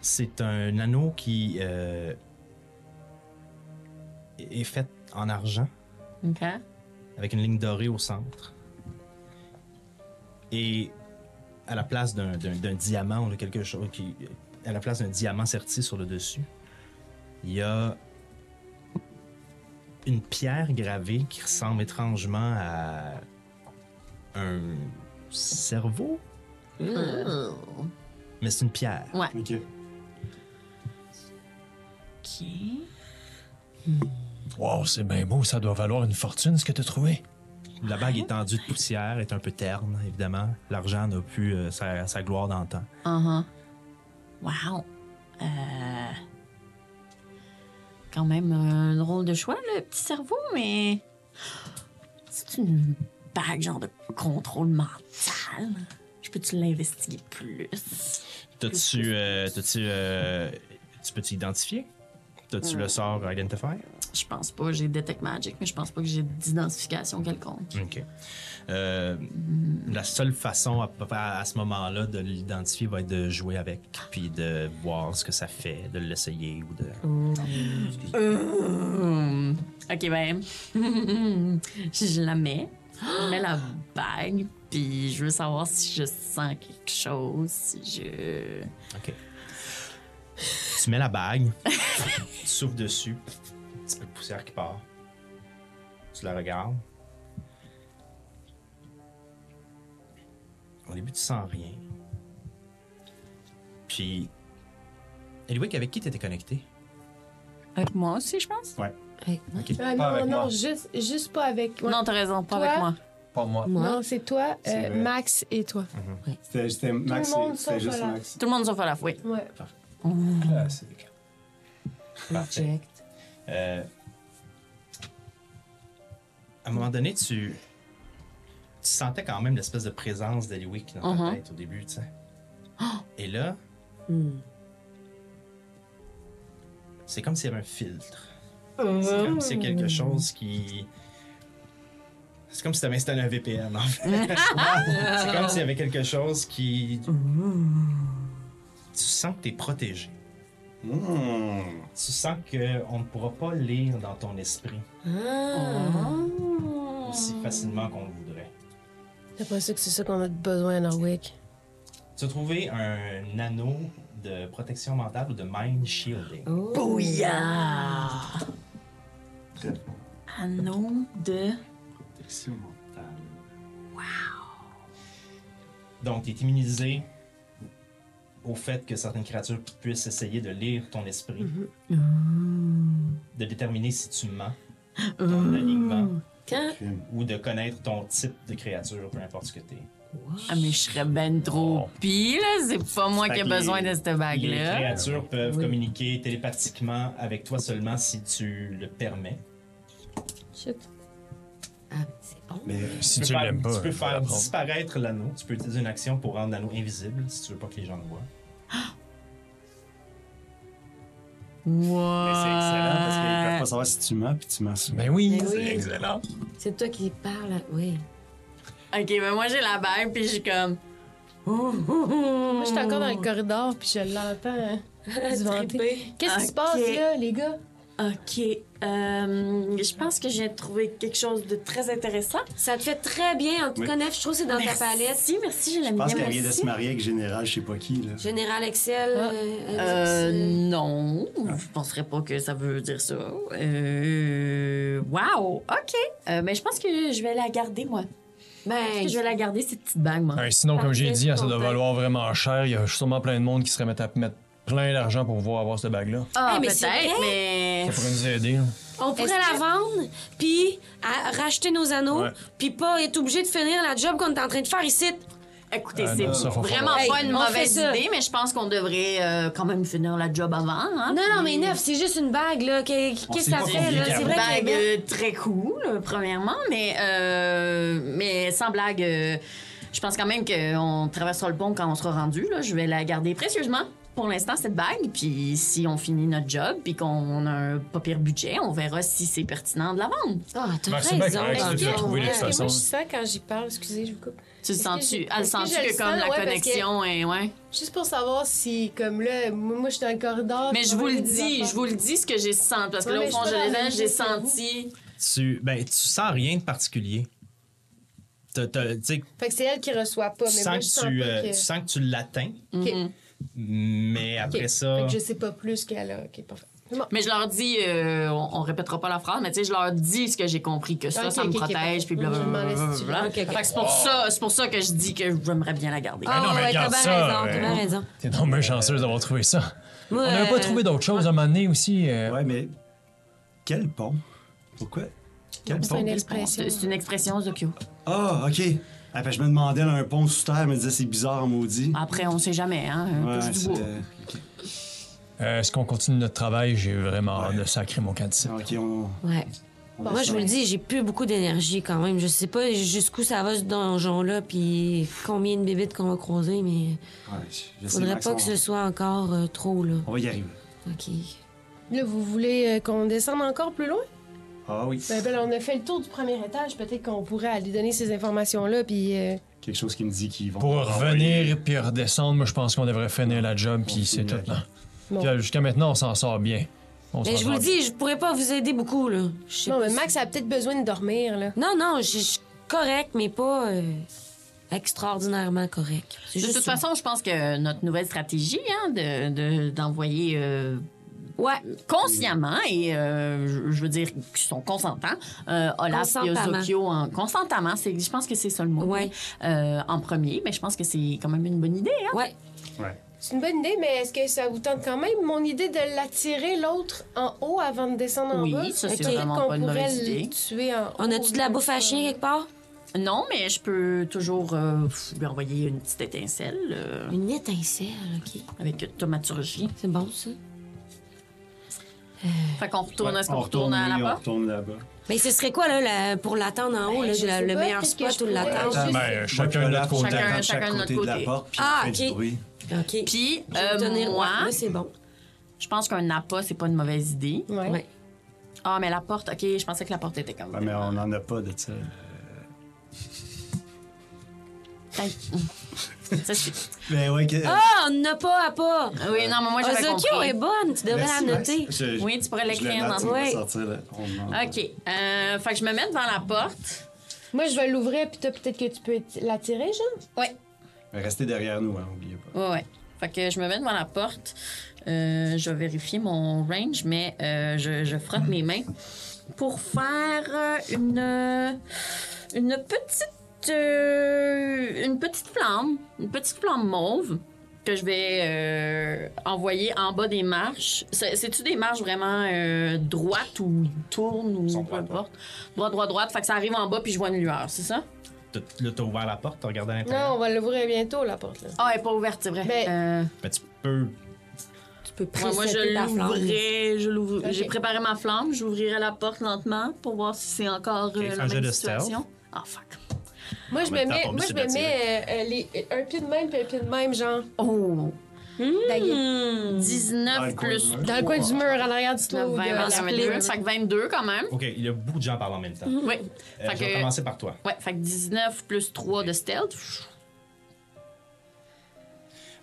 [SPEAKER 2] C'est un anneau qui euh, est fait en argent,
[SPEAKER 3] OK.
[SPEAKER 2] avec une ligne dorée au centre. Et à la place d'un, d'un- d'un diamant ou de quelque chose qui. À la place d'un diamant serti sur le dessus, il y a une pierre gravée qui ressemble étrangement à un cerveau. Mais c'est une pierre.
[SPEAKER 6] Ok.
[SPEAKER 3] OK.
[SPEAKER 4] Wow, c'est bien beau, ça doit valoir une fortune ce que t'as trouvé.
[SPEAKER 2] La bague est tendue de poussière, est un peu terne, évidemment. L'argent n'a plus euh, sa, sa gloire d'antan.
[SPEAKER 3] Uh-huh. Wow. Euh, Quand même un drôle de choix, le petit cerveau, mais. C'est une bague, genre de contrôle mental. Je peux-tu l'investiguer plus?
[SPEAKER 2] T'as-tu. euh, t'as-tu. euh, tu peux t'identifier? T'as-tu le sort Identifier?
[SPEAKER 3] Je pense pas, j'ai Detect Magic, mais je pense pas que j'ai d'identification quelconque.
[SPEAKER 2] OK. Euh, La seule façon à, peu près Ah, bah, à- à ce moment-là de l'identifier va être de jouer avec, puis de voir ce que ça fait, de l'essayer ou de.
[SPEAKER 3] Hum. Ok, ben. je la mets. Je mets la bague, puis je veux savoir si je sens quelque chose, si je.
[SPEAKER 2] OK. Tu mets la bague, tu souffles dessus, un petit peu de poussière qui part. Tu la regardes. Au début, tu sens rien. Puis. Eliwick, avec qui t'étais connecté?
[SPEAKER 3] Avec moi aussi, je pense.
[SPEAKER 2] Ok.
[SPEAKER 7] Ah,
[SPEAKER 4] Pas
[SPEAKER 7] non,
[SPEAKER 4] avec
[SPEAKER 7] non,
[SPEAKER 4] moi.
[SPEAKER 7] juste, juste pas avec. ouais.
[SPEAKER 3] Non, t'as raison, pas
[SPEAKER 7] Toi?
[SPEAKER 3] avec moi.
[SPEAKER 4] Pas moi.
[SPEAKER 7] Non, c'est toi,
[SPEAKER 6] C'est
[SPEAKER 7] euh,
[SPEAKER 6] vrai.
[SPEAKER 7] Max et toi.
[SPEAKER 6] C'était c'était Max,
[SPEAKER 7] Tout le monde
[SPEAKER 6] et- c'était
[SPEAKER 7] sauf
[SPEAKER 6] juste
[SPEAKER 7] Olaf.
[SPEAKER 6] Max.
[SPEAKER 3] Tout le monde sauf Olaf, oui.
[SPEAKER 7] Ouais.
[SPEAKER 4] Classique.
[SPEAKER 2] Parfait. Euh, à un moment donné, tu, tu sentais quand même l'espèce de présence d'Eliwick dans ta
[SPEAKER 3] Mhm.
[SPEAKER 2] tête au début, tu sais. Et là, c'est comme s'il y avait un filtre. C'est comme s'il y a quelque chose qui. C'est comme si tu avais installé un VPN, en fait. c'est comme s'il y avait quelque chose qui. Tu sens que tu es protégé.
[SPEAKER 6] Hmm.
[SPEAKER 2] Tu sens qu'on ne pourra pas lire dans ton esprit aussi facilement qu'on le voudrait.
[SPEAKER 7] T'as pas sûr que c'est ça qu'on a besoin à Norwick?
[SPEAKER 2] Tu as trouvé un anneau de protection mentale ou de mind shielding.
[SPEAKER 3] Bouillard!
[SPEAKER 6] Très bon.
[SPEAKER 3] Anneau de.
[SPEAKER 6] Protection mentale.
[SPEAKER 2] Donc, tu es immunisé au fait que certaines créatures puissent essayer de lire ton esprit,
[SPEAKER 6] Oh.
[SPEAKER 2] de déterminer si tu mens, ton alignement,
[SPEAKER 6] Crime.
[SPEAKER 2] ou de connaître ton type de créature, peu importe ce que t'es.
[SPEAKER 3] Ah, mais je serais ben trop pis, là. C'est pas moi
[SPEAKER 2] Fait
[SPEAKER 3] qui ai
[SPEAKER 2] que
[SPEAKER 3] besoin
[SPEAKER 2] les-
[SPEAKER 3] de cette
[SPEAKER 2] Les
[SPEAKER 3] bague-là.
[SPEAKER 2] créatures peuvent communiquer télépathiquement avec toi seulement si tu le permets.
[SPEAKER 6] Mais
[SPEAKER 4] Si
[SPEAKER 2] peux
[SPEAKER 4] tu
[SPEAKER 2] faire-
[SPEAKER 4] l'aimes pas, hein,
[SPEAKER 2] tu peux
[SPEAKER 4] je vais
[SPEAKER 2] faire
[SPEAKER 4] l'apprendre.
[SPEAKER 2] disparaître l'anneau. Tu peux utiliser une action pour rendre l'anneau invisible si tu veux pas que les gens le voient.
[SPEAKER 3] Wow!
[SPEAKER 6] Mais c'est excellent parce qu'ils peuvent pas savoir si tu mens puis tu mens souvent.
[SPEAKER 4] Ben oui,
[SPEAKER 5] Ben oui.
[SPEAKER 4] c'est excellent.
[SPEAKER 5] C'est toi qui parles. Oui.
[SPEAKER 3] Ok, mais moi j'ai la bague, puis j'ai comme.
[SPEAKER 7] Moi, j'étais encore dans le corridor, puis je l'entends hein, se vanter.
[SPEAKER 5] Trippé.
[SPEAKER 7] Qu'est-ce qui se
[SPEAKER 3] Ok.
[SPEAKER 7] passe, là, les gars?
[SPEAKER 3] Ok, euh, je pense que j'ai trouvé quelque chose de très intéressant.
[SPEAKER 5] Ça te fait très bien. En tout
[SPEAKER 6] Oui.
[SPEAKER 5] cas, Nef, je trouve que c'est dans ta palette.
[SPEAKER 3] Merci, merci, je l'aime
[SPEAKER 6] Je
[SPEAKER 3] bien.
[SPEAKER 6] pense qu'elle vient de
[SPEAKER 3] merci.
[SPEAKER 6] se marier avec Général, je sais pas qui. Là.
[SPEAKER 5] Général Excel.
[SPEAKER 7] Ah.
[SPEAKER 5] euh,
[SPEAKER 3] Euh,
[SPEAKER 5] Excel.
[SPEAKER 3] non, je penserais pas que ça veut dire ça. Euh, wow, ok. Euh, mais je pense que je vais la garder, moi. Je pense
[SPEAKER 5] Ben,
[SPEAKER 3] que je vais la garder, cette petite bague, moi.
[SPEAKER 4] Ouais, sinon, comme j'ai
[SPEAKER 5] Parfait,
[SPEAKER 4] dit, hein, ça doit
[SPEAKER 5] content.
[SPEAKER 4] valoir vraiment cher. Il y a sûrement plein de monde qui serait mettre à mettre plein d'argent pour pouvoir avoir cette bague-là.
[SPEAKER 3] Ah,
[SPEAKER 5] Hey, mais c'est
[SPEAKER 3] peut-être,
[SPEAKER 5] vrai?
[SPEAKER 3] mais.
[SPEAKER 4] Ça pourrait nous aider. hein. là.
[SPEAKER 5] on pourrait
[SPEAKER 11] Est-ce
[SPEAKER 5] la vendre, puis à- racheter nos anneaux,
[SPEAKER 4] Ouais.
[SPEAKER 5] puis pas être obligé de finir la job qu'on est en train de faire ici.
[SPEAKER 3] Écoutez,
[SPEAKER 4] Ah
[SPEAKER 3] c'est
[SPEAKER 4] non, ça, faut
[SPEAKER 3] vraiment
[SPEAKER 4] faire
[SPEAKER 3] pas une
[SPEAKER 5] on fait
[SPEAKER 3] mauvaise
[SPEAKER 5] ça.
[SPEAKER 3] idée, mais je pense qu'on devrait euh, quand même finir la job avant. Hein,
[SPEAKER 5] Non, non, mais
[SPEAKER 3] Puis-
[SPEAKER 5] Nef, c'est juste une bague, là. Qu'est- Qu'est-ce
[SPEAKER 6] sait
[SPEAKER 5] que ça
[SPEAKER 6] pas
[SPEAKER 5] fait,
[SPEAKER 6] combien
[SPEAKER 5] là?
[SPEAKER 6] qu'elle
[SPEAKER 5] C'est
[SPEAKER 3] une
[SPEAKER 5] vrai
[SPEAKER 3] bague
[SPEAKER 5] que c'est
[SPEAKER 3] euh, très cool, euh, premièrement, mais, euh, mais sans blague, euh, je pense quand même qu'on traversera le pont quand on sera rendu. là. Je vais la garder précieusement pour l'instant, cette bague. Puis si on finit notre job, puis qu'on a un pas pire budget, on verra si c'est pertinent de la vendre.
[SPEAKER 5] Ah, t'as
[SPEAKER 4] Ben, c'est bien
[SPEAKER 5] raison.
[SPEAKER 4] correct,
[SPEAKER 5] dans
[SPEAKER 4] c'est
[SPEAKER 5] le
[SPEAKER 4] déjà
[SPEAKER 5] fond,
[SPEAKER 4] trouvé de
[SPEAKER 5] ouais.
[SPEAKER 4] toute
[SPEAKER 7] Et
[SPEAKER 4] façon.
[SPEAKER 7] moi, je sens quand j'y parle, excusez, je vous coupe.
[SPEAKER 3] Tu le
[SPEAKER 7] Est-ce que
[SPEAKER 3] sens-tu?
[SPEAKER 7] j'ai-
[SPEAKER 3] Elle
[SPEAKER 7] est-ce que
[SPEAKER 3] sent-tu
[SPEAKER 7] je le
[SPEAKER 3] que comme
[SPEAKER 7] sens?
[SPEAKER 3] la
[SPEAKER 7] Ouais, parce que-
[SPEAKER 3] connexion est. Ouais.
[SPEAKER 7] Juste pour savoir si, comme là, moi, moi, je suis dans le corridor.
[SPEAKER 3] Mais
[SPEAKER 7] puis
[SPEAKER 3] je vous le
[SPEAKER 7] j'entends des
[SPEAKER 3] dis,
[SPEAKER 7] affaires.
[SPEAKER 3] je vous le dis ce que j'ai senti. Parce que
[SPEAKER 7] Ouais,
[SPEAKER 3] là,
[SPEAKER 7] mais
[SPEAKER 3] au
[SPEAKER 7] je
[SPEAKER 3] fond,
[SPEAKER 7] suis pas
[SPEAKER 3] je
[SPEAKER 7] dans
[SPEAKER 3] les
[SPEAKER 7] la
[SPEAKER 3] ai-
[SPEAKER 7] même
[SPEAKER 3] j'ai
[SPEAKER 7] chose que vous.
[SPEAKER 3] senti.
[SPEAKER 2] Tu, ben, tu sens rien de particulier. T'as- t'as- tu sais,
[SPEAKER 7] Fait que c'est elle qui reçoit pas,
[SPEAKER 2] tu,
[SPEAKER 7] mais
[SPEAKER 2] sens
[SPEAKER 7] moi,
[SPEAKER 2] que
[SPEAKER 7] je sens
[SPEAKER 2] tu,
[SPEAKER 7] pas
[SPEAKER 2] euh,
[SPEAKER 7] que...
[SPEAKER 2] tu sens que tu l'atteins,
[SPEAKER 7] Ok.
[SPEAKER 3] Mm-hmm.
[SPEAKER 2] mais après
[SPEAKER 7] Ok.
[SPEAKER 2] ça.
[SPEAKER 7] Fait que je sais pas plus qu'elle a. Ok, parfait. Bon.
[SPEAKER 3] Mais je leur dis, euh, on, on répétera pas la phrase, mais tu sais, je leur dis ce que j'ai compris, que ça,
[SPEAKER 7] Ok,
[SPEAKER 3] ça me
[SPEAKER 7] ok, ok,
[SPEAKER 3] protège,
[SPEAKER 7] parfait.
[SPEAKER 3] puis
[SPEAKER 7] Je me demandais
[SPEAKER 3] blablabla.
[SPEAKER 7] si tu l'as.
[SPEAKER 3] Fait que c'est pour, ça, c'est pour ça que je dis que j'aimerais bien la garder.
[SPEAKER 5] Ah,
[SPEAKER 4] Ben, non, mais
[SPEAKER 5] ouais, t'as
[SPEAKER 4] garde
[SPEAKER 5] bien
[SPEAKER 4] ça,
[SPEAKER 5] raison, t'as
[SPEAKER 4] ouais.
[SPEAKER 5] bien raison.
[SPEAKER 4] T'es donc bien chanceuse d'avoir trouvé ça.
[SPEAKER 5] Moi,
[SPEAKER 4] On n'avait
[SPEAKER 5] euh,
[SPEAKER 4] pas trouvé d'autre chose à un moment donné aussi. euh,
[SPEAKER 6] Ouais, mais quel pont? Pourquoi? Quel
[SPEAKER 7] C'est
[SPEAKER 6] pont?
[SPEAKER 7] une
[SPEAKER 3] Bon,
[SPEAKER 7] expression.
[SPEAKER 3] C'est c'est une expression, Zokyo.
[SPEAKER 6] Ah, OK. Ah, ben, je me demandais là, un pont sous terre, je me disais c'est bizarre, maudit.
[SPEAKER 3] Après, on sait jamais, hein. un
[SPEAKER 6] ouais,
[SPEAKER 3] peu Ah, du bois.
[SPEAKER 6] c'était- OK.
[SPEAKER 4] euh, Est-ce qu'on continue notre travail? J'ai vraiment hâte de sacrer mon candidat.
[SPEAKER 6] Ah, OK, on...
[SPEAKER 5] Ouais.
[SPEAKER 6] on
[SPEAKER 5] Moi, je vous le dis, j'ai plus beaucoup d'énergie quand même. Je sais pas jusqu'où ça va ce donjon-là, puis combien de bébites qu'on va croiser, mais
[SPEAKER 6] Ouais, je sais,
[SPEAKER 5] faudrait
[SPEAKER 6] Max,
[SPEAKER 5] pas
[SPEAKER 6] on-
[SPEAKER 5] que ce soit encore euh, trop, là.
[SPEAKER 6] On va y arriver.
[SPEAKER 5] OK.
[SPEAKER 7] Là, vous voulez euh, qu'on descende encore plus loin?
[SPEAKER 6] Ah oui.
[SPEAKER 7] Ben, ben, on a fait le tour du premier étage. Peut-être qu'on pourrait aller donner ces informations-là, puis... euh,
[SPEAKER 6] Quelque chose qui me dit qu'ils vont...
[SPEAKER 4] Pour
[SPEAKER 6] renvoyer-
[SPEAKER 4] revenir puis redescendre, moi je pense qu'on devrait finir la job puis c'est tout. là.
[SPEAKER 7] Bon.
[SPEAKER 4] Puis, euh, Jusqu'à maintenant, on s'en sort bien. On
[SPEAKER 5] Mais
[SPEAKER 4] s'en
[SPEAKER 5] Ben, je vous le
[SPEAKER 4] sort bien.
[SPEAKER 5] dis, je pourrais pas vous aider beaucoup, là. Je sais
[SPEAKER 7] Non,
[SPEAKER 5] pas
[SPEAKER 7] mais
[SPEAKER 5] si-
[SPEAKER 7] Max a peut-être besoin de dormir, là.
[SPEAKER 5] Non, non, je je suis correct, mais pas euh, extraordinairement correct. C'est
[SPEAKER 3] De
[SPEAKER 5] juste
[SPEAKER 3] toute
[SPEAKER 5] ça.
[SPEAKER 3] façon, je pense que notre nouvelle stratégie, hein, d'envoyer de, d'envoyer euh,
[SPEAKER 5] Ouais.
[SPEAKER 3] consciemment et euh, je- je veux dire qu'ils sont consentants. Euh, Olaf et
[SPEAKER 5] Consentamment.
[SPEAKER 3] Ozokyo en consentamment, c'est je pense que c'est ça le mot.
[SPEAKER 5] Ouais.
[SPEAKER 3] Euh, en premier, mais je pense que c'est quand même une bonne idée. Hein?
[SPEAKER 5] Ouais.
[SPEAKER 7] C'est une bonne idée, mais est-ce que ça vous tente quand même mon idée de l'attirer l'autre en haut avant de descendre
[SPEAKER 3] Oui,
[SPEAKER 7] en bas?
[SPEAKER 3] ça, c'est
[SPEAKER 7] Ok.
[SPEAKER 3] vraiment
[SPEAKER 7] Peut-être
[SPEAKER 3] pas
[SPEAKER 7] qu'on
[SPEAKER 3] une
[SPEAKER 7] pourrait
[SPEAKER 3] mauvaise
[SPEAKER 7] le
[SPEAKER 3] idée.
[SPEAKER 7] tuer en haut.
[SPEAKER 5] On a-tu de la
[SPEAKER 7] dans
[SPEAKER 5] bouffe à
[SPEAKER 7] le-
[SPEAKER 5] chien quelque part?
[SPEAKER 3] Non, mais je peux toujours euh, lui envoyer une petite étincelle euh,
[SPEAKER 5] Une étincelle, OK.
[SPEAKER 3] avec tomaturgie.
[SPEAKER 5] C'est bon, ça.
[SPEAKER 3] Fait qu'on retourne à ce qu'on
[SPEAKER 6] on
[SPEAKER 3] retourne,
[SPEAKER 6] retourne,
[SPEAKER 3] à
[SPEAKER 6] oui,
[SPEAKER 3] la
[SPEAKER 6] on
[SPEAKER 3] porte.
[SPEAKER 6] retourne là-bas.
[SPEAKER 5] Mais ce serait quoi, là, la- pour l'attendre en haut,
[SPEAKER 7] Ben,
[SPEAKER 5] là,
[SPEAKER 7] je
[SPEAKER 5] la-
[SPEAKER 7] sais
[SPEAKER 5] le
[SPEAKER 7] pas,
[SPEAKER 5] meilleur
[SPEAKER 7] peut-être que
[SPEAKER 5] spot
[SPEAKER 7] je
[SPEAKER 5] où l'attendre?
[SPEAKER 7] pourrais-
[SPEAKER 6] Attends,
[SPEAKER 7] juste-
[SPEAKER 4] Ben, chacun de notre côté.
[SPEAKER 3] Chacun-
[SPEAKER 6] Attends de
[SPEAKER 3] chacun de notre
[SPEAKER 6] côté de la
[SPEAKER 3] côté.
[SPEAKER 6] porte, puis
[SPEAKER 5] Ah,
[SPEAKER 6] fais du
[SPEAKER 5] ok.
[SPEAKER 6] bruit.
[SPEAKER 5] OK.
[SPEAKER 3] Puis,
[SPEAKER 5] Je vais
[SPEAKER 3] euh,
[SPEAKER 5] me tenir-
[SPEAKER 3] moi,
[SPEAKER 5] ouais, c'est bon.
[SPEAKER 3] je pense qu'un appât, c'est pas une mauvaise idée.
[SPEAKER 7] Ouais.
[SPEAKER 5] Ouais.
[SPEAKER 3] Ah, mais la porte, ok, je pensais que la porte était comme
[SPEAKER 6] Ouais, mais on n'en a pas de ça.
[SPEAKER 3] ça. c'est-
[SPEAKER 6] Ben ouais, que...
[SPEAKER 5] Ah, on n'a pas à pas!
[SPEAKER 3] Oui, non, mais moi j'avais
[SPEAKER 5] Ozokyo
[SPEAKER 3] compris.
[SPEAKER 5] est bonne, tu devrais
[SPEAKER 6] Merci,
[SPEAKER 5] la
[SPEAKER 6] Max.
[SPEAKER 5] noter.
[SPEAKER 6] Je- je-
[SPEAKER 3] Oui, tu pourrais
[SPEAKER 6] je le
[SPEAKER 3] l'écrire
[SPEAKER 6] note,
[SPEAKER 3] dans
[SPEAKER 6] ça
[SPEAKER 3] ton-
[SPEAKER 6] va
[SPEAKER 5] Ouais.
[SPEAKER 6] sortir, là. On en-
[SPEAKER 3] OK. Euh, fait que je me mets devant la porte.
[SPEAKER 7] Moi, je vais l'ouvrir, puis toi, peut-être que tu peux éti- l'attirer, genre?
[SPEAKER 6] Mais restez derrière nous, hein, oubliez pas.
[SPEAKER 3] Ouais, ouais. Fait que je me mets devant la porte. Euh, je vais vérifier mon range, mais euh, je, je frotte mes mains pour faire euh, une, une petite. euh, une petite flamme. Une petite flamme mauve que je vais euh, envoyer en bas des marches. C'est- C'est-tu des marches vraiment euh, droites ou tournent ou
[SPEAKER 2] Sont
[SPEAKER 3] peu
[SPEAKER 2] droites,
[SPEAKER 3] importe? Droite, droite, droite. Fait que ça arrive en bas puis je vois une lueur, c'est ça?
[SPEAKER 2] T'as- Là, t'as ouvert la porte, t'as regardé à l'intérieur.
[SPEAKER 7] Non, on va l'ouvrir bientôt, la porte. Là.
[SPEAKER 3] Ah, elle est pas ouverte, c'est vrai.
[SPEAKER 7] Mais-
[SPEAKER 3] Euh,
[SPEAKER 2] Ben, tu peux.
[SPEAKER 5] Tu peux
[SPEAKER 3] Ouais, moi, je
[SPEAKER 5] précepter ta flamme.
[SPEAKER 3] l'ouvrais, je l'ouvre-
[SPEAKER 7] Ok.
[SPEAKER 3] J'ai préparé ma flamme, j'ouvrirai la porte lentement pour voir si c'est encore euh,
[SPEAKER 2] fais
[SPEAKER 3] la
[SPEAKER 2] un jet
[SPEAKER 3] même
[SPEAKER 2] de
[SPEAKER 3] situation. Ah, fuck.
[SPEAKER 7] Moi, je
[SPEAKER 2] En
[SPEAKER 7] me
[SPEAKER 2] même temps,
[SPEAKER 7] mets,
[SPEAKER 2] ton but,
[SPEAKER 7] moi,
[SPEAKER 2] c'est
[SPEAKER 7] je me
[SPEAKER 2] de
[SPEAKER 7] mets euh, euh, les- un pied de même, puis un pied de même, genre.
[SPEAKER 3] Oh!
[SPEAKER 7] Dans
[SPEAKER 5] Hmm.
[SPEAKER 3] 19
[SPEAKER 6] coin
[SPEAKER 3] plus
[SPEAKER 6] du mur.
[SPEAKER 7] le coin du mur, à l'arrière du
[SPEAKER 3] 9,
[SPEAKER 7] trou.
[SPEAKER 3] 20,
[SPEAKER 7] de la
[SPEAKER 3] 21,
[SPEAKER 7] clé.
[SPEAKER 3] 22. Fait que 22 quand même.
[SPEAKER 2] Ok, il y a beaucoup de gens parlent en même
[SPEAKER 7] Mm-hmm.
[SPEAKER 2] temps.
[SPEAKER 3] Oui.
[SPEAKER 2] Euh,
[SPEAKER 3] Fait
[SPEAKER 2] je vais
[SPEAKER 3] que-
[SPEAKER 2] commencer par toi.
[SPEAKER 3] Ouais, fait que 19 plus 3 de stealth.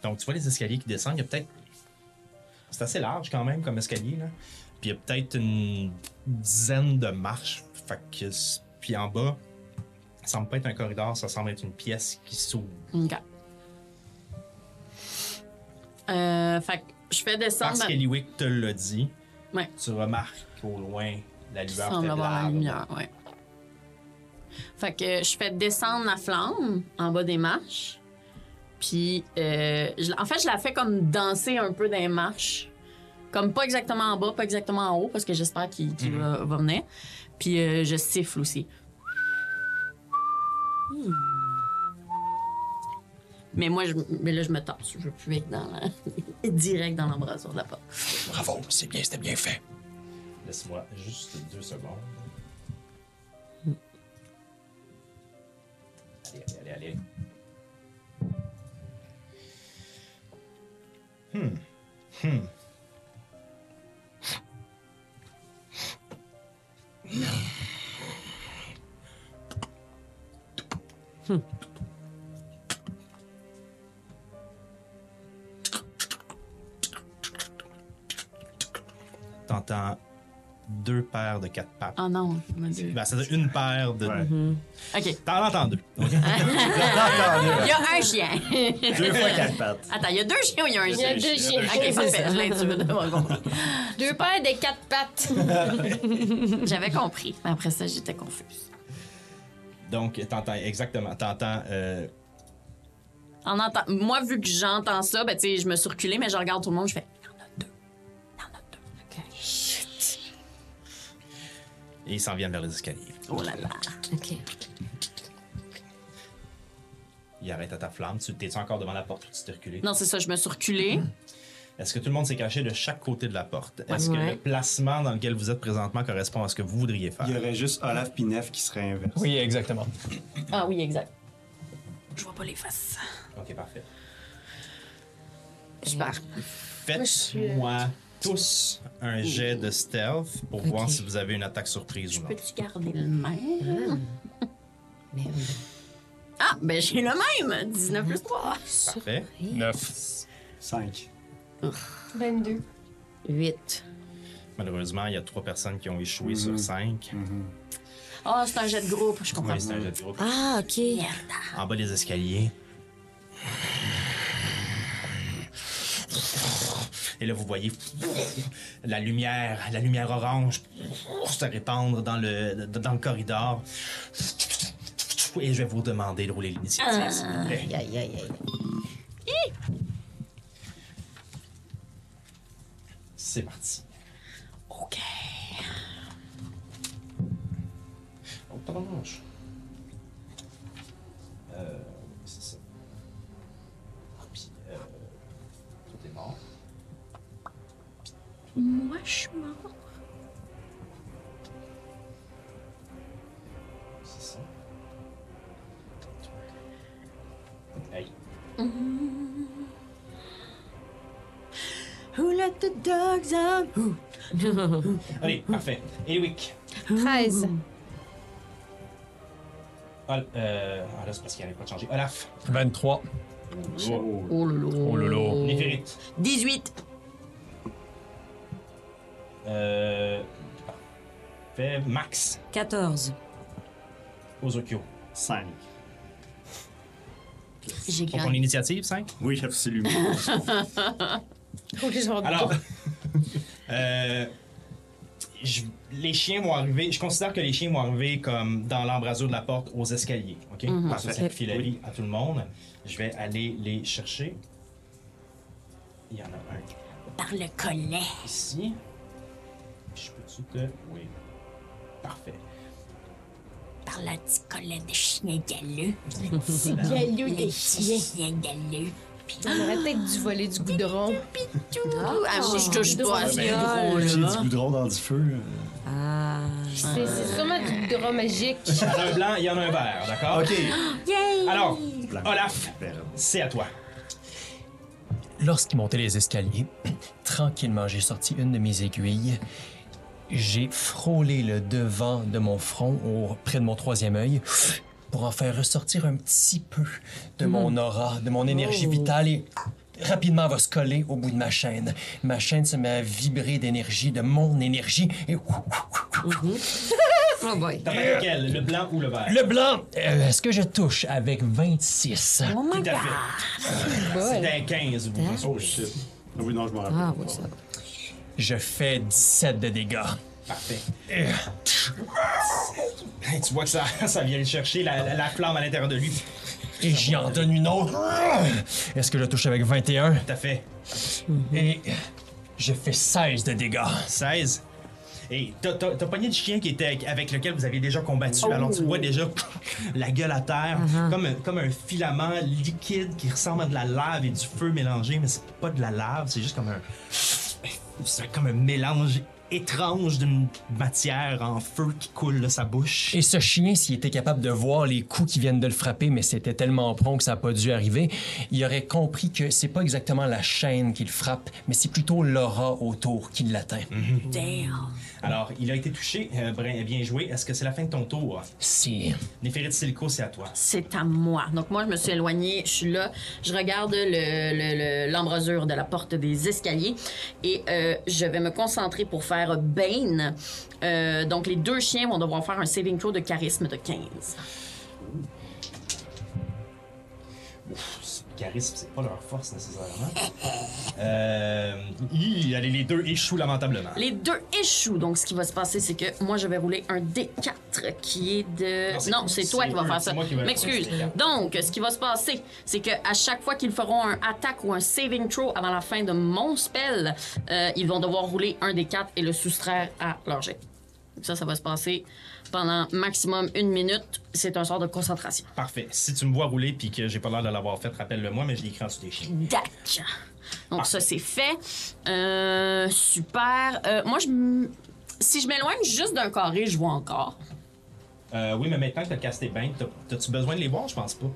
[SPEAKER 2] Donc, tu vois les escaliers qui descendent, il y a peut-être. C'est assez large quand même comme escalier, là. Puis il y a peut-être une dizaine de marches. Fait que. s- Puis en bas, ça semble pas être un corridor, ça semble être une pièce qui s'ouvre.
[SPEAKER 3] OK. Euh, fait que je fais descendre
[SPEAKER 2] Parce
[SPEAKER 3] ma...
[SPEAKER 2] qu'Eliwick te l'a dit,
[SPEAKER 3] Ouais.
[SPEAKER 2] tu remarques au loin la
[SPEAKER 3] Il
[SPEAKER 2] lueur
[SPEAKER 3] semble avoir la
[SPEAKER 2] téblade.
[SPEAKER 3] lumière, ouais. Fait que je fais descendre la flamme en bas des marches. Puis, euh, je- en fait, je la fais comme danser un peu dans les marches. Comme pas exactement en bas, pas exactement en haut, parce que j'espère qu'il qu'il va, va venir. Puis, euh, je siffle aussi. Hmm. Mais moi, je, mais là, je me tasse. Je veux plus être dans la- direct dans l'embrasure de la porte.
[SPEAKER 4] Bravo, c'est bien, c'était bien fait.
[SPEAKER 2] Laisse-moi juste deux secondes. Allez, allez, allez, allez. Hmm. T'entends deux paires de quatre pattes.
[SPEAKER 3] Ah non, mon Dieu.
[SPEAKER 2] Ben, c'est-à-dire une paire de.
[SPEAKER 6] Ouais.
[SPEAKER 3] OK.
[SPEAKER 2] T'en entends deux.
[SPEAKER 3] Il y a un chien.
[SPEAKER 6] Deux fois quatre pattes.
[SPEAKER 3] Attends, il y a deux chiens ou il y a un
[SPEAKER 7] Il y a
[SPEAKER 3] chien?
[SPEAKER 7] deux chiens.
[SPEAKER 3] Ok, parfait. Je l'ai tu veux d'avoir compris.
[SPEAKER 7] Deux paires de quatre pattes.
[SPEAKER 3] J'avais compris, mais après ça, j'étais confuse.
[SPEAKER 2] Donc, t'entends exactement. T'entends. euh,
[SPEAKER 3] En entend- Moi, vu que j'entends ça, ben, tu sais, je me suis reculée, mais je regarde tout le monde, je fais. Il y en a deux. Il y en a deux.
[SPEAKER 2] et ils s'en viennent vers les escaliers.
[SPEAKER 3] Oh là là.
[SPEAKER 5] OK.
[SPEAKER 2] Ils arrêtent à ta flamme. Tu t'es encore devant la porte ou tu t'es reculé?
[SPEAKER 3] Non, c'est ça, je me suis reculée.
[SPEAKER 2] Est-ce que tout le monde s'est caché de chaque côté de la porte? Est-ce que
[SPEAKER 5] Ouais.
[SPEAKER 2] le placement dans lequel vous êtes présentement correspond à ce que vous voudriez faire?
[SPEAKER 6] Il y aurait juste Olaf Pinef qui serait inverse.
[SPEAKER 4] Oui, exactement.
[SPEAKER 3] Ah oui, exact. Je vois pas les faces.
[SPEAKER 2] Ok, parfait.
[SPEAKER 3] Super.
[SPEAKER 5] euh,
[SPEAKER 2] Faites-moi tous un jet de stealth pour voir si vous avez une attaque surprise ou non.
[SPEAKER 3] Peux-tu garder le même? Ah, ben j'ai le même! 19 plus 3.
[SPEAKER 2] Parfait.
[SPEAKER 4] 9.
[SPEAKER 6] Cinq.
[SPEAKER 7] 22.
[SPEAKER 5] 8.
[SPEAKER 2] Malheureusement, il y a trois personnes qui ont échoué sur cinq.
[SPEAKER 3] Ah, c'est un jet de groupe, je comprends.
[SPEAKER 2] Oui, c'est un jet de groupe.
[SPEAKER 5] Ah, OK.
[SPEAKER 2] En bas des escaliers. Et là, vous voyez la lumière, la lumière orange se répandre dans le, dans le corridor. Et je vais vous demander de rouler l'initiative. s'il vous plaît.
[SPEAKER 3] Ah, Aïe, aïe, aïe.
[SPEAKER 2] C'est parti.
[SPEAKER 3] OK.
[SPEAKER 2] Oh, tabarnouche. Euh, c'est ça. Ah, puis, euh, tout est mort.
[SPEAKER 3] Moi, je suis mort.
[SPEAKER 2] C'est ça. Aïe.
[SPEAKER 3] Who let the dogs out? Who?
[SPEAKER 2] Allez, parfait. Eliwick.
[SPEAKER 7] 13.
[SPEAKER 2] Ol- euh, ah là, c'est parce qu'il n'avait pas changé. Olaf.
[SPEAKER 4] 23.
[SPEAKER 3] Oh lolo.
[SPEAKER 4] Oh lolo.
[SPEAKER 2] Néphérite.
[SPEAKER 3] 18.
[SPEAKER 2] Euh, parfait. Max.
[SPEAKER 12] 14.
[SPEAKER 2] Ozokyo.
[SPEAKER 6] 5.
[SPEAKER 3] J'ai
[SPEAKER 2] Pour ton initiative, 5?
[SPEAKER 6] Oui, absolument.
[SPEAKER 2] Alors, euh, je- les chiens vont arriver. Je considère que les chiens vont arriver comme dans l'embrasure de la porte aux escaliers. Ok,
[SPEAKER 3] Mhm.
[SPEAKER 2] Pour se simplifier la vie à tout le monde. Je vais aller les chercher. Il y en a un
[SPEAKER 3] Par le collet.
[SPEAKER 2] ici. Je peux-tu te. Oui. Parfait.
[SPEAKER 3] Par le petit collet de chien galeux.
[SPEAKER 7] Galou
[SPEAKER 3] Le
[SPEAKER 7] des
[SPEAKER 3] petit
[SPEAKER 7] chiens.
[SPEAKER 3] chien galeux.
[SPEAKER 7] On aurait peut-être dû voler du goudron.
[SPEAKER 3] Ah, moi, je touche pas à
[SPEAKER 6] J'ai
[SPEAKER 3] ce gros,
[SPEAKER 6] du
[SPEAKER 3] là.
[SPEAKER 6] goudron dans du feu.
[SPEAKER 7] C'est c'est sûrement du goudron magique.
[SPEAKER 2] Il y en a un blanc, il y en a un vert, d'accord?
[SPEAKER 6] Ok.
[SPEAKER 2] Alors, Olaf,
[SPEAKER 6] Vert.
[SPEAKER 2] c'est à toi.
[SPEAKER 4] Lorsqu'il montait les escaliers, tranquillement, j'ai sorti une de mes aiguilles. J'ai frôlé le devant de mon front, au- près de mon troisième œil, pour en faire ressortir un petit peu de mon aura, de mon énergie vitale et rapidement elle va se coller au bout de ma chaîne. Ma chaîne se met à vibrer d'énergie, de mon énergie, et
[SPEAKER 13] Oh boy.
[SPEAKER 2] T'as pas lequel, le blanc ou le vert?
[SPEAKER 4] le blanc, euh, est-ce que je touche avec 26?
[SPEAKER 3] Oh my
[SPEAKER 2] Tout à
[SPEAKER 3] god.
[SPEAKER 2] fait. C'est un 15, vous vous en
[SPEAKER 6] Oh
[SPEAKER 2] souvenez.
[SPEAKER 6] shit. Ah Oui, non, je m'en rappelle.
[SPEAKER 13] Ah, ouais, ça. va.
[SPEAKER 4] Je fais 17 de dégâts. Euh,
[SPEAKER 2] Parfait. Hey, tu vois que ça, ça vient le chercher, la, la- la flamme à l'intérieur de lui. Tout
[SPEAKER 4] Et j'y en donne une autre. Est-ce que je touche avec 21?
[SPEAKER 2] à fait.
[SPEAKER 4] Et je fais 16 de dégâts.
[SPEAKER 2] 16. Et t'as t'as- t'as pogné le chien qui était avec- avec lequel vous aviez déjà combattu. Alors tu vois déjà la gueule à terre, comme, un, comme un filament liquide qui ressemble à de la lave et du feu mélangé, mais c'est pas de la lave, c'est juste comme un. C'est comme un mélange étrange d'une matière en feu qui coule de sa bouche.
[SPEAKER 4] Et ce chien, s'il était capable de voir les coups qui viennent de le frapper, mais c'était tellement prompt que ça n'a pas dû arriver, il aurait compris que c'est pas exactement la chaîne qui le frappe, mais c'est plutôt l'aura autour qui l'atteint.
[SPEAKER 2] Hmm.
[SPEAKER 3] Damn.
[SPEAKER 2] Alors, il a été touché. Euh, brin- bien joué. Est-ce que c'est la fin de ton tour?
[SPEAKER 4] C'est.
[SPEAKER 2] Néphérite Silco, c'est à toi.
[SPEAKER 3] C'est à moi. Donc moi, je me suis éloignée, je suis là, je regarde le- le- le- l'embrasure de la porte des escaliers et euh, je vais me concentrer pour faire Bane. Euh, donc les deux chiens vont devoir faire un saving throw de charisme de 15.
[SPEAKER 2] Charisme, c'est pas leur force nécessairement. Euh, hi, allez, les deux échouent lamentablement.
[SPEAKER 3] Les deux échouent. Donc ce qui va se passer, c'est que moi, je vais rouler un D4 qui est de...
[SPEAKER 2] Non, c'est-
[SPEAKER 3] Non, c'est toi
[SPEAKER 2] c'est
[SPEAKER 3] qui vas
[SPEAKER 2] eux,
[SPEAKER 3] faire
[SPEAKER 2] c'est
[SPEAKER 3] ça.
[SPEAKER 2] moi qui vais le
[SPEAKER 3] M'excuse.
[SPEAKER 2] faire, c'est
[SPEAKER 3] Donc ce qui va se passer, c'est que à chaque fois qu'ils feront un attaque ou un saving throw avant la fin de mon spell, euh, ils vont devoir rouler un D4 et le soustraire à leur jet. Donc ça, ça va se passer pendant maximum une minute. C'est un sort de concentration.
[SPEAKER 2] Parfait. Si tu me vois rouler puis que j'ai pas l'air de l'avoir fait, rappelle-le-moi, mais je l'ai écrit en dessous des chiens.
[SPEAKER 3] Dac. Donc ça c'est fait. Euh, super. Euh, moi je m- si je m'éloigne juste d'un carré, je vois encore.
[SPEAKER 2] Euh, oui, mais maintenant que t'as casté bain, t'as-tu besoin de les voir? Je pense pas.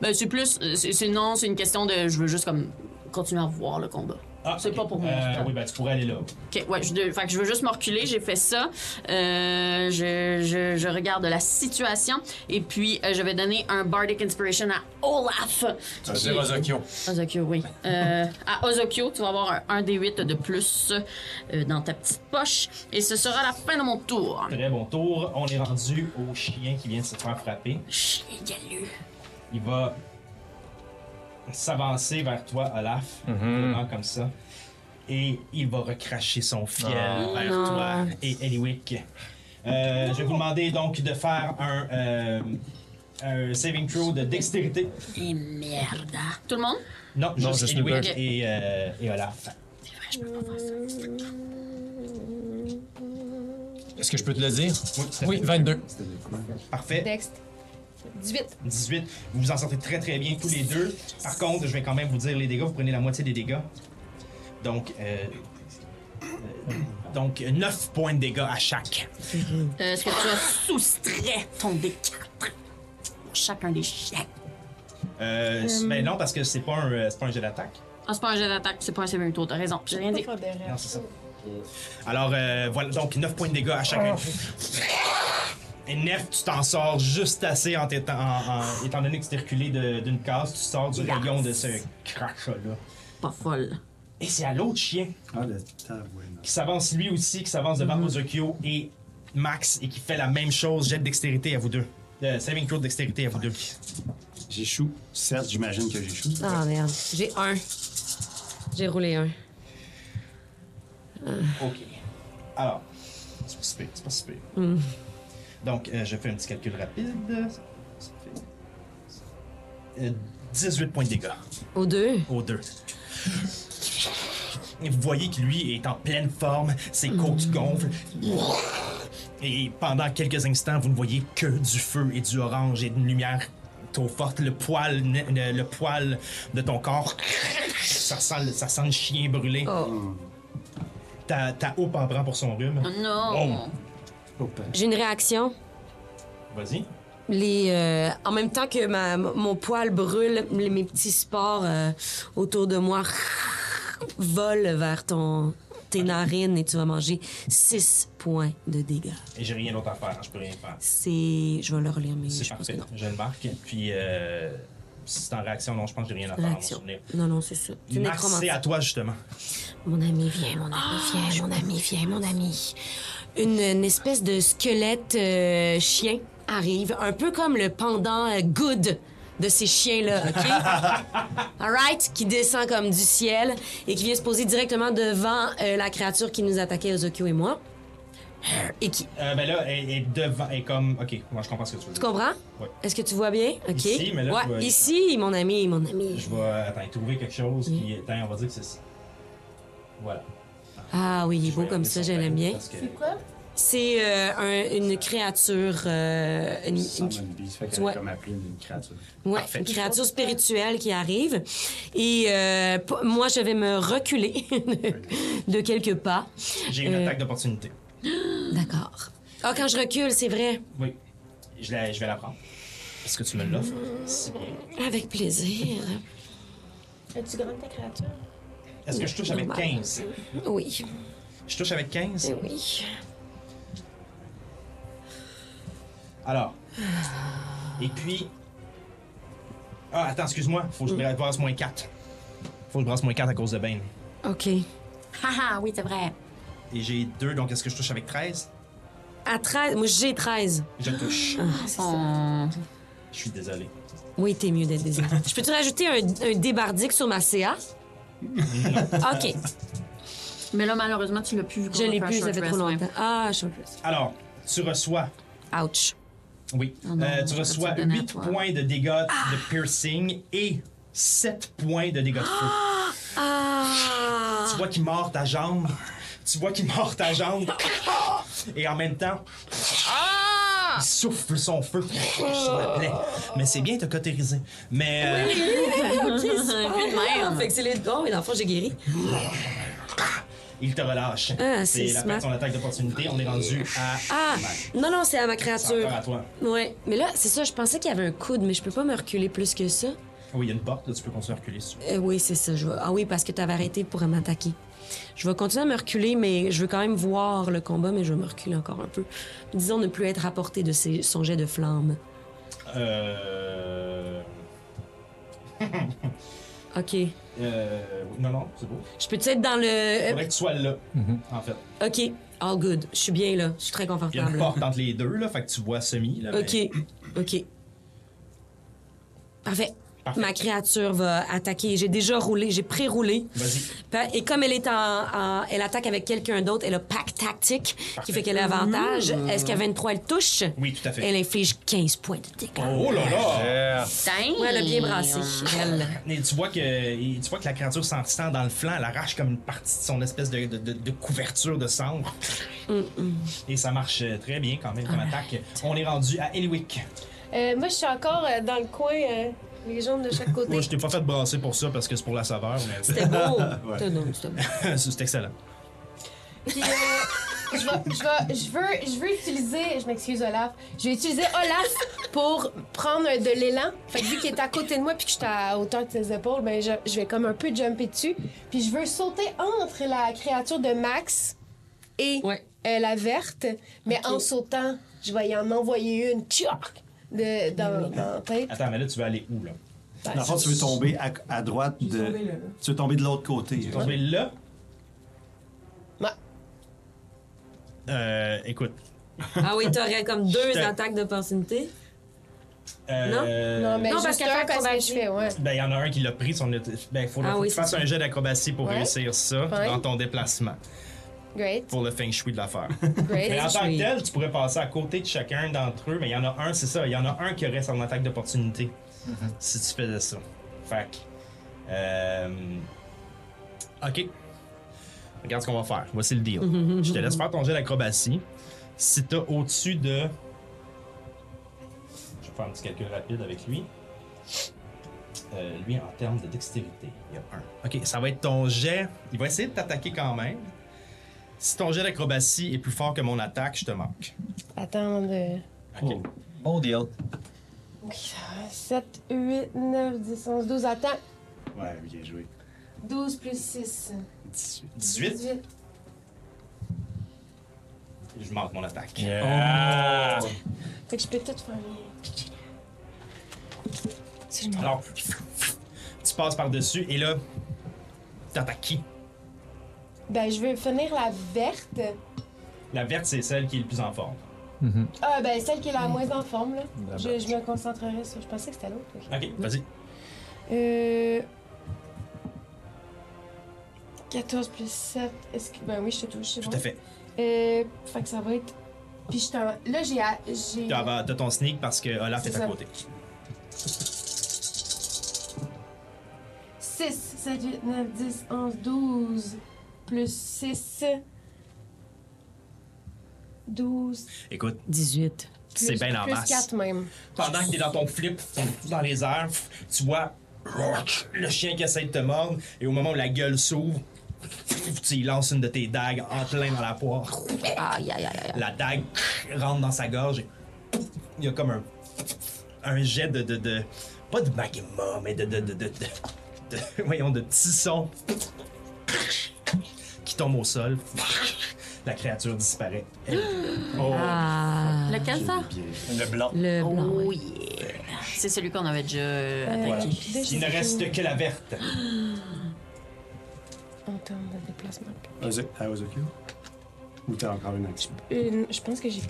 [SPEAKER 3] Ben, c'est plus. euh, C'est, c'est- non, c'est une question de. Je veux juste comme continuer à voir le combat.
[SPEAKER 2] Ah,
[SPEAKER 3] c'est
[SPEAKER 2] ok.
[SPEAKER 3] pas pour moi.
[SPEAKER 2] Euh, oui, ben tu pourrais aller là.
[SPEAKER 3] Ok, ouais, je, de- fait que je veux juste me reculer, j'ai fait ça. Euh, je, je- je regarde la situation et puis euh, je vais donner un Bardic Inspiration à Olaf. Qui- Ozokyo, oui. Euh, à Ozokyo, tu vas avoir un, 1 D8 de plus euh, dans ta petite poche et ce sera la fin de mon tour.
[SPEAKER 2] Très bon tour. On est rendu au chien qui vient de se faire frapper.
[SPEAKER 3] Chien galeux.
[SPEAKER 2] Il va s'avancer vers toi, Olaf, vraiment comme ça. et il va recracher son fiel vers
[SPEAKER 3] Oh,
[SPEAKER 2] toi et Eliwick. Euh, je vais vous demander donc de faire un, euh, un saving throw de dextérité.
[SPEAKER 8] Et merde. Tout le monde?
[SPEAKER 2] Non,
[SPEAKER 4] Non,
[SPEAKER 2] juste
[SPEAKER 4] juste
[SPEAKER 2] Eliwick
[SPEAKER 4] Eliwick.
[SPEAKER 2] et, euh, et Olaf.
[SPEAKER 4] Est-ce que je peux te le dire?
[SPEAKER 2] Oui, tout à
[SPEAKER 4] Oui, 22.
[SPEAKER 2] Parfait.
[SPEAKER 7] Dext. 18.
[SPEAKER 2] 18. Vous vous en sortez très très bien tous les deux. Par contre, je vais quand même vous dire les dégâts. Vous prenez la moitié des dégâts. Donc, euh, euh, donc 9 points de dégâts à chaque.
[SPEAKER 8] Euh, Est-ce que tu as soustrait ton D4 pour chacun des chiens?
[SPEAKER 2] Euh, Mais non, parce que c'est pas un, euh, c'est pas un jeu d'attaque.
[SPEAKER 8] Ah, c'est pas un jet d'attaque, c'est pas un saving throw, t'as raison. J'ai rien dit.
[SPEAKER 7] Pas derrière.
[SPEAKER 2] Non, c'est ça. Alors, euh, voilà, donc 9 points de dégâts à chacun. Et 9, tu t'en sors juste assez en t'étant- en- en- étant donné que tu t'es reculé de- d'une case, tu sors du rayon de ce crachat-là.
[SPEAKER 8] Pas folle.
[SPEAKER 2] Et c'est à l'autre chien
[SPEAKER 6] Ah, le tabouin.
[SPEAKER 2] qui s'avance lui aussi, qui s'avance devant Ozokyo et Max et qui fait la même chose, jet de dextérité à vous deux. Euh, saving throw de dextérité à vous deux.
[SPEAKER 6] J'échoue. Certes, j'imagine que j'échoue.
[SPEAKER 5] Ah merde. J'ai un. J'ai roulé un.
[SPEAKER 2] Ok. Alors, c'est pas si pire, c'est pas si pire. Donc, euh, je fais un petit calcul rapide. Ça fait, euh, 18 points de dégâts
[SPEAKER 5] Au deux.
[SPEAKER 2] aux deux. Et vous voyez que lui est en pleine forme, ses côtes gonflent. Et pendant quelques instants, vous ne voyez que du feu et du orange et d'une lumière trop forte. Le poil, le, le poil de ton corps, ça sent, le- ça sent le chien brûlé. Ta, ta houppe en prend pour son rhume.
[SPEAKER 5] Oh
[SPEAKER 8] Non!
[SPEAKER 5] J'ai une réaction.
[SPEAKER 2] Vas-y.
[SPEAKER 5] Les, euh, en même temps que ma, mon poil brûle, les- mes petits sports euh, autour de moi volent vers ton, tes narines et tu vas manger 6 points de dégâts.
[SPEAKER 2] Et j'ai rien d'autre à faire, je peux rien faire.
[SPEAKER 5] C'est. Je vais le relire, mais
[SPEAKER 2] C'est
[SPEAKER 5] je pense que
[SPEAKER 2] parfait,
[SPEAKER 5] non.
[SPEAKER 2] je le marque. Puis, euh, si c'est en réaction, non, je pense que j'ai rien à faire. à mon
[SPEAKER 5] Réaction.
[SPEAKER 2] souvenir.
[SPEAKER 5] Non, non, c'est ça. C'est
[SPEAKER 2] Max,
[SPEAKER 5] nécromancien.
[SPEAKER 2] c'est à toi, justement.
[SPEAKER 5] Mon ami, viens, mon ami,
[SPEAKER 2] Ah,
[SPEAKER 5] viens, mon ami, viens, mon ami. Une, une espèce de squelette euh, chien arrive, un peu comme le pendant euh, good de ces chiens-là, OK? Alright? Qui descend comme du ciel et qui vient se poser directement devant euh, la créature qui nous attaquait, Ozokyo et moi. Et qui.
[SPEAKER 2] Euh, ben là, elle est devant, elle est comme. Ok, moi je comprends ce que tu veux dire.
[SPEAKER 5] Tu comprends?
[SPEAKER 2] Ouais.
[SPEAKER 5] Est-ce que tu vois bien? OK.
[SPEAKER 2] Ici, mais là, je vois-
[SPEAKER 5] ouais, ici, mon ami, mon ami.
[SPEAKER 2] Je vais. Attends, trouver quelque chose,
[SPEAKER 5] Mm.
[SPEAKER 2] puis. Attends, on va dire que c'est ça. Voilà.
[SPEAKER 5] Ah oui, il
[SPEAKER 2] Je
[SPEAKER 5] est
[SPEAKER 2] vais
[SPEAKER 5] beau comme
[SPEAKER 2] regarder
[SPEAKER 5] ça,
[SPEAKER 2] son
[SPEAKER 5] je l'aime
[SPEAKER 2] bain,
[SPEAKER 5] bien.
[SPEAKER 2] parce que-
[SPEAKER 7] C'est quoi?
[SPEAKER 5] C'est euh, un- une créature. euh, une-
[SPEAKER 6] Sans
[SPEAKER 5] une-
[SPEAKER 6] une bise, fait
[SPEAKER 5] Ouais.
[SPEAKER 6] qu'elle comme appelée une créature.
[SPEAKER 5] Ouais, une créature spirituelle qui arrive. Et euh, p- moi, je vais me reculer de- de quelques pas.
[SPEAKER 2] J'ai une
[SPEAKER 5] Euh,
[SPEAKER 2] attaque d'opportunité.
[SPEAKER 5] D'accord. Ah, quand je recule, c'est vrai.
[SPEAKER 2] Oui. Je, la- je vais la prendre. Parce que tu me l'offres.
[SPEAKER 5] Avec plaisir.
[SPEAKER 7] As-tu grande ta créature?
[SPEAKER 2] Est-ce que je touche avec
[SPEAKER 5] Normal.
[SPEAKER 2] 15
[SPEAKER 5] Oui,
[SPEAKER 2] Je touche avec 15
[SPEAKER 5] oui.
[SPEAKER 2] Alors. Et puis. Ah, attends, excuse-moi. Faut que
[SPEAKER 5] Mm.
[SPEAKER 2] je brasse moins 4. Faut que je brasse moins 4 à cause de Bane.
[SPEAKER 5] OK.
[SPEAKER 8] Haha, Ah, oui, c'est vrai.
[SPEAKER 2] Et j'ai 2, donc est-ce que je touche avec 13
[SPEAKER 5] À 13, moi, j'ai 13.
[SPEAKER 2] Je touche.
[SPEAKER 8] On-
[SPEAKER 2] Je suis désolé.
[SPEAKER 5] Oui, t'es mieux d'être désolé. je peux-tu rajouter un, un débardique sur ma CA? OK.
[SPEAKER 8] Mais là, malheureusement, tu l'as plus vu qu'on
[SPEAKER 5] Je
[SPEAKER 8] a
[SPEAKER 5] l'ai
[SPEAKER 8] un
[SPEAKER 5] plus, ça
[SPEAKER 8] short
[SPEAKER 5] fait
[SPEAKER 8] rest,
[SPEAKER 5] trop
[SPEAKER 8] ouais.
[SPEAKER 5] longtemps. Ah, je suis plus.
[SPEAKER 2] Alors, tu reçois
[SPEAKER 5] Ouch.
[SPEAKER 2] Oui.
[SPEAKER 8] Oh non,
[SPEAKER 2] Euh,
[SPEAKER 8] je
[SPEAKER 2] tu
[SPEAKER 8] vais
[SPEAKER 2] reçois
[SPEAKER 8] te le donner à
[SPEAKER 2] 8
[SPEAKER 8] toi.
[SPEAKER 2] points de dégâts de piercing et 7 points de dégâts de feu.
[SPEAKER 8] Ah!
[SPEAKER 2] Tu vois qu'il mord ta jambe. Tu vois qu'il mord ta jambe. Et en même temps,
[SPEAKER 8] Ah!
[SPEAKER 2] il souffle son feu sur la plaie. Mais c'est bien, t'as cautérisé. Mais euh,
[SPEAKER 8] Plus de même.
[SPEAKER 5] Fait que c'est les dons, et dans le fond, j'ai guéri.
[SPEAKER 2] il te relâche.
[SPEAKER 5] Ah, c'est
[SPEAKER 2] la fin de
[SPEAKER 5] smart.
[SPEAKER 2] son attaque d'opportunité. On est rendu à.
[SPEAKER 5] Ah! Non, non, c'est à ma
[SPEAKER 2] C'est
[SPEAKER 5] créature.
[SPEAKER 2] encore à toi.
[SPEAKER 5] Ouais, mais là, c'est ça, je pensais qu'il y avait un coude, mais je peux pas me reculer plus que ça.
[SPEAKER 2] Ah Oui, il y a une porte, là, tu peux continuer à reculer. si tu veux.
[SPEAKER 5] Euh, oui, c'est ça. Je vais- Ah oui, parce que t'avais arrêté pour m'attaquer. Je vais continuer à me reculer, mais je veux quand même voir le combat, mais je vais me reculer encore un peu. Disons ne plus être à portée de ses... son jet de flamme.
[SPEAKER 2] Euh.
[SPEAKER 5] OK.
[SPEAKER 2] euh, Non, non, c'est beau.
[SPEAKER 5] Je peux-tu être dans le...
[SPEAKER 2] Faudrait que tu sois là, en fait.
[SPEAKER 5] euh, OK. All good. Je suis bien, là. Je suis très
[SPEAKER 2] Il y a une
[SPEAKER 5] confortable.
[SPEAKER 2] porte entre Ah ben. les deux, là, fait que tu vois semi. Là, mais-
[SPEAKER 5] OK. OK. Parfait.
[SPEAKER 9] ma créature va attaquer. J'ai déjà roulé, j'ai pré-roulé.
[SPEAKER 2] Vas-y.
[SPEAKER 9] Pa- Et comme elle est en, en- elle attaque avec quelqu'un d'autre, elle a pack tactique qui fait qu'elle a avantage.
[SPEAKER 5] Mmh.
[SPEAKER 9] Est-ce qu'à 23 elle touche
[SPEAKER 2] Oui, tout à fait.
[SPEAKER 9] Elle inflige 15 points de dégâts.
[SPEAKER 2] Oh là là!
[SPEAKER 4] Yeah.
[SPEAKER 3] Dang!
[SPEAKER 9] Ouais, elle a bien brassé.
[SPEAKER 5] Mmh.
[SPEAKER 9] Elle.
[SPEAKER 2] Et tu vois que et tu vois que la créature s'en tient dans le flanc, elle arrache comme une partie de son espèce de, de- de- de couverture de cendre. Et ça marche euh, très bien quand même comme attaque. On est rendu à Eliwick.
[SPEAKER 7] Euh, moi, je suis encore euh, dans le coin, euh, les jambes de chaque côté.
[SPEAKER 2] Moi, je t'ai pas fait brasser pour ça parce que c'est pour la saveur,
[SPEAKER 9] C'était beau.
[SPEAKER 6] Ouais.
[SPEAKER 9] C'était- non, c'était beau.
[SPEAKER 2] mais c'est excellent.
[SPEAKER 7] Puis, euh, je, vais- je, vais- je veux, je veux utiliser. Je m'excuse, Olaf. Je vais utiliser Olaf pour prendre de l'élan. Fait que vu qu'il est à côté de moi puis que je suis à hauteur de ses épaules, ben, je, je vais comme un peu jumper dessus. Puis, je veux sauter entre la créature de Max et
[SPEAKER 9] Ouais.
[SPEAKER 7] euh, la verte. Mais en sautant, je vais y en envoyer une. Tchouac! De, dans, dans la tête. Ben,
[SPEAKER 2] Attends, mais là, tu vas aller où, là?
[SPEAKER 6] Dans le fond, tu veux tomber à, à droite de. Tu veux tomber de l'autre côté. hein?
[SPEAKER 2] Tu vas tomber là?
[SPEAKER 7] Ouais.
[SPEAKER 2] Euh, écoute.
[SPEAKER 9] Ah oui, t'aurais comme deux
[SPEAKER 2] J'étais-
[SPEAKER 9] attaques d'opportunité.
[SPEAKER 2] euh,
[SPEAKER 7] Non, mais
[SPEAKER 9] Non,
[SPEAKER 7] juste
[SPEAKER 9] parce qu'elle
[SPEAKER 7] un,
[SPEAKER 9] fait
[SPEAKER 7] parce que je
[SPEAKER 9] acrobatie.
[SPEAKER 7] fais, ouais.
[SPEAKER 2] Ben, il y en a un qui l'a pris. Son... Ben, faut,
[SPEAKER 9] Ah
[SPEAKER 2] faut
[SPEAKER 9] oui,
[SPEAKER 2] que tu
[SPEAKER 9] c'est
[SPEAKER 2] fasses
[SPEAKER 9] ça.
[SPEAKER 2] un jet d'acrobatie pour
[SPEAKER 7] Ouais.
[SPEAKER 2] réussir ça
[SPEAKER 7] Ouais.
[SPEAKER 2] dans ton déplacement,
[SPEAKER 7] Great,
[SPEAKER 2] pour le feng shui de l'affaire.
[SPEAKER 7] great.
[SPEAKER 2] Mais en tant que
[SPEAKER 9] shui.
[SPEAKER 2] tel, tu pourrais passer à côté de chacun d'entre eux, mais il y en a un, c'est ça, il y en a un qui aurait son attaque d'opportunité si tu faisais ça. Fait que, euh, Ok. Regarde ce qu'on va faire. Voici le deal. Je te laisse faire ton jet d'acrobatie. Si t'as au-dessus de. Je vais faire un petit calcul rapide avec lui. Euh, lui, en termes de dextérité, il y a un. Ok, ça va être ton jet. Il va essayer de t'attaquer quand même. Si ton jet d'acrobatie est plus fort que mon attaque, je te manque. Oh.
[SPEAKER 7] Attends, de...
[SPEAKER 2] Ok.
[SPEAKER 4] Bon deal.
[SPEAKER 7] 7, 8, 9, 10, 11, 12. Attends.
[SPEAKER 6] Ouais, bien joué.
[SPEAKER 7] 12 plus 6.
[SPEAKER 2] 18, je manque mon attaque. Ah.
[SPEAKER 4] Yeah.
[SPEAKER 7] Fait que je peux tout faire.
[SPEAKER 2] Alors, tu passes par-dessus et là, t'attaques qui?
[SPEAKER 7] Ben, je veux finir la verte.
[SPEAKER 2] La verte, c'est celle qui est le plus en forme.
[SPEAKER 7] Ah, ben, celle qui est la moins en forme, là.
[SPEAKER 4] La
[SPEAKER 7] Je, je me concentrerai sur. Je pensais que c'était l'autre. ok.
[SPEAKER 2] Ok, vas-y.
[SPEAKER 7] Euh. 14 plus 7. Est-ce que. Ben oui, je te touche. c'est
[SPEAKER 2] Tout
[SPEAKER 7] bon.
[SPEAKER 2] à fait.
[SPEAKER 7] Euh. Fait que ça va être. Puis je t'en. Là, j'ai. à- j'ai...
[SPEAKER 2] T'as t'as ton sneak parce que Olaf
[SPEAKER 7] C'est
[SPEAKER 2] est à
[SPEAKER 7] ça.
[SPEAKER 2] côté.
[SPEAKER 7] 6, 7, 8, 9, 10, 11, 12. Plus 6. 12.
[SPEAKER 2] Écoute,
[SPEAKER 9] 18.
[SPEAKER 7] plus-
[SPEAKER 2] c'est bien en
[SPEAKER 7] Plus
[SPEAKER 2] masse.
[SPEAKER 7] 4 même.
[SPEAKER 2] pendant que t'es dans ton flip, dans les airs, tu vois le chien qui essaie de te mordre, et au moment où la gueule s'ouvre, tu y lances une de tes dagues en plein dans la poire. La dague rentre dans sa gorge et il y a comme un, un jet de, de, de- Pas de magma, mais de. de, de, de, de- de- voyons, de tisson qui tombe au sol. La créature disparaît. Elle-
[SPEAKER 7] Ah.
[SPEAKER 8] Lequel ça?
[SPEAKER 4] Le blanc.
[SPEAKER 9] Le blanc, ouais.
[SPEAKER 8] Oh yeah! C'est celui qu'on avait déjà euh, attaqué.
[SPEAKER 2] voilà. Il ne reste que la verte.
[SPEAKER 7] En termes de déplacement.
[SPEAKER 6] À Ozokyo? Ou t'as encore une action?
[SPEAKER 7] Une- je pense que j'ai.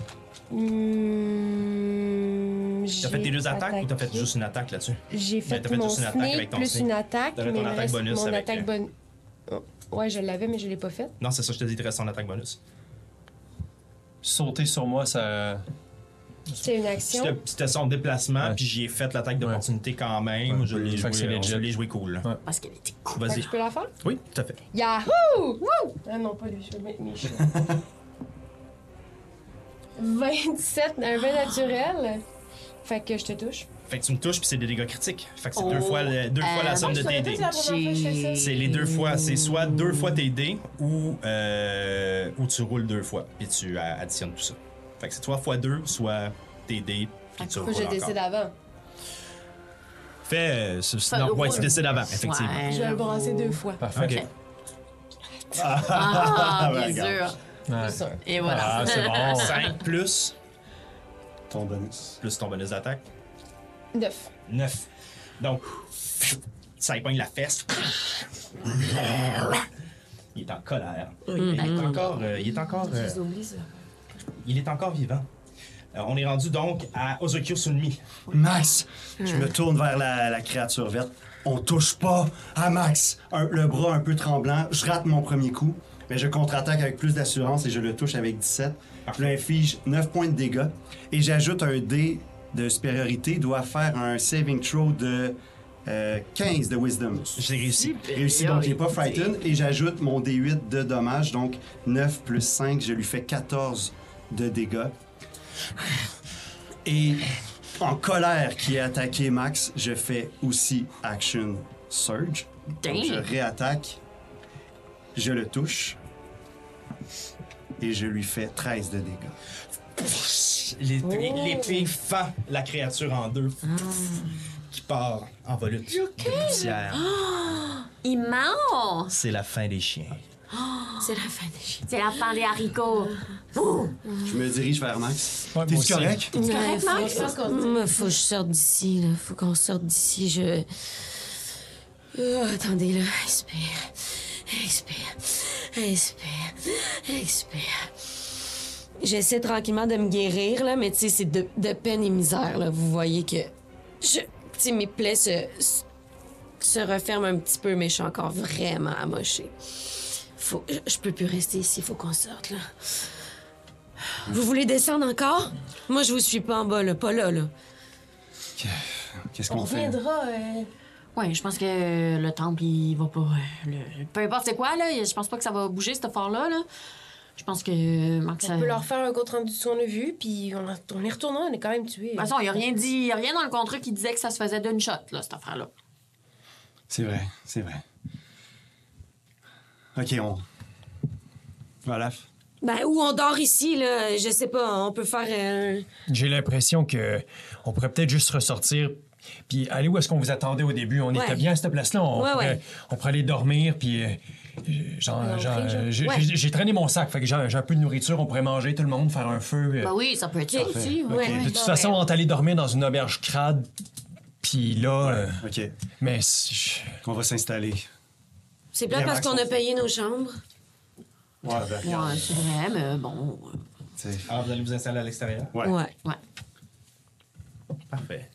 [SPEAKER 7] Hmm,
[SPEAKER 2] T'as
[SPEAKER 7] j'ai
[SPEAKER 2] fait tes deux attaques ou t'as fait
[SPEAKER 7] attaqué-
[SPEAKER 2] juste une attaque là-dessus?
[SPEAKER 7] J'ai
[SPEAKER 2] Mais
[SPEAKER 7] fait,
[SPEAKER 2] t'as fait
[SPEAKER 7] mon
[SPEAKER 2] juste une attaque
[SPEAKER 7] sneak
[SPEAKER 2] avec ton
[SPEAKER 7] plus
[SPEAKER 2] sneak.
[SPEAKER 7] une attaque.
[SPEAKER 2] T'avais
[SPEAKER 7] mais
[SPEAKER 2] ton
[SPEAKER 7] le
[SPEAKER 2] attaque
[SPEAKER 7] reste-
[SPEAKER 2] bonus
[SPEAKER 7] Mon
[SPEAKER 2] avec, euh,
[SPEAKER 7] attaque bonus. Ouais, je l'avais, mais je l'ai pas faite.
[SPEAKER 2] Non, c'est ça, je te dis, il te reste son attaque bonus.
[SPEAKER 4] Sauter sur moi, ça.
[SPEAKER 7] C'est une action.
[SPEAKER 2] C'était c'était son déplacement,
[SPEAKER 4] Ouais.
[SPEAKER 2] puis j'y ai fait l'attaque d'opportunité quand même.
[SPEAKER 4] Ouais.
[SPEAKER 2] Je l'ai
[SPEAKER 4] Fait
[SPEAKER 2] joué,
[SPEAKER 4] que c'est
[SPEAKER 2] euh,
[SPEAKER 4] legit.
[SPEAKER 2] je l'ai joué cool.
[SPEAKER 4] Ouais.
[SPEAKER 8] Parce qu'elle était cool.
[SPEAKER 7] Fait que
[SPEAKER 2] Vas-y.
[SPEAKER 7] je peux la faire?
[SPEAKER 2] Oui, tout à fait.
[SPEAKER 7] Yahoo! Wouh! Ah non, pas lui, je vais mettre mes cheveux. 27, un vin naturel. Fait que je te touche.
[SPEAKER 2] Fait que tu me touches, puis c'est des dégâts critiques. Fait que c'est
[SPEAKER 8] Oh,
[SPEAKER 2] deux fois, le- deux fois la
[SPEAKER 8] euh,
[SPEAKER 2] somme
[SPEAKER 7] moi,
[SPEAKER 2] de
[SPEAKER 7] je
[SPEAKER 2] tes
[SPEAKER 7] savais pas que
[SPEAKER 2] dés.
[SPEAKER 7] la première fois que je fais ça.
[SPEAKER 2] C'est les deux fois, c'est soit deux fois tes dés ou, euh, ou tu roules deux fois, puis tu euh, additionnes tout ça. Fait que c'est trois fois deux, soit tes dés, puis tu
[SPEAKER 7] Faut
[SPEAKER 2] roules
[SPEAKER 7] que je décide
[SPEAKER 2] encore.
[SPEAKER 7] avant.
[SPEAKER 2] Fais, euh, ce-
[SPEAKER 8] Fait
[SPEAKER 2] non,
[SPEAKER 8] le
[SPEAKER 2] ouais,
[SPEAKER 8] roule.
[SPEAKER 2] tu décides avant, effectivement.
[SPEAKER 8] Ouais.
[SPEAKER 7] Je vais le brasser deux fois.
[SPEAKER 4] Parfait.
[SPEAKER 2] Ok.
[SPEAKER 8] Ah,
[SPEAKER 6] ouais,
[SPEAKER 8] bien
[SPEAKER 6] regarde.
[SPEAKER 8] sûr.
[SPEAKER 4] Ouais.
[SPEAKER 8] Et voilà.
[SPEAKER 4] Ah, c'est bon.
[SPEAKER 2] 5 plus,
[SPEAKER 6] Ton bonus.
[SPEAKER 2] plus ton bonus d'attaque.
[SPEAKER 7] 9.
[SPEAKER 2] 9. Donc, ça époigne la fesse. Il est en colère. Il est encore. euh, il est encore. euh, il est encore vivant. Euh, on est rendu donc à Ozokyo Sunmi.
[SPEAKER 6] Max, je me tourne vers la, la créature verte. On touche pas à Max. Un- le bras un peu tremblant, je rate mon premier coup, mais je contre-attaque avec plus d'assurance et je le touche avec 17. Je lui inflige 9 points de dégâts et j'ajoute un dé de supériorité. Il doit faire un saving throw de euh, 15 de wisdom.
[SPEAKER 2] J'ai réussi.
[SPEAKER 6] Réussi, donc il n'est pas frightened. Et j'ajoute mon D8 de dommages, donc 9 plus 5, je lui fais 14 de dégâts. Et en colère qui a attaqué Max, je fais aussi Action Surge. Donc je réattaque, je le touche et je lui fais 13 de dégâts.
[SPEAKER 2] L'épée l'épée fend la créature en deux, qui part en volute de poussière.
[SPEAKER 3] Immense!
[SPEAKER 2] C'est la fin des chiens.
[SPEAKER 5] C'est la fin des chiens.
[SPEAKER 3] C'est la fin des haricots.
[SPEAKER 6] Je me dirige vers Max.
[SPEAKER 4] Ouais,
[SPEAKER 6] T'es
[SPEAKER 4] moi aussi.
[SPEAKER 6] correct?
[SPEAKER 5] Ouais, faut-
[SPEAKER 7] Je pense qu'on dit.
[SPEAKER 5] Moi, faut que je sorte d'ici, là. Faut qu'on sorte d'ici. Je. Oh, attendez, là. Expire. Expire. Expire. Expire. J'essaie tranquillement de me guérir, là, mais tu sais, c'est de, de peine et misère, là. Vous voyez que. Je. Tu sais, mes plaies se, se- se referment un petit peu, mais je suis encore vraiment amochée. Faut. je- Je peux plus rester ici. Faut qu'on sorte, là. Vous voulez descendre encore? Moi, je vous suis pas en bas, là. Pas là, là.
[SPEAKER 6] Qu'est-ce
[SPEAKER 7] On
[SPEAKER 6] qu'on fait?
[SPEAKER 7] reviendra. euh,
[SPEAKER 3] Ouais, je pense
[SPEAKER 8] euh,
[SPEAKER 3] que le temple, il va pas. euh, le- peu importe c'est quoi, là, je pense pas que ça va bouger, cette fort-là. Là. Je pense que. euh, Marc, ça...
[SPEAKER 7] On peut leur faire un compte rendu de ce qu'on a vu, puis on, en- on est retourné, on est quand même tué.
[SPEAKER 3] De toute façon, il a rien dit, y a rien dans le contrat qui disait que ça se faisait d'une shot, là, cette affaire-là.
[SPEAKER 6] C'est vrai, c'est vrai. Ok, on. Olaf.
[SPEAKER 5] Ben, ou on dort ici, là. Je sais pas, on peut faire euh, un.
[SPEAKER 4] J'ai l'impression que on pourrait peut-être juste ressortir. Puis aller où est-ce qu'on vous attendait au début? On
[SPEAKER 5] Ouais.
[SPEAKER 4] était bien à cette place-là. On,
[SPEAKER 5] Ouais,
[SPEAKER 4] pourrait,
[SPEAKER 5] ouais.
[SPEAKER 4] on pourrait aller dormir. Puis euh, genre- genre, euh, j'ai
[SPEAKER 5] Ouais.
[SPEAKER 4] j'ai- j'ai traîné mon sac. Fait que j'ai j'ai un peu de nourriture. On pourrait manger tout le monde, faire un feu. euh.
[SPEAKER 3] Ben oui, ça peut être ça.
[SPEAKER 5] ici, Bah ouais.
[SPEAKER 4] de toute façon, on est allé dormir dans une auberge crade. Puis là. euh,
[SPEAKER 6] Ok,
[SPEAKER 4] mais si-
[SPEAKER 6] on va s'installer.
[SPEAKER 5] C'est plate
[SPEAKER 6] Bien
[SPEAKER 5] parce qu'on a payé nos chambres.
[SPEAKER 6] Ouais, ben, regarde,
[SPEAKER 3] Ouais, c'est vrai, mais bon. euh,
[SPEAKER 6] tu sais.
[SPEAKER 2] Alors, Ah, vous allez vous installer à l'extérieur?
[SPEAKER 6] Ouais.
[SPEAKER 5] Ouais.
[SPEAKER 3] Ouais.
[SPEAKER 2] Parfait.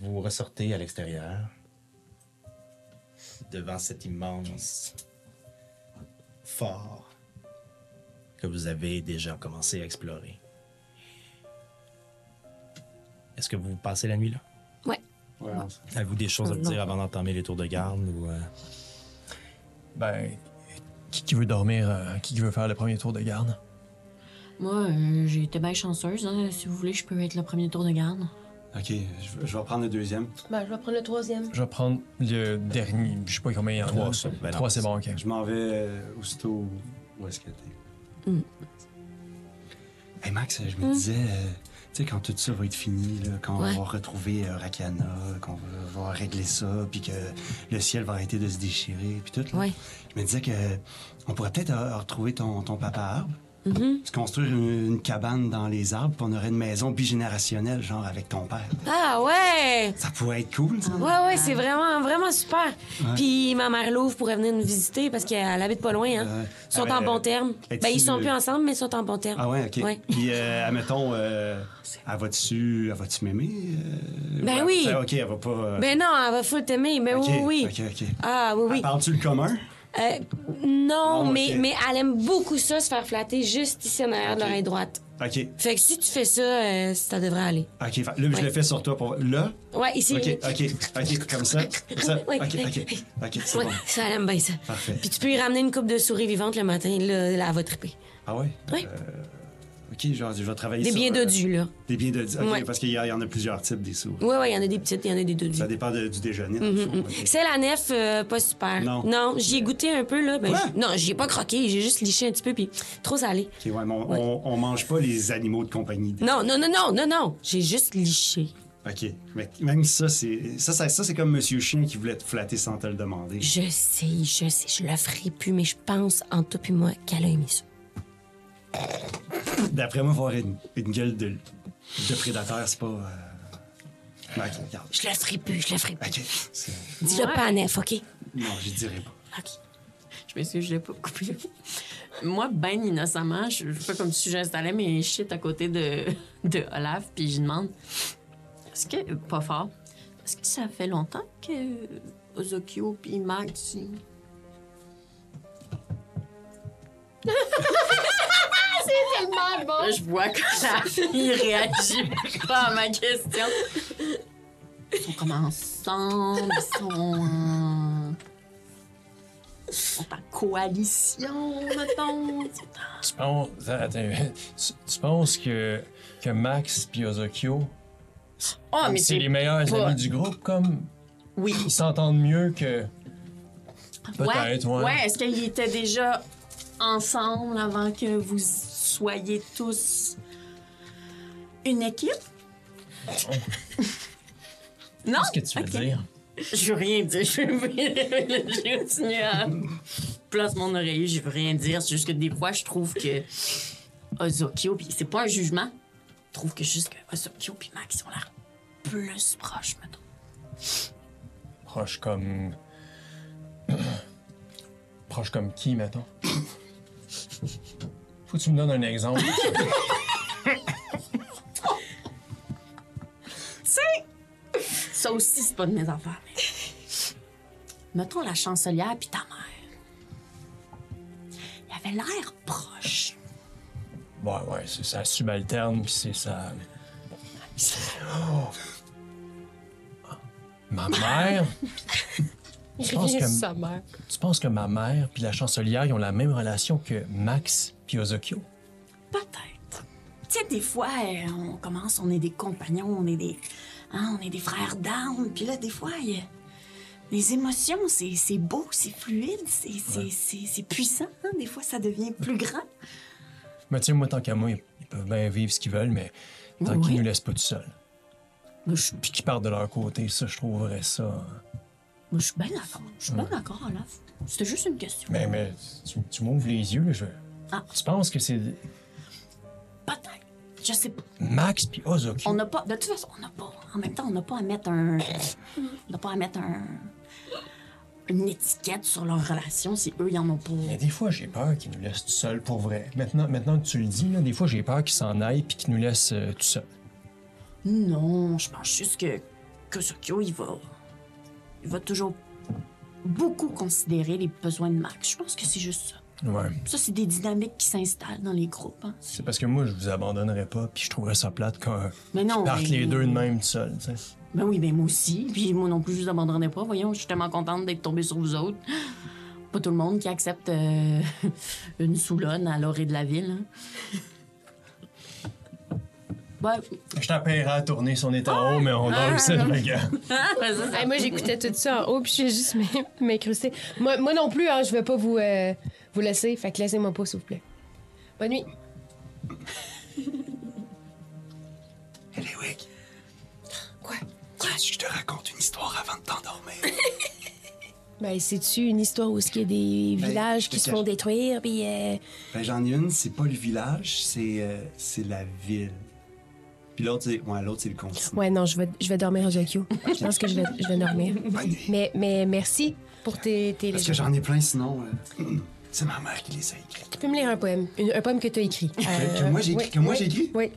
[SPEAKER 2] Vous ressortez à l'extérieur, devant cet immense fort que vous avez déjà commencé à explorer. Est-ce que vous passez la nuit là?
[SPEAKER 6] Ouais, on s-
[SPEAKER 2] Avez-vous des choses à me dire avant d'entamer les tours de garde ou euh,
[SPEAKER 4] ben, qui, qui veut dormir? euh, qui, qui veut faire le premier tour de garde?
[SPEAKER 3] Moi, euh, j'ai été bien chanceuse. hein. Si vous voulez, je peux être le premier tour de garde.
[SPEAKER 6] Ok, je, vais- je vais prendre le deuxième.
[SPEAKER 7] Ben, je vais prendre le troisième.
[SPEAKER 4] Je vais prendre le dernier. Je sais pas combien il y en
[SPEAKER 2] Trois,
[SPEAKER 4] a.
[SPEAKER 2] ça. Ben non,
[SPEAKER 4] Trois, c'est bon, ok.
[SPEAKER 6] Je m'en vais euh, aussitôt où est-ce que t'es.
[SPEAKER 5] Mm.
[SPEAKER 6] Hey Max, je me disais, euh, tu sais, quand tout ça va être fini, là, quand
[SPEAKER 5] Ouais.
[SPEAKER 6] on va retrouver euh, Rakana, qu'on va, va régler ça, puis que le ciel va arrêter de se déchirer, puis tout, là,
[SPEAKER 5] Ouais.
[SPEAKER 6] je me disais que on pourrait peut-être euh, retrouver ton, ton papa arbre,
[SPEAKER 5] Mm-hmm.
[SPEAKER 6] se construire une, une cabane dans les arbres, puis on aurait une maison bigénérationnelle, genre avec ton père.
[SPEAKER 5] Ah, ouais!
[SPEAKER 6] Ça pourrait être cool, ça.
[SPEAKER 5] Ouais, ouais, c'est vraiment, vraiment super. Puis ma mère Louvre pourrait venir nous visiter parce qu'elle habite pas loin, hein.
[SPEAKER 6] Ouais.
[SPEAKER 5] Ils sont
[SPEAKER 6] Ah,
[SPEAKER 5] en
[SPEAKER 6] ben,
[SPEAKER 5] bon terme.
[SPEAKER 6] es-tu-
[SPEAKER 5] Ben, ils sont plus ensemble, mais ils sont en bon terme.
[SPEAKER 6] Ah ouais, ok.
[SPEAKER 5] Ouais.
[SPEAKER 6] Puis, euh, admettons, euh, elle va-tu elle va-tu m'aimer? euh,
[SPEAKER 5] Ben
[SPEAKER 6] ou elle-
[SPEAKER 5] oui.
[SPEAKER 6] Ah, ok, elle va pas... euh,
[SPEAKER 5] Ben non, elle va full t'aimer, mais
[SPEAKER 6] ok,
[SPEAKER 5] oui, oui.
[SPEAKER 6] Ok, ok.
[SPEAKER 5] Ah, oui, oui.
[SPEAKER 6] Elle Parles-tu le commun?
[SPEAKER 5] Euh, non,
[SPEAKER 6] Non,
[SPEAKER 5] mais,
[SPEAKER 6] ok.
[SPEAKER 5] mais elle aime beaucoup ça, se faire flatter juste ici en arrière de
[SPEAKER 6] Ok.
[SPEAKER 5] l'oreille droite.
[SPEAKER 6] Ok,
[SPEAKER 5] Fait que si tu fais ça, euh, ça devrait aller.
[SPEAKER 6] ok. fait- Là, je le
[SPEAKER 5] Ouais.
[SPEAKER 6] fais sur toi pour... Là?
[SPEAKER 5] Ouais, ici.
[SPEAKER 6] Ok, ok, ok. Comme ça? Comme ça?
[SPEAKER 5] Oui,
[SPEAKER 6] ok,
[SPEAKER 5] oui,
[SPEAKER 6] ok.
[SPEAKER 5] oui.
[SPEAKER 6] Ok, c'est
[SPEAKER 5] Ouais,
[SPEAKER 6] bon.
[SPEAKER 5] ça elle aime bien ça.
[SPEAKER 6] Parfait.
[SPEAKER 5] Puis tu peux y ramener une coupe de souris vivante le matin, là, là, elle va triper.
[SPEAKER 6] Ah ouais?
[SPEAKER 5] Oui.
[SPEAKER 6] Euh, ok, genre, je vais travailler
[SPEAKER 5] Des
[SPEAKER 6] sur,
[SPEAKER 5] biens
[SPEAKER 6] euh,
[SPEAKER 5] dodus, là.
[SPEAKER 6] Des biens dodus. Ok,
[SPEAKER 5] Ouais.
[SPEAKER 6] parce qu'il y, a- il y en a plusieurs types, des sous.
[SPEAKER 5] Ouais, ouais, il y en a des petites, il y en a des dodus.
[SPEAKER 6] Ça dépend de- du déjeuner.
[SPEAKER 5] Mm-hmm,
[SPEAKER 6] dans le fond. Ok.
[SPEAKER 5] C'est la nef, euh, pas super.
[SPEAKER 6] Non.
[SPEAKER 5] j'y ai goûté un peu, là. Ben,
[SPEAKER 6] Quoi?
[SPEAKER 5] j- non, j'y ai pas croqué, j'ai juste liché un petit peu, puis trop salé.
[SPEAKER 6] Ok, ouais, mais on, on- on mange pas les animaux de compagnie. des-
[SPEAKER 5] Non, non, non, non, non, non. J'ai juste liché.
[SPEAKER 6] OK. Mais même ça, c'est ça, ça, ça, c'est comme Monsieur Chien qui voulait te flatter sans te le demander.
[SPEAKER 5] Je sais, je sais, je le ferai plus, mais je pense en toi puis moi qu'elle a aimé ça.
[SPEAKER 6] D'après moi, voir une, une gueule de, de prédateur, c'est pas... euh, ben, OK, regarde.
[SPEAKER 5] Je le ferai plus, je le ferai plus.
[SPEAKER 6] OK. c'est-
[SPEAKER 5] Dis-le pas à nef, OK?
[SPEAKER 6] Non, je dirais pas.
[SPEAKER 5] OK.
[SPEAKER 3] Je m'excuse, je l'ai pas coupé. moi, ben innocemment, je je fais comme si j'installais mes shit à côté de, de Olaf, puis je demande Est-ce que. Pas fort. Est-ce que ça fait longtemps que Ozokyo puis Max. ils-
[SPEAKER 7] tellement bon.
[SPEAKER 3] Là, je vois qu'Olaf, il réagit pas à ma question. Ils sont comme ensemble, ils sont. en- Ils sont en coalition, mettons.
[SPEAKER 4] Tu penses, attends, tu, tu penses que, que Max et Ozokyo,
[SPEAKER 3] Oh, mais
[SPEAKER 4] c'est
[SPEAKER 3] c'est.
[SPEAKER 4] les meilleurs
[SPEAKER 3] pas-
[SPEAKER 4] amis du groupe, comme
[SPEAKER 3] Oui.
[SPEAKER 4] ils s'entendent mieux que. Peut-être, ouais.
[SPEAKER 3] Ouais, est-ce qu'ils étaient déjà ensemble avant que vous soyez tous une équipe? non?
[SPEAKER 4] Oh. Qu'est-ce que tu veux
[SPEAKER 3] Ok.
[SPEAKER 4] dire?
[SPEAKER 3] Je veux rien dire. Je veux je continue à... Place mon oreiller, je veux rien dire. C'est juste que des fois, je trouve que Ozokyo, puis c'est pas un jugement, je trouve que juste que Ozokyo puis Max, ils ont l'air plus proches, mettons.
[SPEAKER 4] Proche comme. Proche comme qui, mettons? Faut que tu me donnes un exemple.
[SPEAKER 3] Ça aussi, c'est pas de mes affaires. Mais... Mettons la chancelière puis ta mère. Il avait l'air proche.
[SPEAKER 4] Ouais, ouais, c'est ça subalterne, puis c'est ça. Ma mère? tu, penses que,
[SPEAKER 5] Sa mère.
[SPEAKER 4] tu penses que ma mère puis la chancelière ils ont la même relation que Max puis Ozokyo?
[SPEAKER 3] Peut-être. Tu sais, des fois, euh, on commence, on est des compagnons, on est des, hein, on est des frères d'armes. Puis là, des fois, il y a les émotions, c'est c'est beau, c'est fluide, c'est c'est- c'est- c'est puissant. hein. Des fois, ça devient plus grand.
[SPEAKER 4] Mais tu sais, moi, tant qu'à moi, ils ils peuvent bien vivre ce qu'ils veulent, mais tant
[SPEAKER 3] Ouais.
[SPEAKER 4] qu'ils nous laissent pas tout seuls.
[SPEAKER 3] Moi, je
[SPEAKER 4] Puis qu'ils partent de leur côté, ça, je trouverais ça.
[SPEAKER 3] moi, je suis bien d'accord. Je suis bien d'accord, Olaf. C'était juste une question.
[SPEAKER 4] Mais, mais tu, tu m'ouvres les yeux, là, je.
[SPEAKER 3] Ah.
[SPEAKER 4] Tu penses que c'est
[SPEAKER 3] Peut-être. Je sais pas.
[SPEAKER 4] Max puis Ozokyo?
[SPEAKER 3] On n'a pas. De toute façon, on n'a pas. En même temps, on n'a pas à mettre un. On n'a pas à mettre un. Une étiquette sur leur relation si eux, ils en ont pas.
[SPEAKER 4] Mais des fois, j'ai peur qu'ils nous laissent tout seuls pour vrai. Maintenant, maintenant que tu le dis, là, des fois, j'ai peur qu'ils s'en aillent puis qu'ils nous laissent euh, tout seuls.
[SPEAKER 3] Non, je pense juste que. Que Sokyo, il va. Il va toujours beaucoup considérer les besoins de Max. Je pense que c'est juste ça.
[SPEAKER 4] Ouais.
[SPEAKER 3] Ça, c'est des dynamiques qui s'installent dans les groupes. Hein.
[SPEAKER 4] C'est parce que moi, je vous abandonnerais pas puis je trouverais ça plate quand
[SPEAKER 3] Mais non.
[SPEAKER 4] ils partent
[SPEAKER 3] mais-
[SPEAKER 4] les deux de même tout seuls, tu sais.
[SPEAKER 3] Ben oui, ben moi aussi. Puis moi non plus, je vous abandonnerai pas. Voyons, je suis tellement contente d'être tombée sur vous autres. Pas tout le monde qui accepte euh, une soulonne à l'orée de la ville. hein. Ouais.
[SPEAKER 4] Je t'appellerai à tourner son état
[SPEAKER 7] Ah!
[SPEAKER 4] en haut, mais on a le seul gars.
[SPEAKER 3] Ouais, ça,
[SPEAKER 5] Ah,
[SPEAKER 3] ça-
[SPEAKER 7] Hey, moi, j'écoutais tout ça en haut, puis j'ai juste m- m'incrusté. Moi, moi non plus, hein, je vais pas vous, euh, vous laisser. Fait que laissez-moi pas, s'il vous plaît. Bonne nuit.
[SPEAKER 6] Eliwick. Quoi? Qu'est-ce que je te raconte une histoire avant de t'endormir?
[SPEAKER 5] Ben, c'est-tu une histoire où il y a des
[SPEAKER 6] Ben,
[SPEAKER 5] villages qui
[SPEAKER 6] je
[SPEAKER 5] se
[SPEAKER 6] cache-
[SPEAKER 5] font détruire, puis... euh,
[SPEAKER 6] Ben, j'en ai une, c'est pas le village, c'est euh, c'est la ville. Puis l'autre, c'est ouais, l'autre, c'est le continent.
[SPEAKER 5] Ouais, non, je vais, je vais dormir à Jokyo. Je pense que je vais, je vais dormir.
[SPEAKER 6] Bonne nuit.
[SPEAKER 5] Mais, mais merci pour tes... tes
[SPEAKER 6] Parce que j'en ai plein, sinon. euh, c'est ma mère qui les a écrits.
[SPEAKER 5] Tu peux me lire un poème. Une- un poème que tu as écrit.
[SPEAKER 6] Que-
[SPEAKER 7] Euh,
[SPEAKER 6] que moi j'ai écrit.
[SPEAKER 5] oui,
[SPEAKER 6] que moi
[SPEAKER 5] oui.
[SPEAKER 6] j'ai Ah. écrit?
[SPEAKER 5] Oui.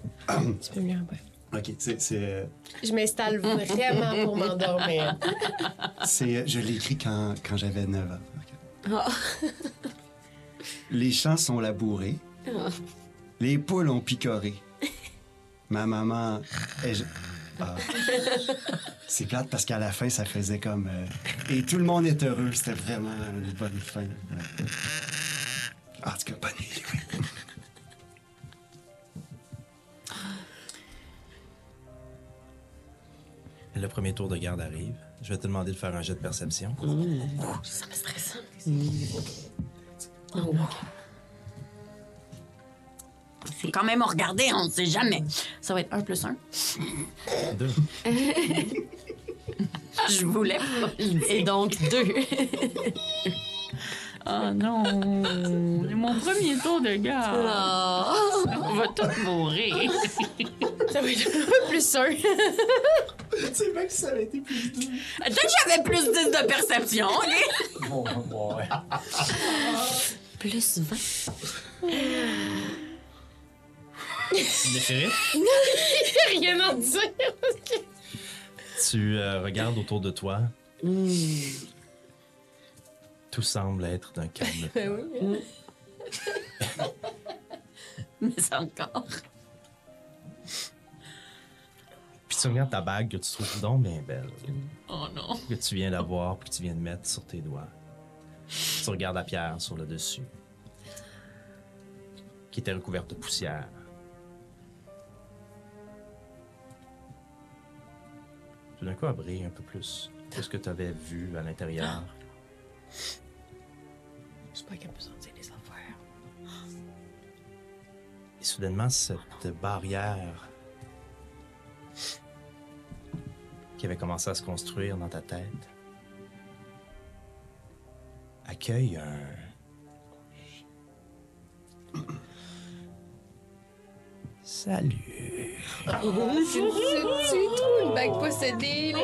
[SPEAKER 5] tu peux me lire un poème.
[SPEAKER 6] Ok, c'est- c'est. euh,
[SPEAKER 7] Je m'installe vraiment pour m'endormir.
[SPEAKER 6] C'est, euh, je l'ai écrit quand, quand j'avais 9 ans. Ok. Les champs sont labourés. Les poules ont picoré. Ma maman. est- je- Ah. C'est plate parce qu'à la fin, ça faisait comme. euh, Et tout le monde est heureux. C'était vraiment une bonne fin. Ouais. En tout cas, bonne nuit. oui.
[SPEAKER 2] Le premier tour de garde arrive. Je vais te demander de faire un jet de perception.
[SPEAKER 3] ça me stresse. C'est quand même à regarder, on ne sait jamais. Ça va être 1 plus 1.
[SPEAKER 2] Deux.
[SPEAKER 3] Je voulais pas. Et donc 2. oh non. Mon premier tour de garde.
[SPEAKER 8] Ah.
[SPEAKER 3] On va tous mourir.
[SPEAKER 7] ça va être un peu plus sûr.
[SPEAKER 6] C'est vrai que ça avait été plus doux.
[SPEAKER 3] Peut-être que j'avais plus 10 de perception. ok?
[SPEAKER 4] Bon, ouais.
[SPEAKER 9] plus 20.
[SPEAKER 2] Néphérite,
[SPEAKER 5] Rien à dire.
[SPEAKER 2] tu euh, regardes autour de toi. Tout semble être d'un calme.
[SPEAKER 8] Mais encore.
[SPEAKER 2] Puis tu regardes ta bague que tu trouves donc bien belle,
[SPEAKER 8] Oh non.
[SPEAKER 2] que tu viens d'avoir puis que tu viens de mettre sur tes doigts. Tu regardes la pierre sur le dessus, qui était recouverte de poussière. Tout d'un coup, elle brille un peu plus que ce que tu avais vu à l'intérieur. Je sais pas qu'elle peut sentir les affaires. Et soudainement, cette barrière qui avait commencé à se construire dans ta tête accueille un. Salut.
[SPEAKER 7] C'est tout une bague possédée, là.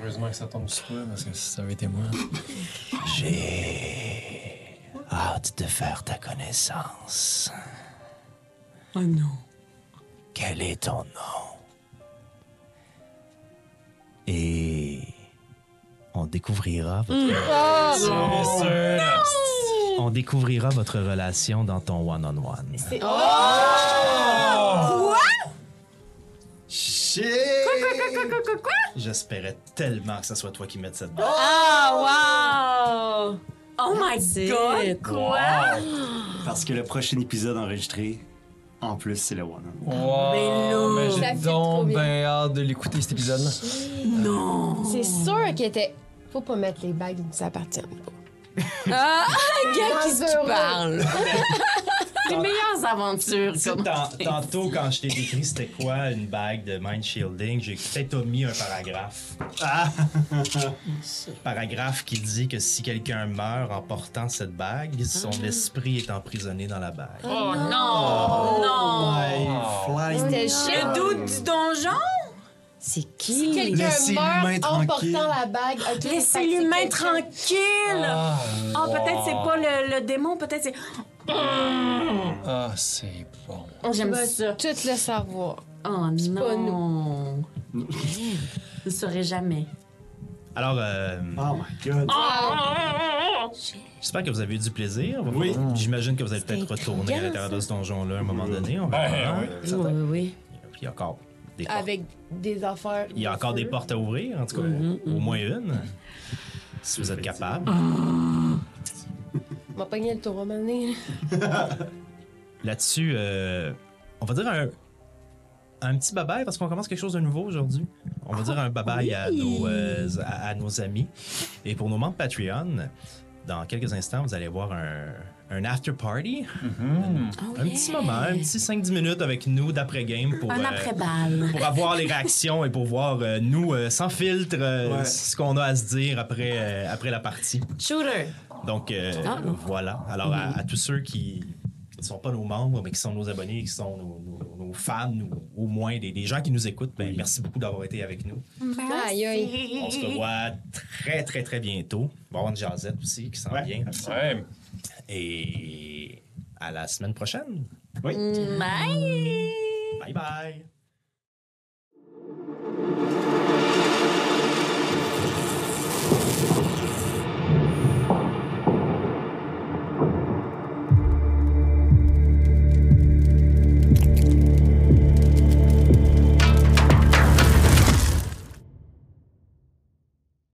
[SPEAKER 4] Heureusement que ça tombe sur toi, parce que si ça avait été moi.
[SPEAKER 2] J'ai hâte de faire ta connaissance.
[SPEAKER 8] Oh non.
[SPEAKER 2] Quel est ton nom? Et on découvrira votre On découvrira votre relation dans ton one-on-one.
[SPEAKER 6] Shit!
[SPEAKER 2] J'espérais tellement que ce soit toi qui mettes cette balle.
[SPEAKER 5] Oh, wow!
[SPEAKER 8] Oh my god. Quoi?
[SPEAKER 6] Parce que le prochain épisode enregistré, en plus, c'est le one.
[SPEAKER 4] Wow! Mais
[SPEAKER 7] Ça
[SPEAKER 4] j'ai
[SPEAKER 7] fit trop
[SPEAKER 4] donc
[SPEAKER 7] bien.
[SPEAKER 4] bien hâte de l'écouter, cet épisode-là.
[SPEAKER 6] ben.
[SPEAKER 7] C'est sûr qu'il était. Faut pas mettre les bagues où ça appartient.
[SPEAKER 5] Gars, qui
[SPEAKER 7] Dangereux.
[SPEAKER 5] tu parles?
[SPEAKER 8] Les meilleures aventures.
[SPEAKER 2] Tu sais,
[SPEAKER 8] comme-
[SPEAKER 2] tant- tantôt, quand je t'ai décrit c'était quoi une bague de mind shielding, j'ai peut-être omis un paragraphe. paragraphe qui dit que si quelqu'un meurt en portant cette bague, son esprit est emprisonné dans la bague.
[SPEAKER 3] Ah!
[SPEAKER 8] Oh non. Non.
[SPEAKER 6] Fly!
[SPEAKER 8] Le doute du donjon?
[SPEAKER 9] C'est qui?
[SPEAKER 7] Quelqu'un
[SPEAKER 6] Laissez l'humain
[SPEAKER 7] meurt en
[SPEAKER 6] tranquille.
[SPEAKER 7] portant la bague. ok,
[SPEAKER 8] Laissez
[SPEAKER 7] fait que Ah, c'est
[SPEAKER 8] l'humain
[SPEAKER 7] quelqu'un-
[SPEAKER 8] tranquille.
[SPEAKER 4] Ah,
[SPEAKER 8] Ah, peut-être c'est pas le, le démon, peut-être c'est.
[SPEAKER 4] ah, c'est bon.
[SPEAKER 8] J'aime
[SPEAKER 7] vas
[SPEAKER 8] ça.
[SPEAKER 7] Tout le savoir.
[SPEAKER 8] Oh
[SPEAKER 7] pas
[SPEAKER 8] non. Je ne saurais jamais.
[SPEAKER 2] Alors, euh,
[SPEAKER 6] Oh my god!
[SPEAKER 2] j'espère que vous avez eu du plaisir.
[SPEAKER 6] Oui.
[SPEAKER 2] J'imagine que vous allez peut-être retourner à l'intérieur de ce donjon-là à un moment donné. On va voir.
[SPEAKER 9] Oui, oui.
[SPEAKER 2] Puis il y a encore des portes.
[SPEAKER 7] Avec des affaires.
[SPEAKER 2] Il y a encore des portes à ouvrir, en tout cas, au moins une. Si vous êtes capable.
[SPEAKER 7] m'a pogné le tour
[SPEAKER 2] Là-dessus, euh, on va dire un, un petit babaille parce qu'on commence quelque chose de nouveau aujourd'hui. On va dire un babaille à, nos, euh, à, à nos amis. Et pour nos membres Patreon, dans quelques instants, vous allez voir un, un after party.
[SPEAKER 6] Ah,
[SPEAKER 2] un petit moment, un petit 5-10 minutes avec nous d'après-game pour,
[SPEAKER 8] Un
[SPEAKER 2] euh,
[SPEAKER 8] après-balle.
[SPEAKER 2] pour avoir les réactions et pour voir, euh, nous, euh, sans filtre, euh,
[SPEAKER 6] Ouais.
[SPEAKER 2] ce qu'on a à se dire après, euh, après la partie.
[SPEAKER 9] Shooter.
[SPEAKER 2] Donc euh, voilà. Alors à, à tous ceux qui ne sont pas nos membres, mais qui sont nos abonnés, qui sont nos, nos- nos fans ou au moins des, des gens qui nous écoutent, ben, merci beaucoup d'avoir été avec nous.
[SPEAKER 7] Aïe, aïe.
[SPEAKER 2] On se revoit très très très bientôt. Il va y avoir une jasette aussi qui s'en vient.
[SPEAKER 4] Ouais.
[SPEAKER 2] Et à la semaine prochaine.
[SPEAKER 8] Bye.
[SPEAKER 2] Bye bye.